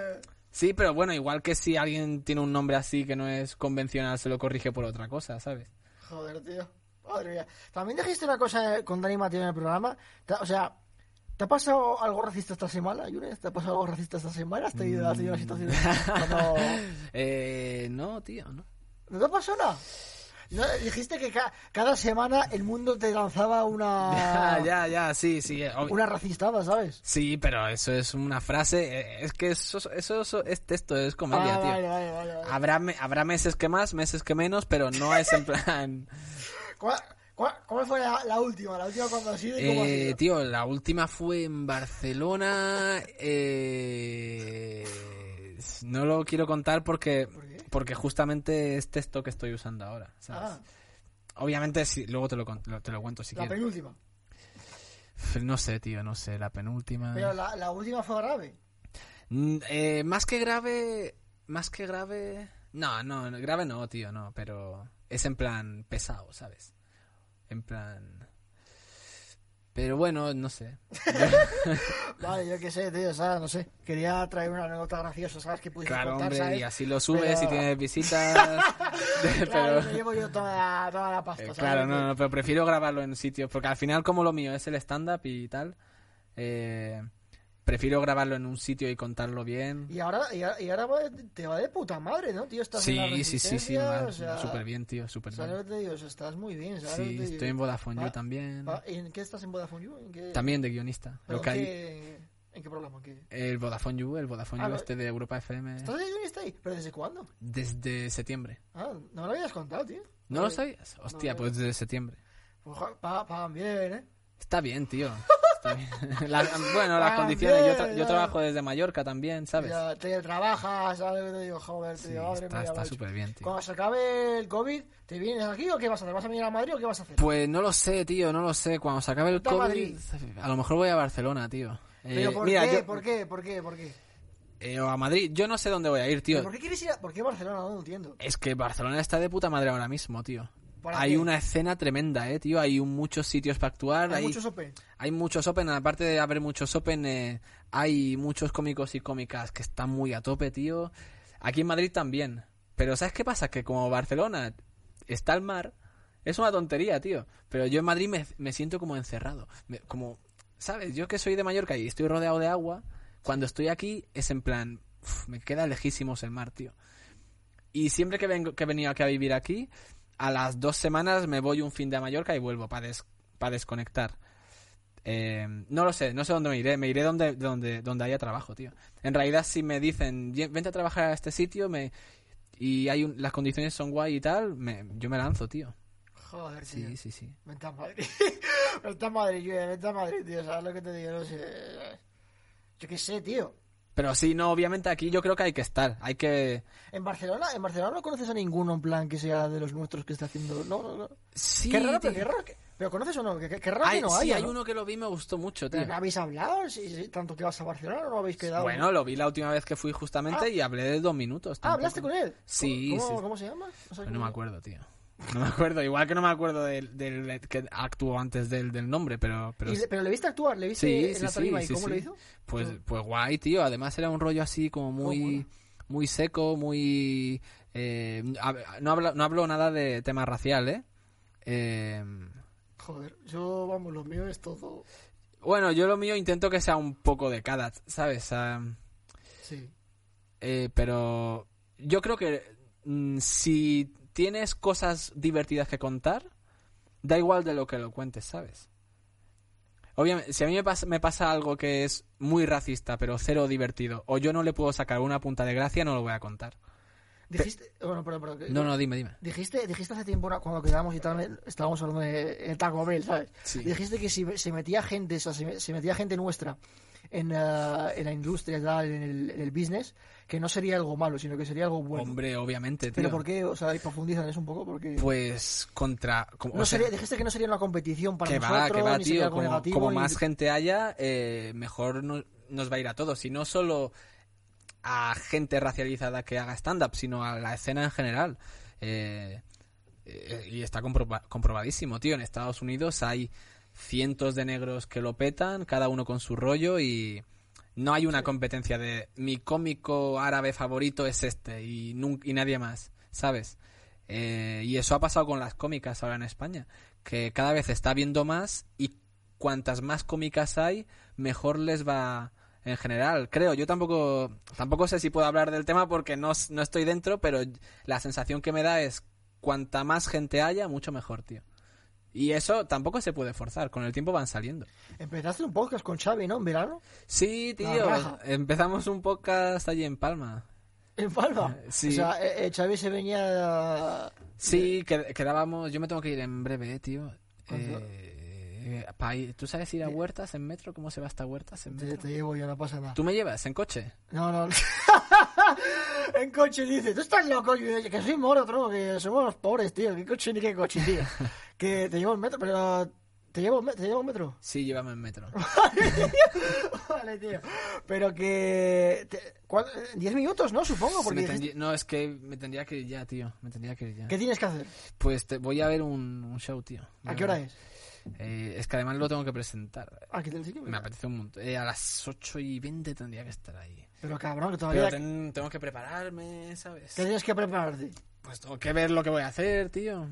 Speaker 2: Sí, pero bueno, igual que si alguien tiene un nombre así que no es convencional, se lo corrige por otra cosa, ¿sabes?
Speaker 1: Joder, tío. Madre mía. También dijiste una cosa eh, con Dani Mateo en el programa. Te- O sea, ¿te ha pasado algo racista esta semana, Yunes? ¿Te ha pasado algo racista esta semana? ¿Has tenido has tenido una situación?
Speaker 2: Mm.
Speaker 1: cuando-
Speaker 2: Eh, no, tío, no.
Speaker 1: ¿No te ha pasado nada? No, dijiste que ca- cada semana el mundo te lanzaba una...
Speaker 2: Ya, ya, ya, sí, sí. eh, obvio.
Speaker 1: Ah. Una racistada, ¿sabes?
Speaker 2: Sí, pero eso es una frase. eh, Es que eso, eso, eso es texto, es comedia,
Speaker 1: Ah,
Speaker 2: tío.
Speaker 1: vale, vale, vale, vale.
Speaker 2: Habrá, me- habrá meses que más, meses que menos, pero no es en plan.
Speaker 1: ¿Cuál, cuál, cuál fue la, la última? ¿La última cuando ha sido y cómo ha
Speaker 2: Eh,
Speaker 1: sido?
Speaker 2: tío, la última fue en Barcelona. eh, no lo quiero contar porque,
Speaker 1: ¿Por qué?
Speaker 2: porque justamente es texto que estoy usando ahora. ¿sabes?
Speaker 1: Ah,
Speaker 2: Obviamente, sí, luego te lo, con- lo- te lo cuento si
Speaker 1: la
Speaker 2: quieres.
Speaker 1: penúltima.
Speaker 2: No sé, tío, no sé, la penúltima.
Speaker 1: Pero la, la última fue grave.
Speaker 2: Mm, eh, más que grave. Más que grave. No, no, no, grave no, tío, no, pero es en plan pesado, ¿sabes? En plan. Pero bueno, no sé.
Speaker 1: Vale, yo qué sé, tío, o sea, no sé. Quería traer una anécdota graciosa, ¿sabes? Que pudiese
Speaker 2: Claro,
Speaker 1: contar,
Speaker 2: hombre,
Speaker 1: ¿sabes?
Speaker 2: y así lo subes
Speaker 1: Pero-
Speaker 2: y tienes visitas.
Speaker 1: Claro,
Speaker 2: pero.
Speaker 1: me llevo yo toda, toda la pasta,
Speaker 2: eh,
Speaker 1: Pues, ¿sabes?
Speaker 2: claro, no, no, pero prefiero grabarlo en sitios. Porque al final, como lo mío es el stand-up y tal, eh, prefiero grabarlo en un sitio y contarlo bien.
Speaker 1: Y ahora, y ahora, y ahora va- te va de puta madre, ¿no, tío? Estás en la
Speaker 2: Sí, sí, sí, sí,
Speaker 1: Resistencia,
Speaker 2: mal,
Speaker 1: o sea,
Speaker 2: súper bien, tío, súper
Speaker 1: ¿Sabes lo
Speaker 2: bien.
Speaker 1: que te digo? O sea, estás muy bien, ¿sabes? lo que
Speaker 2: Sí,
Speaker 1: te digo?
Speaker 2: estoy en Vodafone
Speaker 1: Ah,
Speaker 2: You también.
Speaker 1: Ah, ¿y ¿En qué estás en Vodafone You? ¿En qué,
Speaker 2: También de guionista.
Speaker 1: pero
Speaker 2: Lo que
Speaker 1: en,
Speaker 2: hay,
Speaker 1: qué, ¿En qué programa? ¿En qué?
Speaker 2: el Vodafone You, el Vodafone
Speaker 1: Ah,
Speaker 2: You
Speaker 1: lo-
Speaker 2: este de Europa FM.
Speaker 1: ¿Estás ahí? ¿Estás ahí? ¿Pero desde cuándo?
Speaker 2: Desde septiembre.
Speaker 1: Ah, no me lo habías contado, tío.
Speaker 2: ¿No lo
Speaker 1: Vale.
Speaker 2: sabías? Hostia,
Speaker 1: no.
Speaker 2: pues desde septiembre.
Speaker 1: Ojo, Pues, pa- Pagan bien, ¿eh?
Speaker 2: Está bien, tío. Está bien. La- bueno, las
Speaker 1: Ah,
Speaker 2: condiciones. Yo,
Speaker 1: bien,
Speaker 2: tra- yo
Speaker 1: ya.
Speaker 2: trabajo desde Mallorca también, ¿sabes?
Speaker 1: Ya, te trabajas, ¿sabes? lo que Te digo, joder,
Speaker 2: Sí,
Speaker 1: tío, madre
Speaker 2: está
Speaker 1: mía,
Speaker 2: está
Speaker 1: macho.
Speaker 2: súper bien, tío.
Speaker 1: Cuando se acabe el COVID, ¿te vienes aquí o qué vas a hacer? ¿Vas a venir a Madrid o qué vas a hacer?
Speaker 2: Pues no lo sé, tío, no lo sé. Cuando se acabe el
Speaker 1: Vete a Madrid.
Speaker 2: COVID, a lo mejor voy a Barcelona, tío. Eh,
Speaker 1: Pero ¿por,
Speaker 2: mira,
Speaker 1: qué?
Speaker 2: yo-
Speaker 1: ¿por qué? ¿Por qué? ¿Por qué?
Speaker 2: eh, o a Madrid, yo no sé dónde voy a ir,
Speaker 1: ¿Pero
Speaker 2: tío.
Speaker 1: ¿Por qué quieres ir a... ¿Por qué Barcelona? No lo entiendo.
Speaker 2: Es que Barcelona está de puta madre ahora mismo, tío.
Speaker 1: ¿Para
Speaker 2: Hay
Speaker 1: qué?
Speaker 2: una escena tremenda, eh, tío. Hay un- muchos sitios para actuar.
Speaker 1: Hay
Speaker 2: Hay,
Speaker 1: muchos open.
Speaker 2: hay muchos open. Aparte de haber muchos open, eh, hay muchos cómicos y cómicas que están muy a tope, tío. Aquí en Madrid también. Pero ¿sabes qué pasa? Que como Barcelona está al mar, es una tontería, tío. Pero yo en Madrid me, me siento como encerrado. Me- como, ¿sabes? Yo que soy de Mallorca y estoy rodeado de agua, cuando estoy aquí es en plan, "Uf, me queda lejísimos el mar, tío. Y siempre que, vengo, que he venido aquí a vivir aquí, a las dos semanas me voy un fin de a Mallorca y vuelvo para desconectar. Eh, no lo sé, no sé dónde me iré. Me iré donde, donde, donde haya trabajo, tío. En realidad, si me dicen, "Ven- vente a trabajar a este sitio me, y hay un- las condiciones son guay y tal, me- yo me lanzo, tío.
Speaker 1: Joder, tío.
Speaker 2: Sí, sí, sí.
Speaker 1: Vente a Madrid. vente a Madrid, yo, vente a Madrid, tío. ¿Sabes lo que te digo? No sé. Yo qué sé, tío.
Speaker 2: Pero sí, no, obviamente aquí yo creo que hay que estar. Hay que...
Speaker 1: En Barcelona, en Barcelona no conoces a ninguno en plan que sea de los nuestros que está haciendo. No, no, no.
Speaker 2: Sí,
Speaker 1: qué raro, pero
Speaker 2: tío.
Speaker 1: qué raro. que- Pero conoces o no? Qué, qué- qué raro
Speaker 2: Hay-
Speaker 1: que no
Speaker 2: sí,
Speaker 1: haya,
Speaker 2: hay
Speaker 1: ¿no?
Speaker 2: uno que lo vi y me gustó mucho, tío.
Speaker 1: ¿Pero que habéis hablado? Sí, sí, tanto que vas a Barcelona no habéis quedado.
Speaker 2: Bueno, lo vi la última vez que fui justamente y hablé de dos minutos.
Speaker 1: Ah,
Speaker 2: tampoco.
Speaker 1: ¿hablaste con él?
Speaker 2: Sí,
Speaker 1: ¿Cómo,
Speaker 2: sí.
Speaker 1: cómo se llama? No, sé
Speaker 2: Pero no
Speaker 1: cómo-
Speaker 2: me acuerdo, tío. No me acuerdo. Igual que no me acuerdo del, del que actuó antes del, del nombre, pero... pero
Speaker 1: ¿Y le- pero le viste actuar, le viste en la tarima y cómo
Speaker 2: sí.
Speaker 1: lo hizo.
Speaker 2: Pues, pues guay, tío. Además era un rollo así como muy, muy seco, muy... eh, hab- no, hablo, no hablo nada de tema racial, ¿eh? Eh,
Speaker 1: Joder, yo, vamos, lo mío es todo.
Speaker 2: Bueno, yo lo mío intento que sea un poco de cada, ¿sabes? Ah,
Speaker 1: Sí.
Speaker 2: eh, pero yo creo que mm, si tienes cosas divertidas que contar, da igual de lo que lo cuentes, ¿sabes? Obviamente, si a mí me pasa, me pasa algo que es muy racista, pero cero divertido, o yo no le puedo sacar una punta de gracia, no lo voy a contar.
Speaker 1: Dijiste. Bueno, perdón, perdón. que-
Speaker 2: No, no, dime, dime.
Speaker 1: Dijiste, dijiste hace tiempo una- cuando quedamos y tal, estábamos hablando de, de Taco Bell, ¿sabes?
Speaker 2: Sí.
Speaker 1: Dijiste que si se metía gente, o sea, se, me- se metía gente nuestra en, ah, en la industria, y tal, en, el, en el business, que no sería algo malo, sino que sería algo bueno.
Speaker 2: Hombre, obviamente, tío.
Speaker 1: Pero ¿por qué? O sea, y profundiza en eso un poco, porque...
Speaker 2: Pues contra... como-
Speaker 1: no
Speaker 2: o sea,
Speaker 1: sería, dijiste que no sería una competición para
Speaker 2: que
Speaker 1: nosotros,
Speaker 2: va, que va,
Speaker 1: ni sería
Speaker 2: tío.
Speaker 1: algo
Speaker 2: Como,
Speaker 1: negativo,
Speaker 2: como
Speaker 1: ni-
Speaker 2: más gente haya, eh, mejor no- nos va a ir a todos. Y no solo a gente racializada que haga stand-up, sino a la escena en general. Eh, eh, y está comproba- comprobadísimo, tío. En Estados Unidos hay cientos de negros que lo petan, cada uno con su rollo y no hay una competencia de mi cómico árabe favorito es este y, nun- y nadie más, ¿sabes? Eh, y eso ha pasado con las cómicas ahora en España, que cada vez está viendo más y cuantas más cómicas hay, mejor les va en general, creo. Yo tampoco, tampoco sé si puedo hablar del tema porque no, s- no estoy dentro, pero la sensación que me da es cuanta más gente haya, mucho mejor, tío. Y eso tampoco se puede forzar, con el tiempo van saliendo.
Speaker 1: Empezaste un podcast con Xavi, ¿no? En verano.
Speaker 2: Sí,
Speaker 1: La
Speaker 2: tío,
Speaker 1: raja.
Speaker 2: Ah, empezamos un podcast allí en Palma.
Speaker 1: En Palma.
Speaker 2: Sí.
Speaker 1: O sea, eh, eh, Xavi se venía...
Speaker 2: Sí, que- quedábamos, yo me tengo que ir en breve, eh, tío. Eh, pa ir- ¿Tú sabes ir a Huertas en metro? ¿Cómo se va hasta Huertas en
Speaker 1: Te,
Speaker 2: metro?
Speaker 1: te llevo yo, no pasa nada.
Speaker 2: ¿Tú me llevas en coche?
Speaker 1: No, no. en coche dice, tú estás loco, yo digo, que soy moro, tronco, que somos los pobres, tío. ¿Qué coche ni qué coche, tío? que te llevo el metro, pero... ¿Te llevo, el me- ¿Te llevo el metro?
Speaker 2: Sí, llévame en metro.
Speaker 1: vale, tío. Pero que... te- ¿cuál- ¿Diez minutos, no? Supongo, porque...
Speaker 2: Me
Speaker 1: dijiste-
Speaker 2: tendría- no, es que me tendría que ir ya, tío. Me tendría que ir ya.
Speaker 1: ¿Qué tienes que hacer?
Speaker 2: Pues te, voy a ver un, un show, tío.
Speaker 1: ¿A qué hora es?
Speaker 2: Eh, es que además lo tengo que presentar.
Speaker 1: Ah, que tienes que-
Speaker 2: Me apetece un montón. Eh, a las 8 y 20 tendría que estar ahí.
Speaker 1: Pero cabrón, que
Speaker 2: Pero
Speaker 1: todavía...
Speaker 2: ten- tengo que prepararme, ¿sabes?
Speaker 1: Que tienes que prepararte.
Speaker 2: Pues tengo que ver lo que voy a hacer, tío.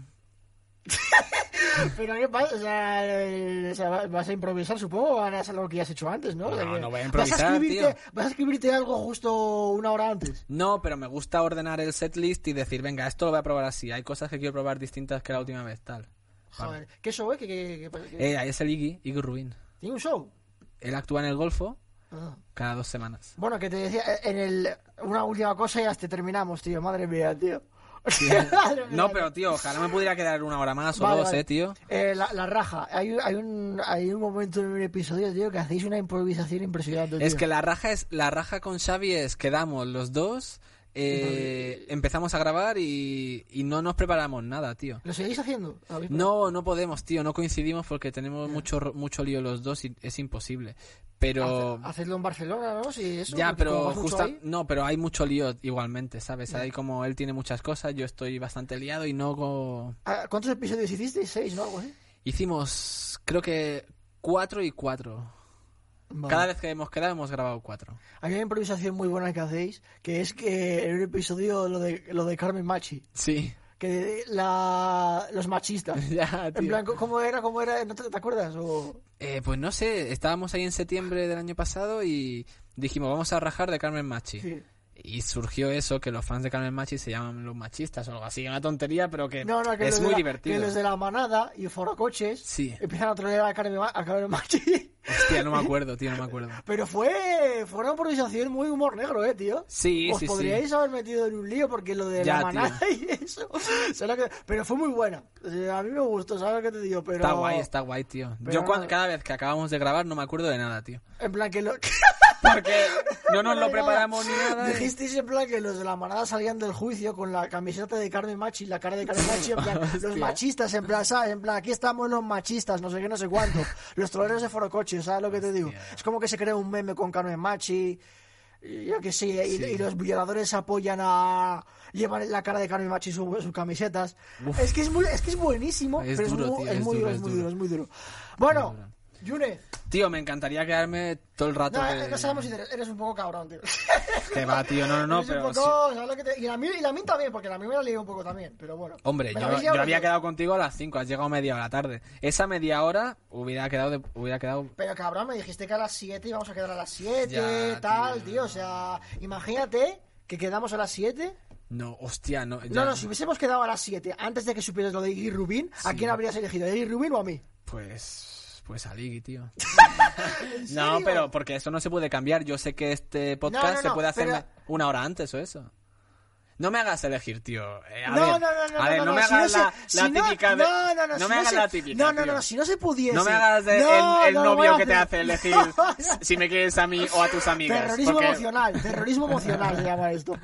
Speaker 1: Pero qué pasa, o sea, eh, o sea, va- vas a improvisar, supongo, o harás algo que ya has hecho antes, ¿no? O sea,
Speaker 2: No,
Speaker 1: que
Speaker 2: no voy
Speaker 1: Vas
Speaker 2: a
Speaker 1: a
Speaker 2: improvisar,
Speaker 1: escribirte,
Speaker 2: tío.
Speaker 1: vas a escribirte algo justo una hora antes.
Speaker 2: No, pero me gusta ordenar el setlist y decir, venga, esto lo voy a probar así. Hay cosas que quiero probar distintas que la última vez, tal.
Speaker 1: Joder, ¿qué show es? ¿Qué, qué- qué- qué-
Speaker 2: Eh, ahí es el Iggy, Iggy Rubin.
Speaker 1: ¿Tiene un show?
Speaker 2: Él actúa en el Golfo
Speaker 1: Ah.
Speaker 2: cada dos semanas.
Speaker 1: Bueno, que te decía, eh, en el... Una última cosa y hasta terminamos, tío. Madre mía, tío. Madre mía,
Speaker 2: No, pero tío, ojalá me pudiera quedar una hora más o
Speaker 1: Vale,
Speaker 2: dos,
Speaker 1: vale.
Speaker 2: eh, tío.
Speaker 1: Eh, la, la raja. Hay, un- hay, un, hay un momento en un episodio, tío, que hacéis una improvisación impresionante.
Speaker 2: Es
Speaker 1: tío.
Speaker 2: que la raja es la raja con Xavi es quedamos los dos, eh, empezamos a grabar y, y no nos preparamos nada, tío.
Speaker 1: ¿Lo seguís haciendo? ¿Habéis-
Speaker 2: No, no podemos, tío, no coincidimos porque tenemos mucho ro- mucho lío los dos y es imposible. Pero
Speaker 1: Hace- Hacedlo en Barcelona, Ah, ¿no? Sí, eso.
Speaker 2: ya,
Speaker 1: porque como
Speaker 2: pero
Speaker 1: vas mucho
Speaker 2: justa
Speaker 1: ahí-
Speaker 2: no, pero hay mucho lío igualmente, ¿sabes? Ahí como él tiene muchas cosas, yo estoy bastante liado y no go-
Speaker 1: Ah, ¿Cuántos episodios hicisteis? ¿Seis, no? Algo así.
Speaker 2: hicimos creo que cuatro y cuatro.
Speaker 1: Vale.
Speaker 2: Cada vez que hemos quedado hemos grabado cuatro.
Speaker 1: Hay una improvisación muy buena que hacéis, que es que en un episodio lo de, lo de Carmen Machi,
Speaker 2: Sí,
Speaker 1: que de- la, los machistas.
Speaker 2: ya, tío.
Speaker 1: En blanco, ¿cómo era? ¿Cómo era? ¿No te, te acuerdas? O...
Speaker 2: Eh, pues no sé, estábamos ahí en septiembre del año pasado y dijimos, vamos a rajar de Carmen Machi.
Speaker 1: Sí.
Speaker 2: Y surgió eso, que los fans de Carmen Machi se llaman los machistas o algo así, una tontería, pero que,
Speaker 1: No, no, que
Speaker 2: Eh, es
Speaker 1: los
Speaker 2: muy
Speaker 1: de la-
Speaker 2: divertido.
Speaker 1: Que los de la manada y forocoches
Speaker 2: Sí.
Speaker 1: empiezan a trolear a Carmen, Ma- a Carmen Machi.
Speaker 2: Hostia, no me acuerdo, tío, no me acuerdo.
Speaker 1: Pero fue, fue una improvisación muy humor negro, ¿eh, tío?
Speaker 2: Sí,
Speaker 1: Os
Speaker 2: sí, sí.
Speaker 1: podríais haber metido en un lío porque lo de
Speaker 2: Ya,
Speaker 1: la manada y eso. será que- Pero fue muy buena. O sea, a mí me gustó, ¿sabes qué te digo? Pero...
Speaker 2: Está guay, está guay, tío.
Speaker 1: Pero
Speaker 2: Yo cuan-
Speaker 1: no-
Speaker 2: cada vez que acabamos de grabar no me acuerdo de nada, tío.
Speaker 1: En plan que lo...
Speaker 2: Porque no nos lo
Speaker 1: Pero
Speaker 2: preparamos ni nada. ¿eh? y-
Speaker 1: Dijisteis en plan que los de la manada salían del juicio con la camiseta de Carmen Machi, la cara de Carmen Machi, en plan, los
Speaker 2: Hostia.
Speaker 1: machistas, en plan, ¿sabes? En plan, aquí estamos los machistas, no sé qué, no sé cuánto. Los troleros de Forocoche, ¿sabes lo que te digo?
Speaker 2: Hostia.
Speaker 1: Es como que se crea un meme con Carmen Machi, y yo que sí, y, y los violadores apoyan a. llevan la cara de Carmen Machi su- sus camisetas. Es que es, muy, es que es buenísimo,
Speaker 2: Es
Speaker 1: pero
Speaker 2: duro,
Speaker 1: es muy,
Speaker 2: tío,
Speaker 1: es
Speaker 2: es
Speaker 1: muy
Speaker 2: duro,
Speaker 1: duro, es
Speaker 2: es
Speaker 1: muy
Speaker 2: duro.
Speaker 1: duro, es muy duro. Bueno, Yune.
Speaker 2: Tío, me encantaría quedarme todo el rato.
Speaker 1: No, eh,
Speaker 2: que...
Speaker 1: no sabemos si eres, eres un poco cabrón, tío.
Speaker 2: Que va, tío, no, no, no,
Speaker 1: Es un
Speaker 2: pero...
Speaker 1: poco,
Speaker 2: sí.
Speaker 1: ¿sabes lo que te- Y la mía y la mía también, porque la mía me la lié un poco también, pero bueno.
Speaker 2: Hombre,
Speaker 1: Me
Speaker 2: yo,
Speaker 1: la habéis
Speaker 2: yo
Speaker 1: liado
Speaker 2: había
Speaker 1: los dos.
Speaker 2: quedado contigo a las 5, has llegado media hora tarde. Esa media hora hubiera quedado... de- hubiera quedado...
Speaker 1: Pero cabrón, me dijiste que a las 7 íbamos a quedar a las 7,
Speaker 2: Ya,
Speaker 1: tal,
Speaker 2: tío.
Speaker 1: tío. O sea, imagínate que quedamos a las 7.
Speaker 2: No, hostia, no... ya.
Speaker 1: No, no, si hubiésemos quedado a las 7 antes de que supieras lo de Iggy Rubin, ¿a quién habrías elegido? ¿A Iggy Rubin o a mí?
Speaker 2: Pues... Pues a Liggy, tío.
Speaker 1: ¿En
Speaker 2: No,
Speaker 1: serio?
Speaker 2: pero porque eso no se puede cambiar. Yo sé que este podcast
Speaker 1: No, no,
Speaker 2: se
Speaker 1: no,
Speaker 2: puede hacer
Speaker 1: pero-
Speaker 2: una hora antes o eso. No me hagas elegir, tío. Eh, a
Speaker 1: no,
Speaker 2: ver,
Speaker 1: no, no, no,
Speaker 2: a ver, no, me
Speaker 1: si
Speaker 2: hagas
Speaker 1: se-
Speaker 2: la,
Speaker 1: si
Speaker 2: la
Speaker 1: no-
Speaker 2: típica de...
Speaker 1: No, no, no,
Speaker 2: no
Speaker 1: si
Speaker 2: me hagas
Speaker 1: se-
Speaker 2: la típica,
Speaker 1: No, no,
Speaker 2: tío.
Speaker 1: no, si no se pudiese.
Speaker 2: No me hagas de-
Speaker 1: No,
Speaker 2: el, el
Speaker 1: no lo voy
Speaker 2: novio
Speaker 1: a
Speaker 2: que te hace
Speaker 1: hacer.
Speaker 2: elegir
Speaker 1: No.
Speaker 2: si me quieres a mí o a tus amigas.
Speaker 1: Terrorismo
Speaker 2: porque-
Speaker 1: emocional, terrorismo emocional se llama esto.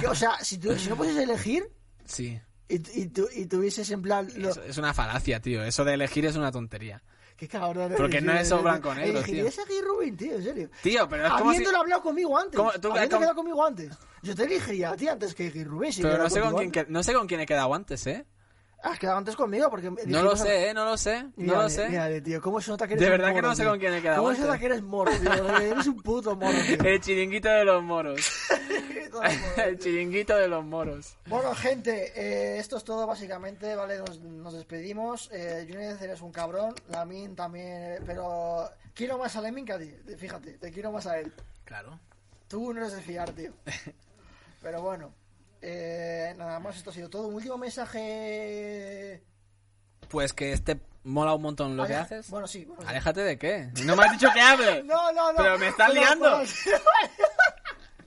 Speaker 1: Que, o sea, si, tú, si no pudieses elegir
Speaker 2: Sí.
Speaker 1: y, y, tu- y tuvieses en plan... lo-
Speaker 2: Es, es una falacia, tío. Eso de elegir es una tontería.
Speaker 1: Qué cabrón. ¿eh?
Speaker 2: Porque
Speaker 1: eres,
Speaker 2: no
Speaker 1: tío,
Speaker 2: es eso
Speaker 1: eres-
Speaker 2: blanco o negro,
Speaker 1: eres-
Speaker 2: tío.
Speaker 1: elegirías a Guy Rubin, tío, en serio.
Speaker 2: Tío, pero es como
Speaker 1: Habiéndolo
Speaker 2: si-
Speaker 1: hablado conmigo antes.
Speaker 2: ¿Cómo- tú-
Speaker 1: habiendo
Speaker 2: con-
Speaker 1: quedado conmigo antes. Yo te elegiría a ti antes que Guy Rubin. si
Speaker 2: Pero
Speaker 1: quedaba
Speaker 2: no sé, con quién,
Speaker 1: contigo
Speaker 2: que- no sé con quién he quedado antes, ¿eh?
Speaker 1: antes. Has quedado antes conmigo porque...
Speaker 2: No lo sé, ¿eh? No lo sé. No
Speaker 1: Mírale,
Speaker 2: lo sé.
Speaker 1: mírale, tío, cómo se nota que
Speaker 2: De
Speaker 1: eres un
Speaker 2: verdad que
Speaker 1: moro,
Speaker 2: no sé
Speaker 1: tío.
Speaker 2: con quién he quedado
Speaker 1: Cómo se nota
Speaker 2: antes.
Speaker 1: que eres moro, tío. Eres un puto moro, tío.
Speaker 2: El chiringuito de los moros. El chiringuito de los moros.
Speaker 1: Bueno, gente, eh, esto es todo básicamente, ¿vale? Nos, nos despedimos. Eh, Junez, eres un cabrón. Lamin también, eh, pero quiero más a Lemin que a ti. Fíjate, te quiero más a él.
Speaker 2: Claro.
Speaker 1: Tú no eres de fiar, tío. Pero bueno, eh, nada más, esto ha sido todo. Un último mensaje.
Speaker 2: Pues que este mola un montón lo que
Speaker 1: Aleja-
Speaker 2: haces.
Speaker 1: Bueno, sí. bueno, sí.
Speaker 2: Aléjate de qué. No me has dicho que hable.
Speaker 1: No, no, no.
Speaker 2: Pero me estás
Speaker 1: Pero,
Speaker 2: liando.
Speaker 1: pero-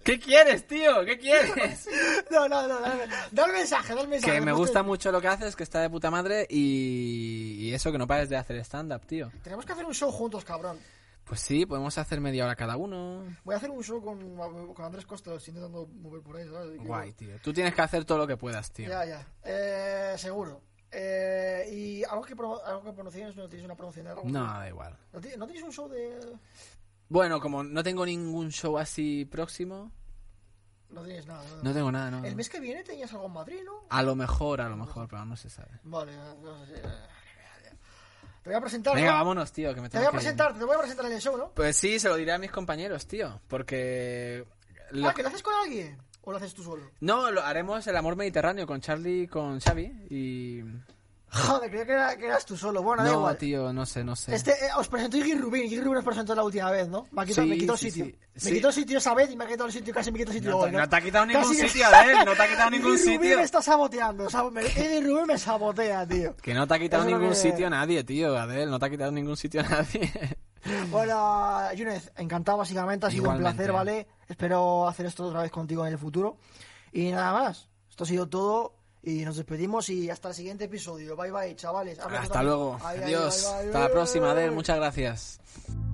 Speaker 2: ¿Qué quieres, tío? ¿Qué quieres?
Speaker 1: No, no, no. Dale, dale mensaje, dale mensaje.
Speaker 2: Que me
Speaker 1: Tenemos
Speaker 2: gusta
Speaker 1: que-
Speaker 2: mucho lo que haces, que está de puta madre y, y eso, que no pares de hacer stand-up, tío.
Speaker 1: Tenemos que hacer un show juntos, cabrón.
Speaker 2: Pues sí, podemos hacer media hora cada uno.
Speaker 1: Voy a hacer un show con, con Andrés Costa, estoy intentando mover por ahí, ¿sabes?
Speaker 2: Guay, tío. Tú tienes que hacer todo lo que puedas, tío.
Speaker 1: Ya, ya. Eh, seguro. Eh, ¿Y algo que, promo- algo que promociones? ¿No tienes una promoción de algo?
Speaker 2: No, da igual.
Speaker 1: ¿No, ti- no tienes un show de...?
Speaker 2: Bueno, como no tengo ningún show así próximo,
Speaker 1: No tienes nada. ¿no?
Speaker 2: no tengo nada, no.
Speaker 1: El mes que viene tenías algo en Madrid, ¿no?
Speaker 2: A lo mejor, a lo mejor, pero no se sabe.
Speaker 1: Vale. no sé. eh, Te voy a presentar.
Speaker 2: Venga,
Speaker 1: ¿no?
Speaker 2: vámonos, tío, que me
Speaker 1: Te
Speaker 2: tengo
Speaker 1: voy a
Speaker 2: que ir.
Speaker 1: presentar, te voy a presentar en el show, ¿no?
Speaker 2: Pues sí, se lo diré a mis compañeros, tío, porque... lo-
Speaker 1: Ah, ¿que lo haces con alguien? ¿O lo haces tú solo?
Speaker 2: No, lo haremos el amor mediterráneo con Charlie, y con Xavi y...
Speaker 1: Joder, creía que, era- que eras tú solo. Bueno, da
Speaker 2: No,
Speaker 1: igual.
Speaker 2: tío, no sé, no sé.
Speaker 1: Este, eh, os presenté a Guy Rubin. Guy Rubin os presentó la última vez, ¿no? Me ha quitado,
Speaker 2: Sí,
Speaker 1: me quitó
Speaker 2: sí,
Speaker 1: sitio.
Speaker 2: sí.
Speaker 1: Me
Speaker 2: Sí.
Speaker 1: quitó sitio esa vez y me ha quitado el sitio. Casi me quitó sitio
Speaker 2: No te-
Speaker 1: hoy.
Speaker 2: no te ha quitado ningún
Speaker 1: Casi-
Speaker 2: sitio, Adel, no te ha quitado ningún
Speaker 1: Guy
Speaker 2: sitio.
Speaker 1: Rubin me está saboteando. sabo- me- Guy Rubin me sabotea, tío.
Speaker 2: Que no te ha quitado
Speaker 1: Eso es lo
Speaker 2: ningún
Speaker 1: que-
Speaker 2: sitio nadie, tío, Adel, no te ha quitado ningún sitio nadie.
Speaker 1: Bueno, Yunez, encantado básicamente. Ha sido un
Speaker 2: Igualmente.
Speaker 1: placer, ¿vale? Espero hacer esto otra vez contigo en el futuro. Y nada más. Esto ha sido todo. Y nos despedimos y hasta el siguiente episodio. Bye bye, chavales. Habla tú
Speaker 2: Hasta
Speaker 1: también.
Speaker 2: luego,
Speaker 1: Ay, ay,
Speaker 2: adiós,
Speaker 1: ay, ay,
Speaker 2: hasta la
Speaker 1: ay,
Speaker 2: próxima,
Speaker 1: ay.
Speaker 2: Adel, muchas gracias.